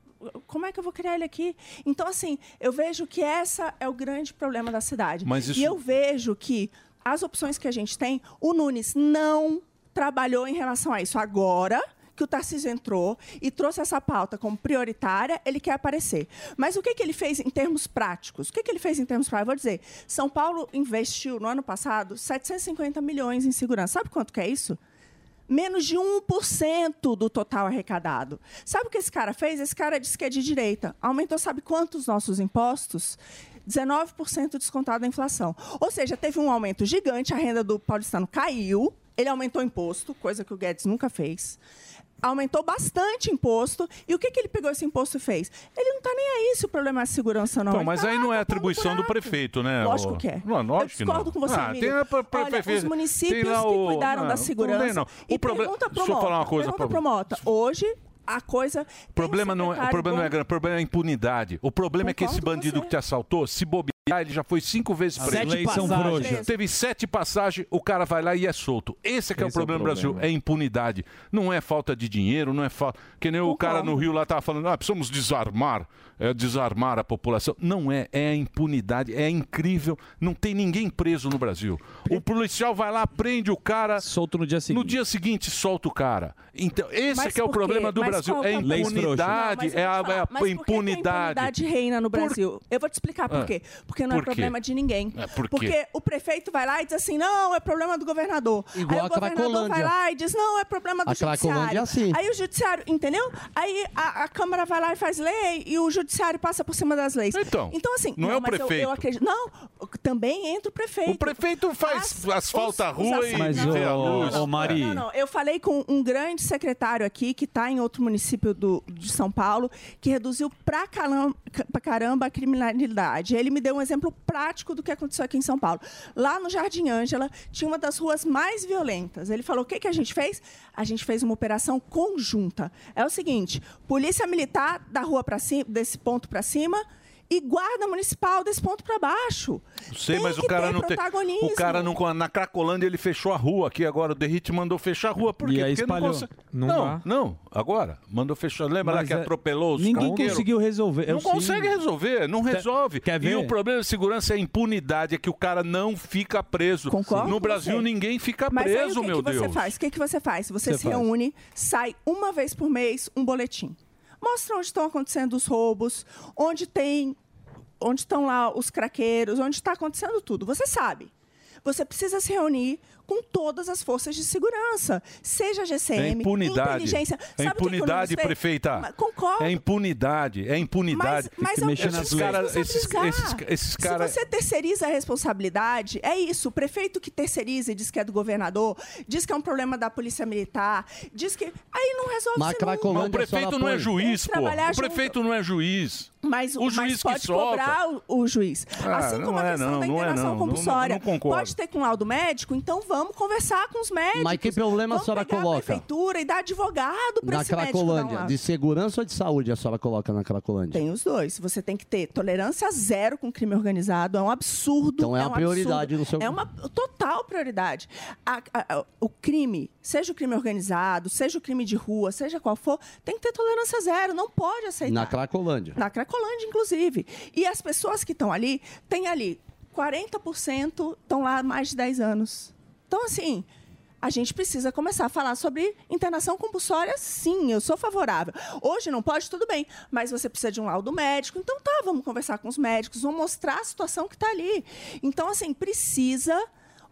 como é que eu vou criar ele aqui? Então, assim, eu vejo que essa é o grande problema da cidade.
Mas isso-
E eu vejo que as opções que a gente tem, o Nunes não trabalhou em relação a isso. Agora que o Tarcísio entrou e trouxe essa pauta como prioritária, ele quer aparecer. Mas o que, que ele fez em termos práticos? O que, que ele fez em termos práticos? Eu vou dizer, São Paulo investiu no ano passado 750 milhões em segurança. Sabe quanto que é isso? Menos de 1% do total arrecadado. Sabe o que esse cara fez? Esse cara disse que é de direita. Aumentou, sabe quantos nossos impostos? 19% descontado da inflação. Ou seja, teve um aumento gigante, a renda do paulistano caiu, ele aumentou o imposto, coisa que o Guedes nunca fez. Aumentou bastante imposto. E o que, que ele pegou esse imposto e fez? Ele não está nem aí se o problema é a segurança ou não.
Então,
Ele
mas
tá
aí não é atribuição do prefeito, né?
Lógico
ô?
que é.
Não,
Eu
lógico que não.
discordo com você,
Ah,
Emílio.
tem a pra- pra-
Olha, os
prefeito-
municípios
tem lá
que
o-
cuidaram
não,
da
não tem
segurança.
não.
E
O proble-
pergunta pro
Deixa eu
Mota,
falar uma coisa
pergunta
pra-
pro Mota. Hoje, a coisa...
O problema, não é, o problema não é grande, o problema é a impunidade. O problema é que esse bandido que te assaltou, se bobear, ele já foi cinco vezes
As
preso.
leis são Sete passagens. frouxas.
Teve sete passagens, o cara vai lá e é solto. Esse é que é o
Esse é o
problema do Brasil,
problema.
é impunidade. Não é falta de dinheiro, não é falta... Que nem o cara no Rio lá tava falando, ah, precisamos desarmar, é, desarmar a população. Não é, é a impunidade, é incrível. Não tem ninguém preso no Brasil. O policial vai lá, prende o cara...
Solto no dia seguinte.
No dia seguinte, solta o cara. Então, esse
Mas
que é o
por quê?
problema do
Mas
Brasil.
qual
É
que é o problema? Não,
impunidade,
mas eu
é
vou
a,
te falar,
é a
mas por que que a
impunidade.
impunidade reina no Brasil. Eu vou te explicar por
Ah.
quê. Porque não é
Por quê?
problema de ninguém.
É, por quê?
Porque o prefeito vai lá e diz assim, não, é problema do governador. Aí
Igual a
o governador vai
Cracolândia.
lá e diz, não, é problema do
A Cracolândia
judiciário.
é assim.
Aí o judiciário, entendeu? Aí a, a Câmara vai lá e faz lei e o judiciário passa por cima das leis.
Então,
então assim,
não é o
mas eu- Eu,
prefeito.
acredito, não, também entra o prefeito.
O prefeito faz
é
asfalta a rua e
Mas,
vê a
ô,
luz.
ô, Mari.
Não, não, eu falei com um grande secretário aqui que está em outro município do, de São Paulo, que reduziu pra, calam- ca- pra caramba a criminalidade. Ele me deu um exemplo prático do que aconteceu aqui em São Paulo. Lá no Jardim Ângela, tinha uma das ruas mais violentas. Ele falou: o que, que a gente fez? A gente fez uma operação conjunta. É o seguinte: polícia militar da rua para cima, desse ponto para cima. E guarda municipal desse ponto para baixo.
Não sei,
Tem
mas
que
o cara
ter
não tem.
protagonismo.
O cara não. Na Cracolândia ele fechou a rua aqui agora. O Derrite mandou fechar a rua. Por
E
quê?
aí
Porque não
espalhou.
consegue.
Não
Não,
dá.
não. Agora. Mandou fechar. Lembra lá
Mas
que
é-
atropelou os
Ninguém
caminhoneiros?
conseguiu resolver. Eu
Não
sei.
consegue resolver, não
Quer-
resolve.
quer ver?
E o problema de segurança é a impunidade, é que o cara não fica preso.
Concordo
no
com
Brasil
você.
ninguém fica
Mas aí,
preso,
o que
meu
que você
Deus.
faz? O que, que você faz? Você,
Você
se
faz.
reúne, sai uma vez por mês um boletim. Mostra onde estão acontecendo os roubos, onde tem, onde estão lá os craqueiros, onde está acontecendo tudo. Você sabe. Você precisa se reunir com todas as forças de segurança, seja GCM,
É impunidade.
inteligência.
É
Sabe o que que o Nunes
impunidade,
fez?
prefeita.
Mas Concordo.
É impunidade, é impunidade.
Mas é o que
esses caras, esses, esses, esses caras.
Se você terceiriza a responsabilidade, é isso. O prefeito que terceiriza e diz que é do governador, diz que é um problema da polícia militar, diz que. Aí não resolve
Mas
nunca.
o prefeito não é juiz,
Tem que
pô.
trabalhar
O prefeito não é juiz.
Mas
o juiz
mas
que
pode
solta.
cobrar o, o juiz.
Ah,
assim como
não
a
é
questão
não,
da
não é
internação
não. Não- não-
compulsória.
não concordo.
Pode ter com laudo médico, então vamos conversar com os médicos.
Mas que problema a
vamos
senhora
pegar
coloca?
prefeitura e dar advogado para
Na
esse médico dar um
Cracolândia,
laudo.
de segurança ou de saúde a senhora coloca na Cracolândia?
Tem os dois. Você tem que ter tolerância zero com crime organizado. É um absurdo.
Então é uma
um
prioridade
absurdo.
no seu-
É uma total prioridade. A- a- a- o crime, seja o crime organizado, seja o crime de rua, seja qual for, tem que ter tolerância zero. Não pode aceitar.
Na Cracolândia.
Na Cracolândia, inclusive. E as pessoas que estão ali, tem ali 40% estão lá há mais de 10 anos. Então, assim, a gente precisa começar a falar sobre internação compulsória, sim, eu sou favorável. Hoje não pode, tudo bem, mas você precisa de um laudo médico. Então tá, vamos conversar com os médicos, vamos mostrar a situação que está ali. Então, assim, precisa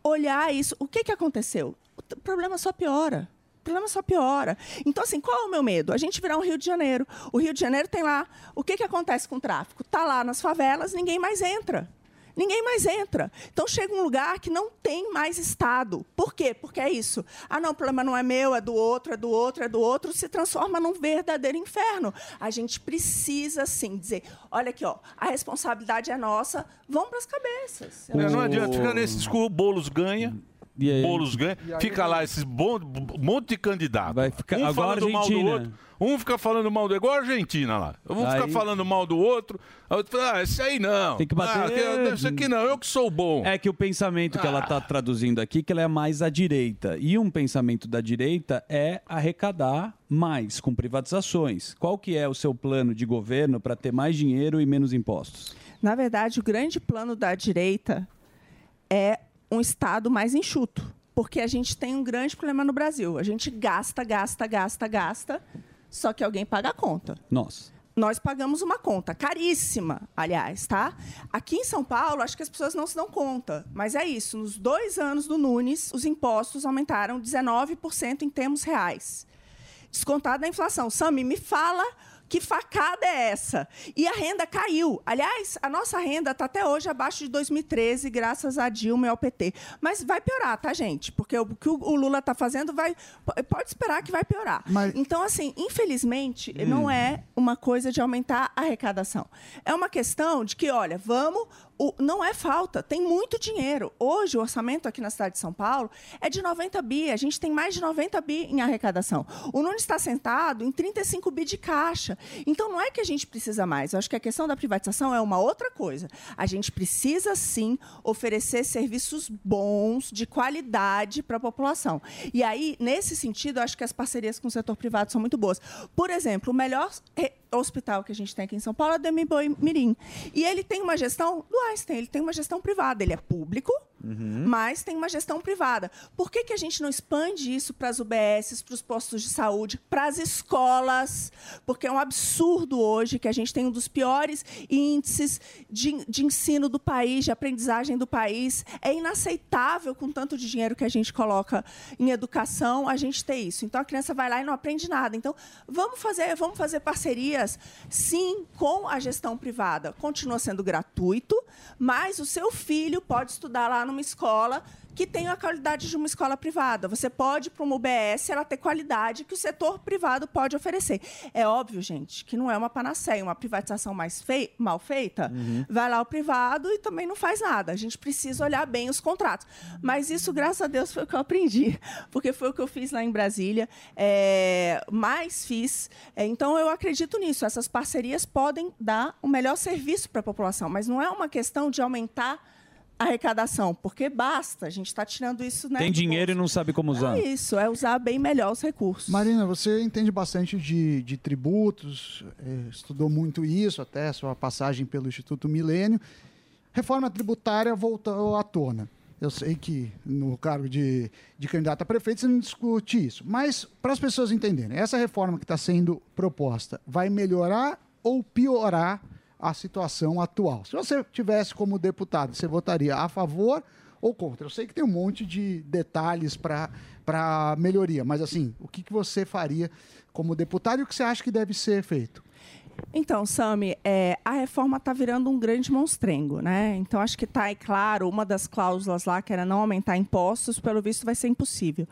olhar isso. O que, que aconteceu? O t- problema só piora. O problema só piora. Então, assim, qual é o meu medo? A gente virar um Rio de Janeiro. O Rio de Janeiro tem lá. O que, que acontece com o tráfico? Tá lá nas favelas, ninguém mais entra. Ninguém mais entra. Então chega um lugar que não tem mais Estado. Por quê? Porque é isso. Ah, não, o problema não é meu, é do outro, é do outro, é do outro. Se transforma num verdadeiro inferno. A gente precisa, sim, dizer: olha aqui, ó, a responsabilidade é nossa, vamos para as cabeças.
é Não, não adianta ficar nesse discurso, Boulos ganha. Boulos ganha.
E aí-
fica lá esse bon- monte de candidato. Vai ficar, um
agora
falando mal do
Argentina.
outro. Um fica falando mal do igual a Argentina lá. Um fica
Aí-
falando mal do outro. a outro fala, ah, esse aí não.
Tem que bater-
Ah, tem- esse aqui não, eu que sou bom. Ah.
É que o pensamento que ela está traduzindo aqui, que ela é mais à direita. E um pensamento da direita é arrecadar mais com privatizações. Qual que é o seu plano de governo para ter mais dinheiro e menos impostos?
Na verdade, o grande plano da direita é um Estado mais enxuto. Porque a gente tem um grande problema no Brasil. A gente gasta, gasta, gasta, gasta, só que alguém paga a conta.
Nós.
Nós pagamos uma conta caríssima, aliás, tá? Aqui em São Paulo, acho que as pessoas não se dão conta, mas é isso. Nos dois anos do Nunes, os impostos aumentaram 19% em termos reais. Descontado da inflação. Sami, me fala que facada é essa? E a renda caiu. Aliás, a nossa renda está até hoje abaixo de 2013, graças a Dilma e ao PT. Mas vai piorar, tá, gente? Porque o que o Lula está fazendo vai. p- Pode esperar que vai piorar. Então, assim, infelizmente, não é uma coisa de aumentar a arrecadação. É uma questão de que, olha, vamos. o- não é falta, tem muito dinheiro. Hoje, o orçamento aqui na cidade de São Paulo é de 90 bi. A gente tem mais de 90 bi em arrecadação. O Nunes está sentado em 35 bi de caixa. Então, não é que a gente precisa mais. Eu acho que a questão da privatização é uma outra coisa. A gente precisa, sim, oferecer serviços bons, de qualidade para a população. E aí, nesse sentido, eu acho que as parcerias com o setor privado são muito boas. Por exemplo, o melhor re- hospital que a gente tem aqui em São Paulo é o do Mboi Mirim. E ele tem uma gestão do Einstein, ele tem uma gestão privada. Ele é público,
Uhum.
Uhum.
mas tem uma gestão privada. Por que, que a gente não expande isso para as UBSs, para os postos de saúde, para as escolas? Porque é um absurdo hoje que a gente tem um dos piores índices de, de ensino do país, de aprendizagem do país. É inaceitável, com tanto de dinheiro que a gente coloca em educação, a gente ter isso. Então a criança vai lá e não aprende nada. Então, vamos fazer, vamos fazer parcerias, sim, com a gestão privada. Continua sendo gratuito, mas o seu filho pode estudar lá numa escola que tem a qualidade de uma escola privada. Você pode ir para uma UBS, ela ter qualidade que o setor privado pode oferecer. É óbvio, gente, que não é uma panaceia, uma privatização mais fei- mal feita. Vai lá o privado e também não faz nada. A gente precisa olhar bem os contratos. Mas isso, graças a Deus, foi o que eu aprendi, porque foi o que eu fiz lá em Brasília, é, mais fiz. É, então, eu acredito nisso. Essas parcerias podem dar o melhor serviço para a população, mas não é uma questão de aumentar arrecadação, porque basta, a gente está tirando isso, né?
Tem
do
dinheiro e não sabe como
bolso.
usar.
É isso, é usar bem melhor os recursos.
Marina, você entende bastante de, de tributos, eh, estudou muito isso, até sua passagem pelo Instituto Milênio. Reforma tributária voltou à tona. Eu sei que no cargo de, de candidato a prefeito você não discute isso, mas para as pessoas entenderem, essa reforma que está sendo proposta vai melhorar ou piorar a situação atual? Se você tivesse como deputado, você votaria a favor ou contra? Eu sei que tem um monte de detalhes para melhoria, mas assim, o que, que você faria como deputado e o que você acha que deve ser feito?
Então, Sami, é, a reforma está virando um grande monstrengo, né? Então, acho que está aí claro, uma das cláusulas lá, que era não aumentar impostos, pelo visto vai ser impossível.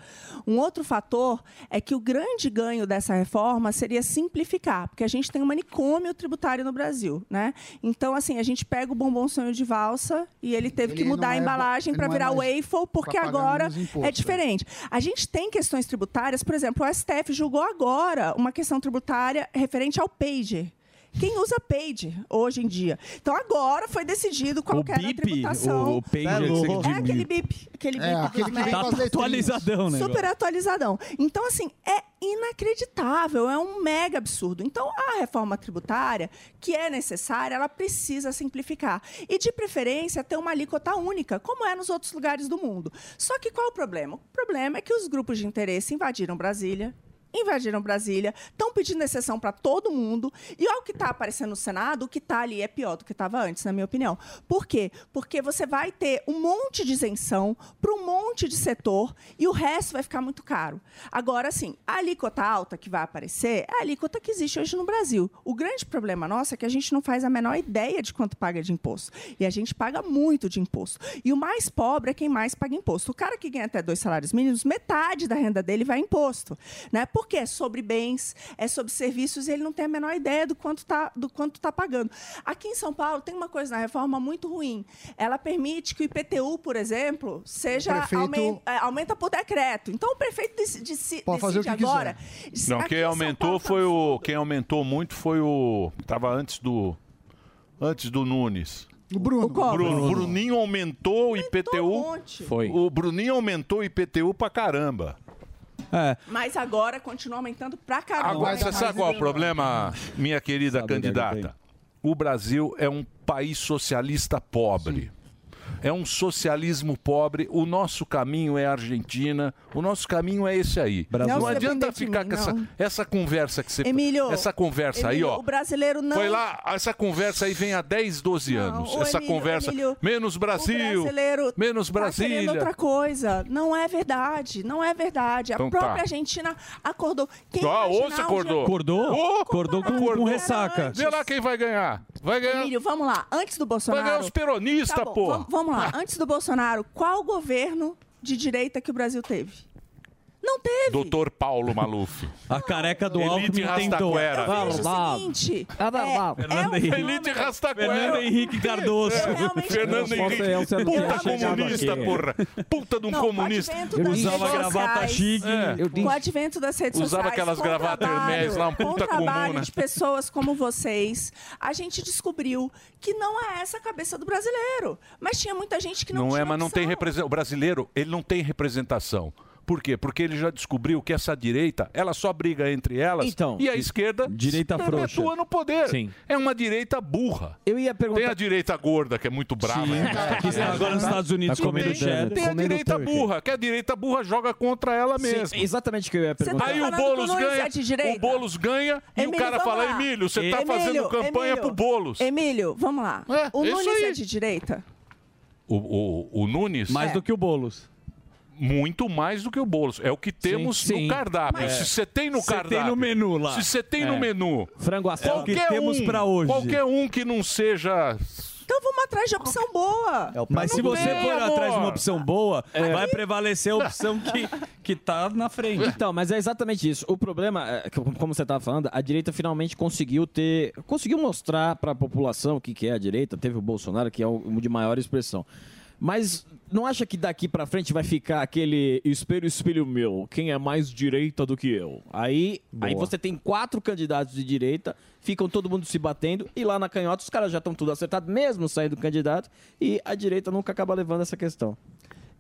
Um outro fator é que o grande ganho dessa reforma seria simplificar, porque a gente tem um manicômio tributário no Brasil, né? Então, assim, a gente pega o bombom sonho de valsa e ele teve
Ele
que mudar
não
a
é bo-
embalagem
ele
para
não é
virar
mais
waffle, porque
pra pagar
agora
menos imposto,
é diferente. A gente tem questões tributárias, por exemplo, o STF julgou agora uma questão tributária referente ao pager Quem usa paid hoje em dia? Então agora foi decidido qual
O
que era a
bip,
tributação.
o- o paid,
é,
É louco.
é aquele bip, aquele
É,
bip. dos
aquele que vem
médicos.
com as letrinhas. Tá atualizadão, né,
Super
agora.
atualizadão. Então assim, é inacreditável, é um mega absurdo. Então a reforma tributária, que é necessária, ela precisa simplificar e de preferência ter uma alíquota única, como é nos outros lugares do mundo. Só que qual o problema? O problema é que os grupos de interesse invadiram Brasília, invadiram Brasília, estão pedindo exceção para todo mundo. E olha o que está aparecendo no Senado, o que está ali é pior do que estava antes, na minha opinião. Por quê? Porque você vai ter um monte de isenção para um monte de setor e o resto vai ficar muito caro. Agora, assim, a alíquota alta que vai aparecer é a alíquota que existe hoje no Brasil. O grande problema nosso é que a gente não faz a menor ideia de quanto paga de imposto. E a gente paga muito de imposto. E o mais pobre é quem mais paga imposto. O cara que ganha até dois salários mínimos, metade da renda dele vai em imposto, né? Porque é sobre bens, é sobre serviços e ele não tem a menor ideia do quanto tá do quanto tá pagando. Aqui em São Paulo tem uma coisa na reforma muito ruim. Ela permite que o IPTU, por exemplo, seja
O prefeito-
aumen- é, aumenta por decreto. Então o prefeito dec- deci-
Pode fazer o
decide
que quiser.
agora. Aqui
Não,
em
quem
São tá
aumentou foi o. Quem aumentou muito foi o. Tava antes do. Antes do Nunes.
O Bruno.
O Bruno. Bruninho aumentou o IPTU.
um monte.
Foi.
O Bruninho aumentou o IPTU pra caramba.
É.
Mas agora continua aumentando pra caramba.
Agora, você sabe qual é o problema, minha querida candidata? O Brasil é um país socialista pobre. É um socialismo pobre. O nosso caminho é a Argentina. O nosso caminho é esse aí.
Não
Não,
se
adianta
depender de
ficar
mim,
com essa,
não.
essa conversa que você...
Emílio,
Tipo, essa conversa
Emílio,
aí, ó.
O brasileiro não
Foi lá, essa conversa aí vem há 10, 12 anos.
ô,
essa
Emílio,
conversa.
Emílio,
menos Brasil.
O brasileiro
menos
tá querendo
Brasília.
outra coisa. Não é verdade. Não é verdade. A
Então tá.
própria Argentina acordou. Quem
Ah,
imaginar
ouça,
um
acordou.
dia-
Acordou? Ô,
acordou com, com ressaca.
Vê lá quem vai ganhar. Vai ganhar.
Emílio, vamos lá. Antes do Bolsonaro.
ganhar os peronistas,
tá bom,
porra.
Vamos, vamos lá.
Ah.
Antes do Bolsonaro, qual governo de direita que o Brasil teve?
Doutor Paulo Maluf.
A careca do
Elite
Alckmin
um
tentou.
Veja
Rastaquera.
o seguinte. é,
Fernando Henrique.
Elite Rastaquera.
Fernando Henrique Cardoso. é
Fernando Henrique. Puta comunista, porra. Puta de um
Não, com o
comunista.
advento das redes sociais,
É.
Com o advento das redes
Usava
sociais,
aquelas
com
gravatas
trabalho,
Hermes lá, um
com
puta
trabalho
comuna.
de pessoas como vocês, a gente descobriu que não é essa a cabeça do brasileiro. Mas tinha muita gente que não,
Não
tinha
é, mas não tem representação. O brasileiro, ele não tem representação. Por quê? Porque ele já descobriu que essa direita, ela só briga entre elas e a esquerda
Então, direita
se
frouxa.
perpetua no poder.
Sim.
É uma direita burra.
Eu ia perguntar...
Tem a direita gorda, que é muito brava.
Sim,
é
que está agora nos Estados Unidos
tem,
comendo cheddar.
Tem a
Comendo
direita
turkey.
burra, que a direita burra joga contra ela
Sim,
mesma.
exatamente o que eu ia perguntar.
Aí
tá
o
falando
Boulos
que o Nunes
ganha,
é de direita?
o Boulos ganha e o
Emílio,
cara
vamos
fala,
lá.
Emílio, você está
Emílio,
fazendo campanha
Emílio,
pro Boulos.
Emílio, vamos lá. o
isso
Nunes
aí.
é de direita?
O, o- o Nunes.
Mais É. do que o Boulos.
Muito mais do que o Boulos. É o que temos
sim.
no cardápio.
Mas-
Se você tem no
Você tem
cardápio.
no menu lá.
Se você tem
É.
no menu.
Frango
assado. É o que temos pra hoje.
Qualquer um que não seja.
Então vamos atrás de opção
É
boa.
Mas se
Não
você
tem,
for
amor.
atrás de uma opção boa,
É.
vai prevalecer a opção que, que tá na frente.
Então, mas é exatamente isso. O problema, é que, como você estava falando, a direita finalmente conseguiu ter. conseguiu mostrar para a população o que, que é a direita. Teve o Bolsonaro, que é o o de maior expressão. Mas não acha que daqui para frente vai ficar aquele espelho, espelho meu? Quem é mais direita do que eu? Aí, aí você tem quatro candidatos de direita, ficam todo mundo se batendo, e lá na canhota os caras já estão tudo acertado, mesmo saindo candidato, e a direita nunca acaba levando essa questão.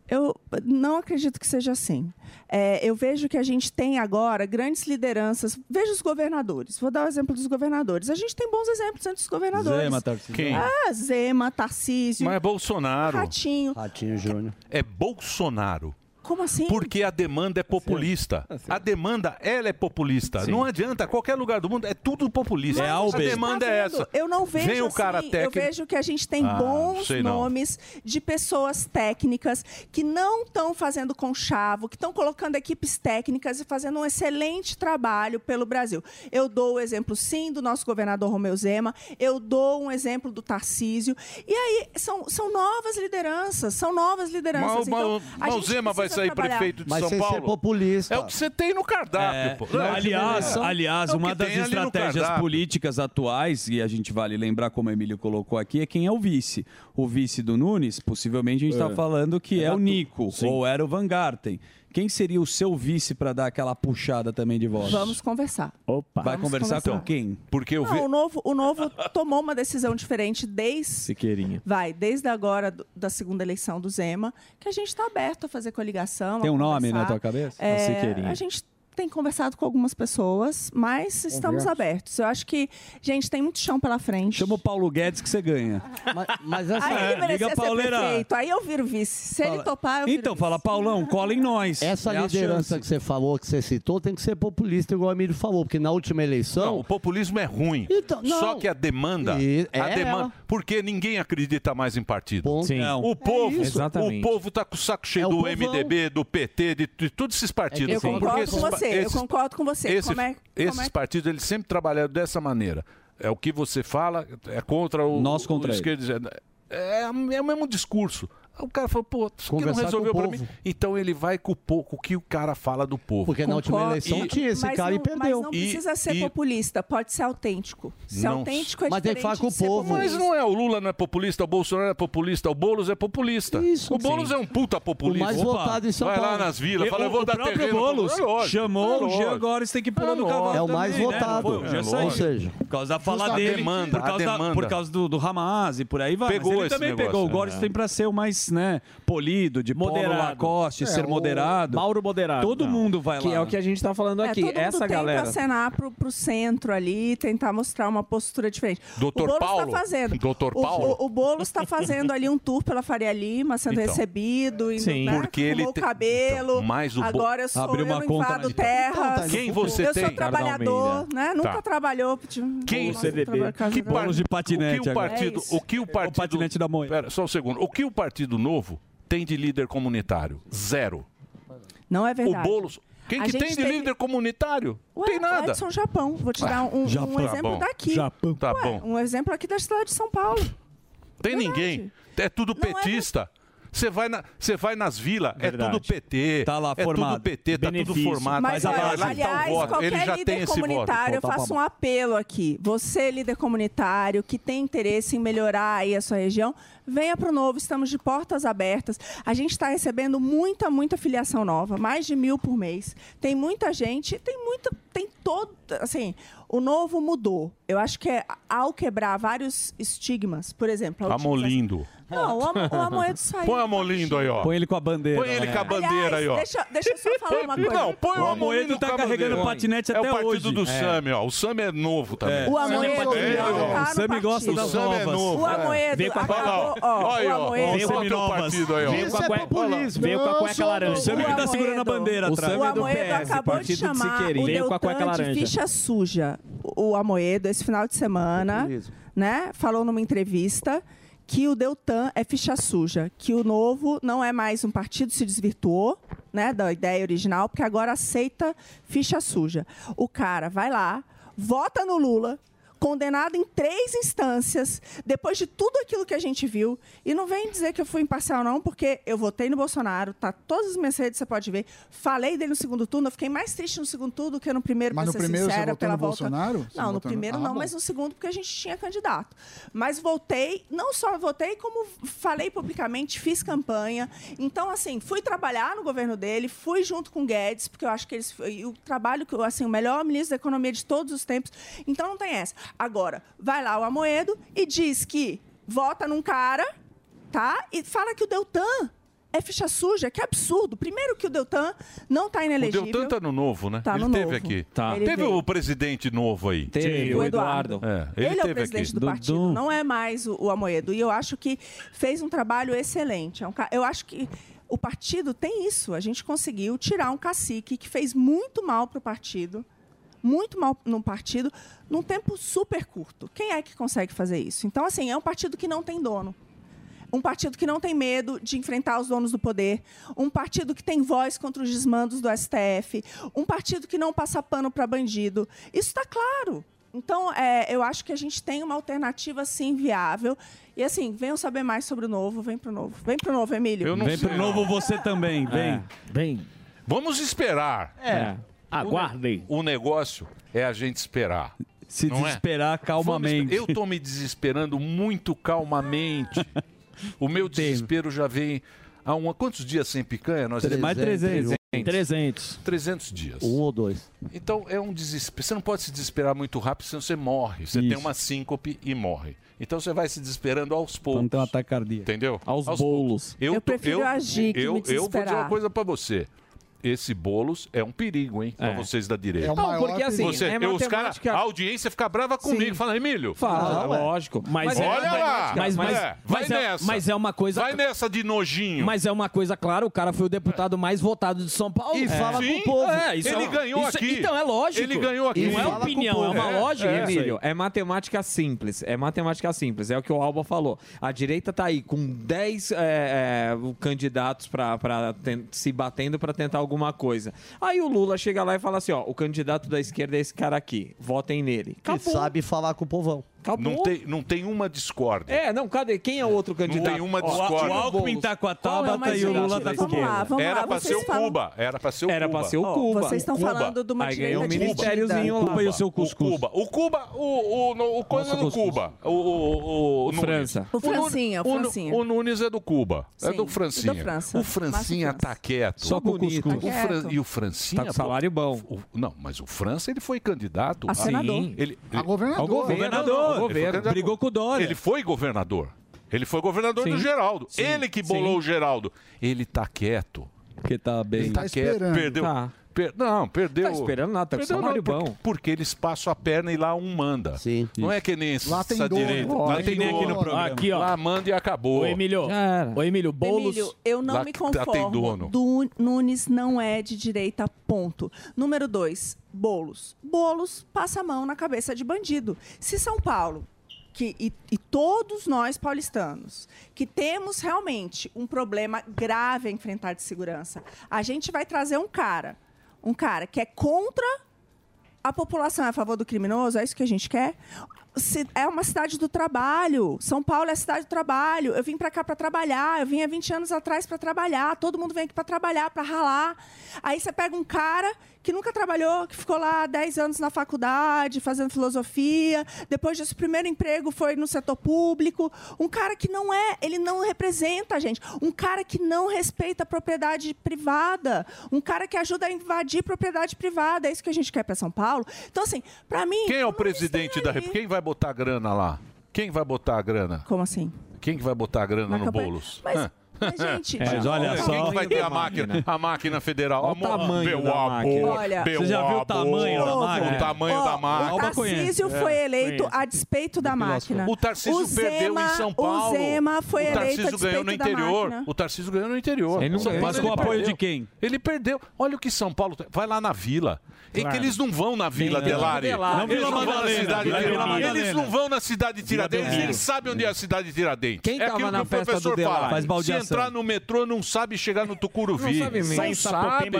Eu não acredito que seja assim. É, eu vejo que a gente tem agora grandes lideranças. Veja os governadores. Vou dar o exemplo dos governadores. A gente tem bons exemplos entre os governadores.
Zema, Tarcísio. Quem?
Ah, Zema, Tarcísio,
Mas é Bolsonaro.
Ratinho.
Ratinho Júnior.
É Bolsonaro.
Como assim?
Porque a demanda é populista.
Tá
A demanda, ela é populista. Não adianta. Qualquer lugar do mundo é tudo populista.
Mas
a
você tá
demanda é
vendo?
essa.
Eu não vejo
Vem o cara
assim,
técnico.
Eu vejo que a gente tem
Ah,
bons
sei não.
nomes de pessoas técnicas que não estão fazendo conchavo, que estão colocando equipes técnicas e fazendo um excelente trabalho pelo Brasil. Eu dou o exemplo, sim, do nosso governador Romeu Zema. Eu dou um exemplo do Tarcísio. E aí, são, são novas lideranças. São novas lideranças.
Mas o
então,
Mal-
a gente
Malzema vai
precisa
sair
trabalhar.
prefeito de
Mas
São
sem
Paulo.
ser populista.
É o que você tem no cardápio.
É,
pô.
não, aliás, aliás,
É o
uma
que
das
tem ali no
estratégias
cardápio.
políticas atuais, e a gente vale lembrar como o Emílio colocou aqui, é quem é o vice. O vice do Nunes, possivelmente a gente tá está
É.
falando que é, o Nico, ou era o Van Garten. Quem seria o seu vice para dar aquela puxada também de voz?
Vamos conversar.
Opa. Vai
Vamos
conversar, com
conversar.
quem?
Porque eu
Não, o novo, o novo tomou uma decisão diferente desde
Siqueirinha.
vai desde agora do- da segunda eleição do Zema, que a gente está aberto a fazer coligação. a
Tem um nome
conversar.
na tua cabeça?
É,
A Siqueirinha.
a gente tem conversado com algumas pessoas, mas estamos
Conversa.
abertos. Eu acho que, gente, tem muito chão pela frente.
Chama o Paulo Guedes que você ganha. É,
Mas,
Aí ele merecia
Liga
ser
Pauleira.
prefeito, aí eu viro vice. Se ele topar, eu viro
Então, fala, Paulão, cola em nós.
Essa
É a
liderança
chance.
que você falou, que você citou, tem que ser populista, igual o Emílio falou, porque na última eleição.
O populismo é ruim.
Então, não.
Só que é a demanda.
E-
a
é
demanda
ela.
porque ninguém acredita mais em partido.
Sim. Não.
O
É
povo,
isso.
o
Exatamente.
povo tá com o saco cheio
É o
do
povão.
MDB, do PT, de, de todos esses partidos.
É Eu
Porque
concordo com
esses pa-
você, eu
esses-
concordo com você.
Esses,
como é, como
esses
é-
partidos, eles sempre trabalharam dessa maneira. É o que você fala, é contra o. Nós
contra
o
ele.
esquerdo. É, é o mesmo discurso. Aí O cara falou, pô, isso aqui não
Conversar
resolveu
com o
pra
povo.
mim. Então ele vai com o pouco que o cara fala do povo.
Porque na última Concordo. eleição tinha esse
mas
cara e
não, mas
perdeu.
não
E-
precisa ser
e-
populista, pode ser autêntico. Ser
Não.
autêntico é diferente de ser
Mas
populista.
não é o Lula não é populista, o Bolsonaro é populista, o Boulos é populista. o Boulos
Sim.
é um puta populista.
O mais votado em São
Vai lá
Paulo.
nas vilas,
E
fala, eu
o-
vou
o
dar
próprio
terreno.
Boulos
É lógico.
chamou um o Jean
lógico.
Gómez, tem que pular no cavalo
É o mais
também, né?
votado.
Não foi? Já
É
saiu.
lógico. Ou seja-
por causa da fala
Justa-
dele,
A demanda,
por causa,
a
da-
demanda.
por causa do, do Hamas e por aí vai.
Pegou
Mas ele
esse
também
negócio,
pegou. O Gómez
né?
tem pra ser o mais, né, polido, de moderado.
Moderado.
Lacoste,
É,
ser
o-
moderado.
Mauro
moderado. Todo mundo vai
Que
lá.
é o que a gente tá falando
É,
aqui.
todo mundo
Essa
tenta
galera.
acenar pro, pro centro ali, tentar mostrar uma postura diferente.
Dr.
o Boulos
Paulo?
Tá fazendo.
Dr.
O-
Paulo?
O, o, Boulos está fazendo ali um tour pela Faria Lima, sendo
Então.
recebido, indo,
Sim.
né?
Porque ele
arrumou
tem-
o cabelo.
Então, mas o Bo-
Agora eu sou
Abriu
eu
uma
não
conta
invado
na-
terras.
Quem você
eu
tem?
sou
Ricardo
trabalhador,
Almeida.
né? Nunca
Tá.
trabalhou. tipo,
Quem
nossa, trabalho-
que
Boulos
par-
de
O
patinete
que o
agora.
partido,
É isso.
o que o partido, patinete da moeda. Pera, só um segundo. O que o Partido Novo tem de líder comunitário? Zero.
Não é verdade.
O Boulos. Quem
A
que tem
gente
de líder comunitário?
Ué,
tem nada.
O Edson Japão. Vou te dar um, um
Japão. Tá
exemplo
bom.
daqui.
Japão. Tá
Ué,
bom.
Um exemplo aqui da cidade de São Paulo.
Tem ninguém. É tudo petista. Você vai, na, você vai nas vilas, é tudo PT. Tá lá, É
formado.
tudo PT, tá tudo
Benefício.
formado.
Mas,
Vai lá, lá,
olha,
tá o
é, Aliás,
voto.
qualquer
Ele já
líder
tem esse voto. então tá
comunitário, eu faço um apelo aqui. Você, líder comunitário, que tem interesse em melhorar aí a sua região, venha para o Novo. Estamos de portas abertas. A gente está recebendo muita, muita filiação nova. Mais de mil por mês. Tem muita gente, tem muita... Tem todo... Assim, o Novo mudou. Eu acho que é ao quebrar vários estigmas, por exemplo... a
Amolindo.
Não, o Amo- o é Amoedo saiu.
Põe o Amolindo aí, ó.
Põe ele com a bandeira.
Põe ele
né?
com a bandeira aí, ó.
Deixa, deixa eu só falar uma coisa.
Não, põe o Amoedo
tá
com a
carregando
bandeira.
patinete até
É o partido
hoje.
do
É.
Sami, ó. O Sami é novo também.
É. O Amoedo
Sami
não
é
tá no
ó.
partido.
O
das
Sami é
novas.
novo.
O Amoedo
Vem com a
acabou,
Olha
ó,
lá,
o
Olha, ó.
Amoedo.
Olha o teu
Seminovas.
partido aí, ó.
Vem com a Isso é cueca- populismo.
Veio com a cueca laranja.
O Sami que tá segurando a bandeira atrás.
O Amoedo acabou de
partido do
chamar o
Siqueirinha. Veio com a cueca
Deltan de
laranja.
ficha suja. O Amoedo, esse final de semana, né, falou numa entrevista que o Deltan é ficha suja, que o Novo não é mais um partido, se desvirtuou né, da ideia original, porque agora aceita ficha suja. O cara vai lá, vota no Lula, condenado em três instâncias, depois de tudo aquilo que a gente viu. E não vem dizer que eu fui imparcial, não, porque eu votei no Bolsonaro, tá todas as minhas redes, você pode ver. Falei dele no segundo turno, eu fiquei mais triste no segundo turno do que no primeiro,
Mas
pra
no
ser
primeiro você
sincera,
votou
pela
no
volta.
Bolsonaro? Você
Não, no
votou no-
primeiro
Ah,
não,
bom.
mas no segundo, porque a gente tinha candidato. Mas voltei, não só votei, como falei publicamente, fiz campanha. Então, assim, fui trabalhar no governo dele, fui junto com o Guedes, porque eu acho que eles. e O trabalho, que eu, assim, o melhor ministro da economia de todos os tempos. Então não tem essa. Agora, vai lá o Amoedo e diz que vota num cara tá? E fala que o Deltan é ficha suja, que absurdo. Primeiro que o Deltan não tá
O
inelegível.
Deltan tá no novo, né?
Tá
ele
no
teve
novo.
aqui.
Tá. Ele
Teve
veio.
o presidente novo aí.
Teve, o O Eduardo.
É,
Ele,
ele,
é
teve
o presidente
aqui.
do partido, não é mais o, o Amoedo. E eu acho que fez um trabalho excelente. É um ca- eu acho que o partido tem isso. A gente conseguiu tirar um cacique que fez muito mal para o partido, muito mal no partido, num tempo super curto. Quem é que consegue fazer isso? Então, assim, é um partido que não tem dono. Um partido que não tem medo de enfrentar os donos do poder. Um partido que tem voz contra os desmandos do STF. Um partido que não passa pano para bandido. Isso está claro. Então, é, eu acho que a gente tem uma alternativa, sim, viável. E, assim, venham saber mais sobre o novo. Vem pro novo. Vem pro novo, Emílio.
Vem pro novo você também, vem.
Vem.
É. Vamos esperar.
É. É.
Aguardem.
O, ne- o negócio é a gente esperar.
Se
não é?
desesperar calmamente.
Eu tô me desesperando muito calmamente. o meu desespero já vem há uma, quantos dias sem picanha? Nós
Tre- mais 300.
300. 300 dias.
Um ou dois.
Então é um desespero. Você não pode se desesperar muito rápido, senão você morre. Você tem
Isso.
uma síncope e morre. Então você vai se desesperando aos poucos.
Quando tem um ataque cardíaco.
Entendeu?
Aos
bolos. Eu, tô-
prefiro agir que me
eu, eu vou dizer uma
desesperar.
coisa pra você. Esse bolos é um perigo, hein? Pra vocês da direita.
É o Não, maior porque, assim,
Você-
é
eu- os cara,
matemática-
a audiência fica brava
Sim.
comigo. Fala, Emílio.
Fala, Não, é. lógico.
Mas
Mas
olha
é-
lá.
mas- mas-
é, vai
mas é-
nessa.
mas é uma coisa-
Vai nessa de nojinho.
Mas é uma coisa clara, o cara foi o deputado mais votado de São Paulo.
E
É.
fala pro povo. Ele
é-
ganhou aqui.
Então é lógico.
Ele ganhou aqui.
Não é
Fala com o
opinião, é
povo.
uma lógica.
É,
isso aí.
Emílio, é matemática simples. É matemática simples. É o que o Alba falou. A direita tá aí com 10 é, é, candidatos pra, pra ten- se batendo para tentar alguma coisa. Aí o Lula chega lá e fala assim: ó, o candidato da esquerda é esse cara aqui. Votem nele.
Que sabe falar com o povão.
Acabou.
Não tem, não tem uma discórdia.
É, não, cadê? Quem é o outro candidato?
tem uma
Ó,
discórdia.
o Alckmin tá com a Tabata Qual é o mais e o Lula tá com
Vamos lá, vamos
Era
lá.
pra ser
Vocês
o
falam-
Cuba. Era pra ser o
Era
Cuba.
pra ser o Ó, Cuba.
vocês estão falando de uma Aí ganhou direita um dividida. ministériozinho
O
lá.
Cuba e o seu
cuscuz.
O Cuba. O Cuba, o, o, no- o coisa
Nosso
do
cuscuz.
Cuba. O, o, o, o Nunes.
França.
O Francinha, o
Nunes-
Francinha.
O Nunes é do Cuba. É
Sim,
do
do
Francinha.
França.
O Francinha
Márcio
tá quieto.
Só com o
Bonito.
cuscuz.
O
Tá
Fran-
quieto.
E o Francinha...
Tá com
salário bom. não, mas o França, ele foi candidato...
A senador.
Ele,
a governador.
Ao governador.
Não, não, não,
Ao
ele foi
governo.
candidato.
Brigou com o Dória.
Ele foi governador. Ele foi governador
Sim.
do Geraldo.
Sim.
Ele que bolou
Sim.
o Geraldo. Ele tá quieto.
Porque tá bem.
Ele tá quieto. Perdeu.
Tá.
per- não, perdeu.
Tá esperando nada, tá com
Perdeu não,
salário
porque-
bom.
Porque eles passam a perna e lá um manda. Sim. Não é que nem
Lá tem
essa
dono.
direita.
Lógico.
Lá tem nem aqui no programa.
Aqui, ó.
Lá manda e acabou.
Ô, Emílio. Ô, Emílio, Boulos...
Emílio, eu não
Lá-
me
lá tem dono.
conformo. Du- Nunes não é de direita, ponto. Número dois, Bolos. Bolos passa a mão na cabeça de bandido. Se São Paulo, que, e, e todos nós paulistanos, que temos realmente um problema grave a enfrentar de segurança, a gente vai trazer um cara, um cara que é contra a população é a favor do criminoso? É isso que a gente quer? Se- É uma cidade do trabalho. São Paulo é a cidade do trabalho. Eu vim para cá para trabalhar. Eu vim há 20 anos atrás para trabalhar. Todo mundo vem aqui para trabalhar, para ralar. Aí você pega um cara que nunca trabalhou, que ficou lá 10 anos na faculdade, fazendo filosofia. Depois disso, o primeiro emprego foi no setor público. Um cara que não é, ele não representa a gente. Um cara que não respeita a propriedade privada. Um cara que ajuda a invadir propriedade privada. É isso que a gente quer para São Paulo. Então, assim, para mim,
Quem é o presidente da República? Quem vai botar a grana lá? Quem vai botar a grana?
Como assim?
Quem que vai botar a grana
Na
no
campanha-
bolos?
Mas-
Hã?
mas, gente-
É, Mas olha
Quem
só-
que vai ter a máquina? A máquina federal.
Olha o
Amor,
tamanho
meu
da
amor,
máquina.
Olha-
meu
Você já viu o
amor,
tamanho da máquina? É,
O tamanho
Ó,
da máquina.
Alba
Tarcísio foi eleito a despeito da máquina.
O Tarcísio perdeu em São Paulo.
O Zema foi
O
eleito a
Tarcísio
despeito
ganhou no
da
interior.
máquina.
O Tarcísio ganhou no interior.
Ele não
São
ganhou.
Paulo
Mas com
ele
o apoio
perdeu.
de quem?
Ele perdeu. Olha o que São Paulo. tem. Vai lá na vila. É que
Claro.
eles não vão na Vila
Tem, não.
Delari.
Não, Vila
Eles não vão na
Madalena,
cidade
Vila
Tiradentes.
Madalena.
Eles não vão na cidade de Tiradentes.
Belmiro.
Eles sabem onde é a cidade de Tiradentes.
Quem
é
tava
aquilo
na
que o
festa do
professor
Delari?
fala.
Faz
Se
baldeação.
entrar no metrô, não sabe chegar no Tucuruvi.
Não sabe mesmo.
Não
Sai em Sapopemba,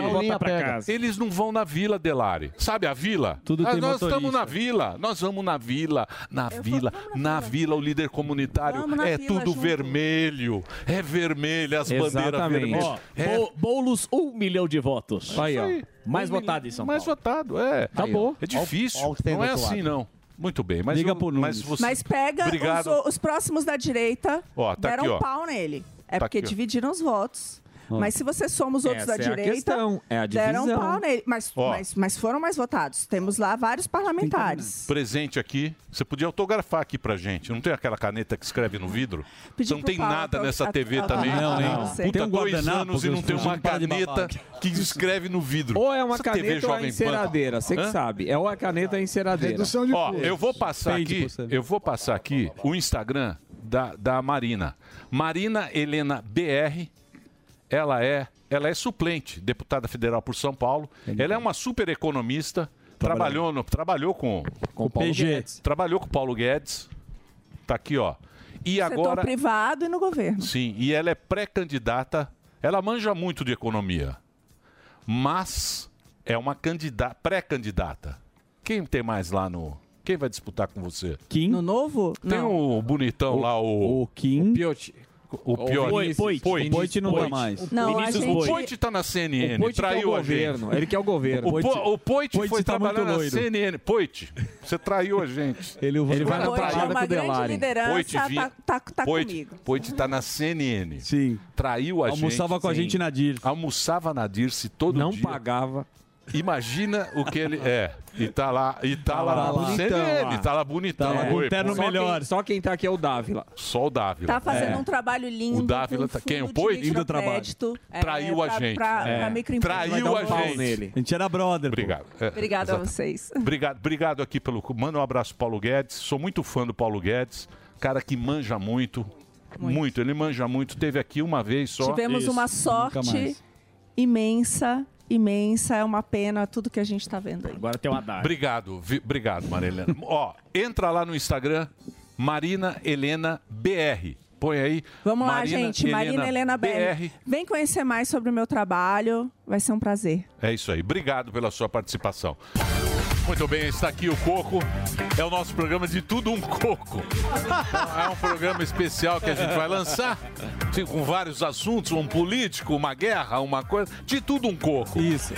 sabe.
não volta pra casa.
Eles não vão na Vila Delari. Sabe a vila?
Tudo
Ah,
tem
Nós
motorista.
estamos na vila. Nós vamos na vila. Na vila. Na vila, o líder comunitário.
Vamos na
É
vila
tudo
junto.
vermelho. É vermelho. As bandeiras
Exatamente.
vermelhas.
Ó,
É
Bo- Boulos, um milhão de votos.
Aí, ó. Isso aí.
Mais
Um
votado em São Paulo.
Mais votado, é.
Acabou.
É difícil.
Ó o que tem
não é
do outro
assim,
lado.
não. Muito bem, mas,
Liga
eu-
pro
mas
Nunes.
você.
Mas pega os,
Obrigado.
os próximos da direita,
Ó, tá
deram
aqui, ó.
um pau nele. É
Tá
porque
aqui, ó.
dividiram os votos.
Ó.
Mas se você soma os outros
Essa
da
é a
direita,
questão, é a
deram um
divisão.
pau nele. Mas,
Ó.
mas, mas foram mais votados. Temos lá vários parlamentares.
Presente aqui. Você podia autografar aqui pra gente. Não tem aquela caneta que escreve no vidro?
Pedi
Você não
pro
tem
Paulo
nada
auto-
nessa
a-
TV
a-
também.
Não, não. Não sei.
Puta,
Tem um
dois
guardanapo
anos e
que
não
os
tem uma
filhos param de
caneta
babar.
que escreve no vidro.
Ou é uma
Essa TV
caneta ou é
Jovem Pan.
enceradeira. Você que
Hã?
sabe. É ou a caneta ou a enceradeira.
Ó, eu vou passar aqui, eu vou passar aqui o Instagram da, da Marina. Marina Helena BR, ela é, ela é suplente, deputada federal por São Paulo. Ela é uma super economista, trabalhou, no, trabalhou com, com o
PG.
Trabalhou com o Paulo Guedes. Tá aqui, ó. E
Setor
agora
privado e no governo.
Sim, e ela é pré-candidata. Ela manja muito de economia. Mas é uma candida- pré-candidata. Quem tem mais lá no. Quem vai disputar com você?
Kim?
No novo?
Tem o bonitão lá, o.
O Kim.
Piotr. O pior.
Poit.
Poit.
Poit. Poit não dá mais. Não, a
Vinícius
gente-
Poit. Poit tá na CNN.
O Poit que é o
traiu a
governo,
gente.
ele que é o governo.
O, Po-
Poit-
o Poit,
Poit
foi
tá
trabalhar
muito
na
loiro.
CNN. Poit, você traiu a gente.
Ele,
vai na Poit é parada uma com o grande Delari. liderança, tá- tá- tá
Poit,
comigo.
Poit tá na CNN. Sim. Traiu a gente.
Almoçava com a gente na
DIR. Almoçava na Dirce todo
Não
dia.
pagava.
Imagina o que ele é. E tá lá, e tá, lá,
lá,
na
lá.
CNN,
Bonitão,
tá
lá.
lá bonitão.
Tá lá com
Oi,
terno
pô.
melhor. Só quem tá aqui é o Dávila.
Só o Dávila.
Tá fazendo um trabalho lindo.
É. O Dávila
com
tá-
fundo
quem? O
de
Poit? Lindo trabalho.
microcrédito, é,
Traiu a
pra-
gente.
pra- pra
É.
microempresa.
Traiu a
Vai dar um pau
gente.
nele.
A gente era brother.
Obrigado. É,
Obrigado a
exato.
vocês.
Obrigado, obrigado aqui pelo. Manda um abraço pro Paulo Guedes. Sou muito fã do Paulo Guedes, cara que manja muito. Muito, ele manja muito. Teve aqui uma vez só.
Tivemos uma sorte imensa, imensa. É uma pena tudo que a gente está vendo aí.
Agora tem um uma data. Obrigado, vi- obrigado, Marilena. Ó, entra lá no Instagram, Marina Helena BR. Põe aí.
Vamos lá, gente. Marina Helena BR. Vem conhecer mais sobre o meu trabalho. Vai ser um prazer.
É isso aí. Obrigado pela sua participação. Muito bem, está aqui o Coco. É o nosso programa de tudo um coco. É um programa especial que a gente vai lançar sim, com vários assuntos, um político, uma guerra, uma coisa, de tudo um coco. Isso.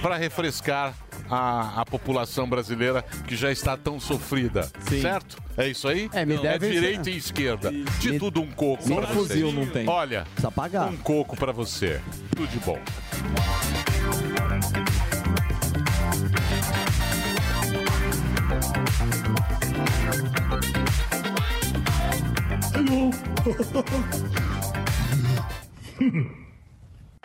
Para refrescar a, a população brasileira que já está tão sofrida, certo? É isso aí?
É, me deve-
direita e esquerda. De tudo um coco.
nem
pra
fuzil
vocês.
não tem.
Olha,
Precisa pagar.
um coco para você. Tudo de bom.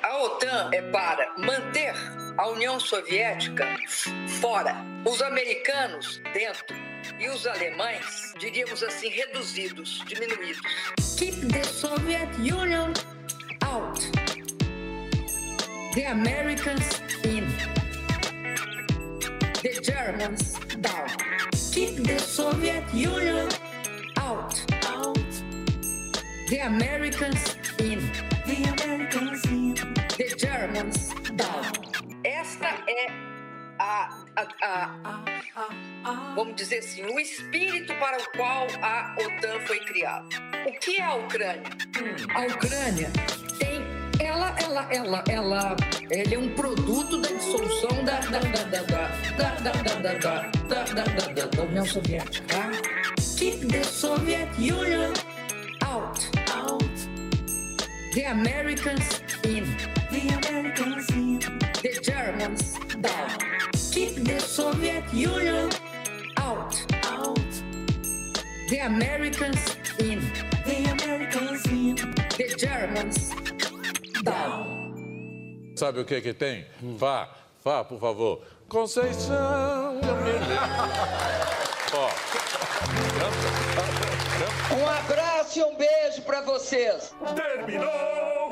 A OTAN é para manter a União Soviética f- fora, os americanos dentro e os alemães, diríamos assim, reduzidos, diminuídos. Keep the Soviet Union out, the Americans in, the Germans down. Keep the Soviet Union out, out, the Americans in. The Americans in. The Germans down. Esta é a, a- a- vamos dizer assim, o espírito para o qual a OTAN foi criada. O que é a Ucrânia? A Ucrânia tem, ela, ela, ela, ela, ela é um produto da dissolução da, da, da, da, da, da, da, da, da, da, da, da, da, da União Soviética. tá? Keep the Soviet Union out, out. The Americans in. The Americans in. The Germans down. Keep the Soviet Union out. Out. The Americans in. The Americans in. The Germans down.
Sabe o que que tem? Vá, vá, por favor. Conceição, eu me lembro. Ó.
Um abraço e um beijo pra vocês. Terminou!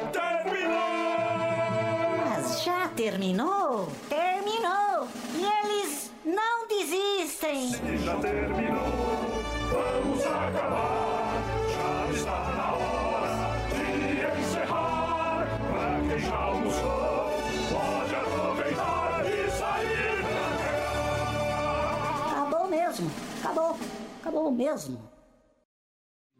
Mas já terminou? Terminou! E eles não desistem! Se já terminou, vamos acabar! Já está na hora de encerrar! Pra quem já almoçou, pode aproveitar e sair Acabou mesmo! Acabou! Acabou mesmo!
A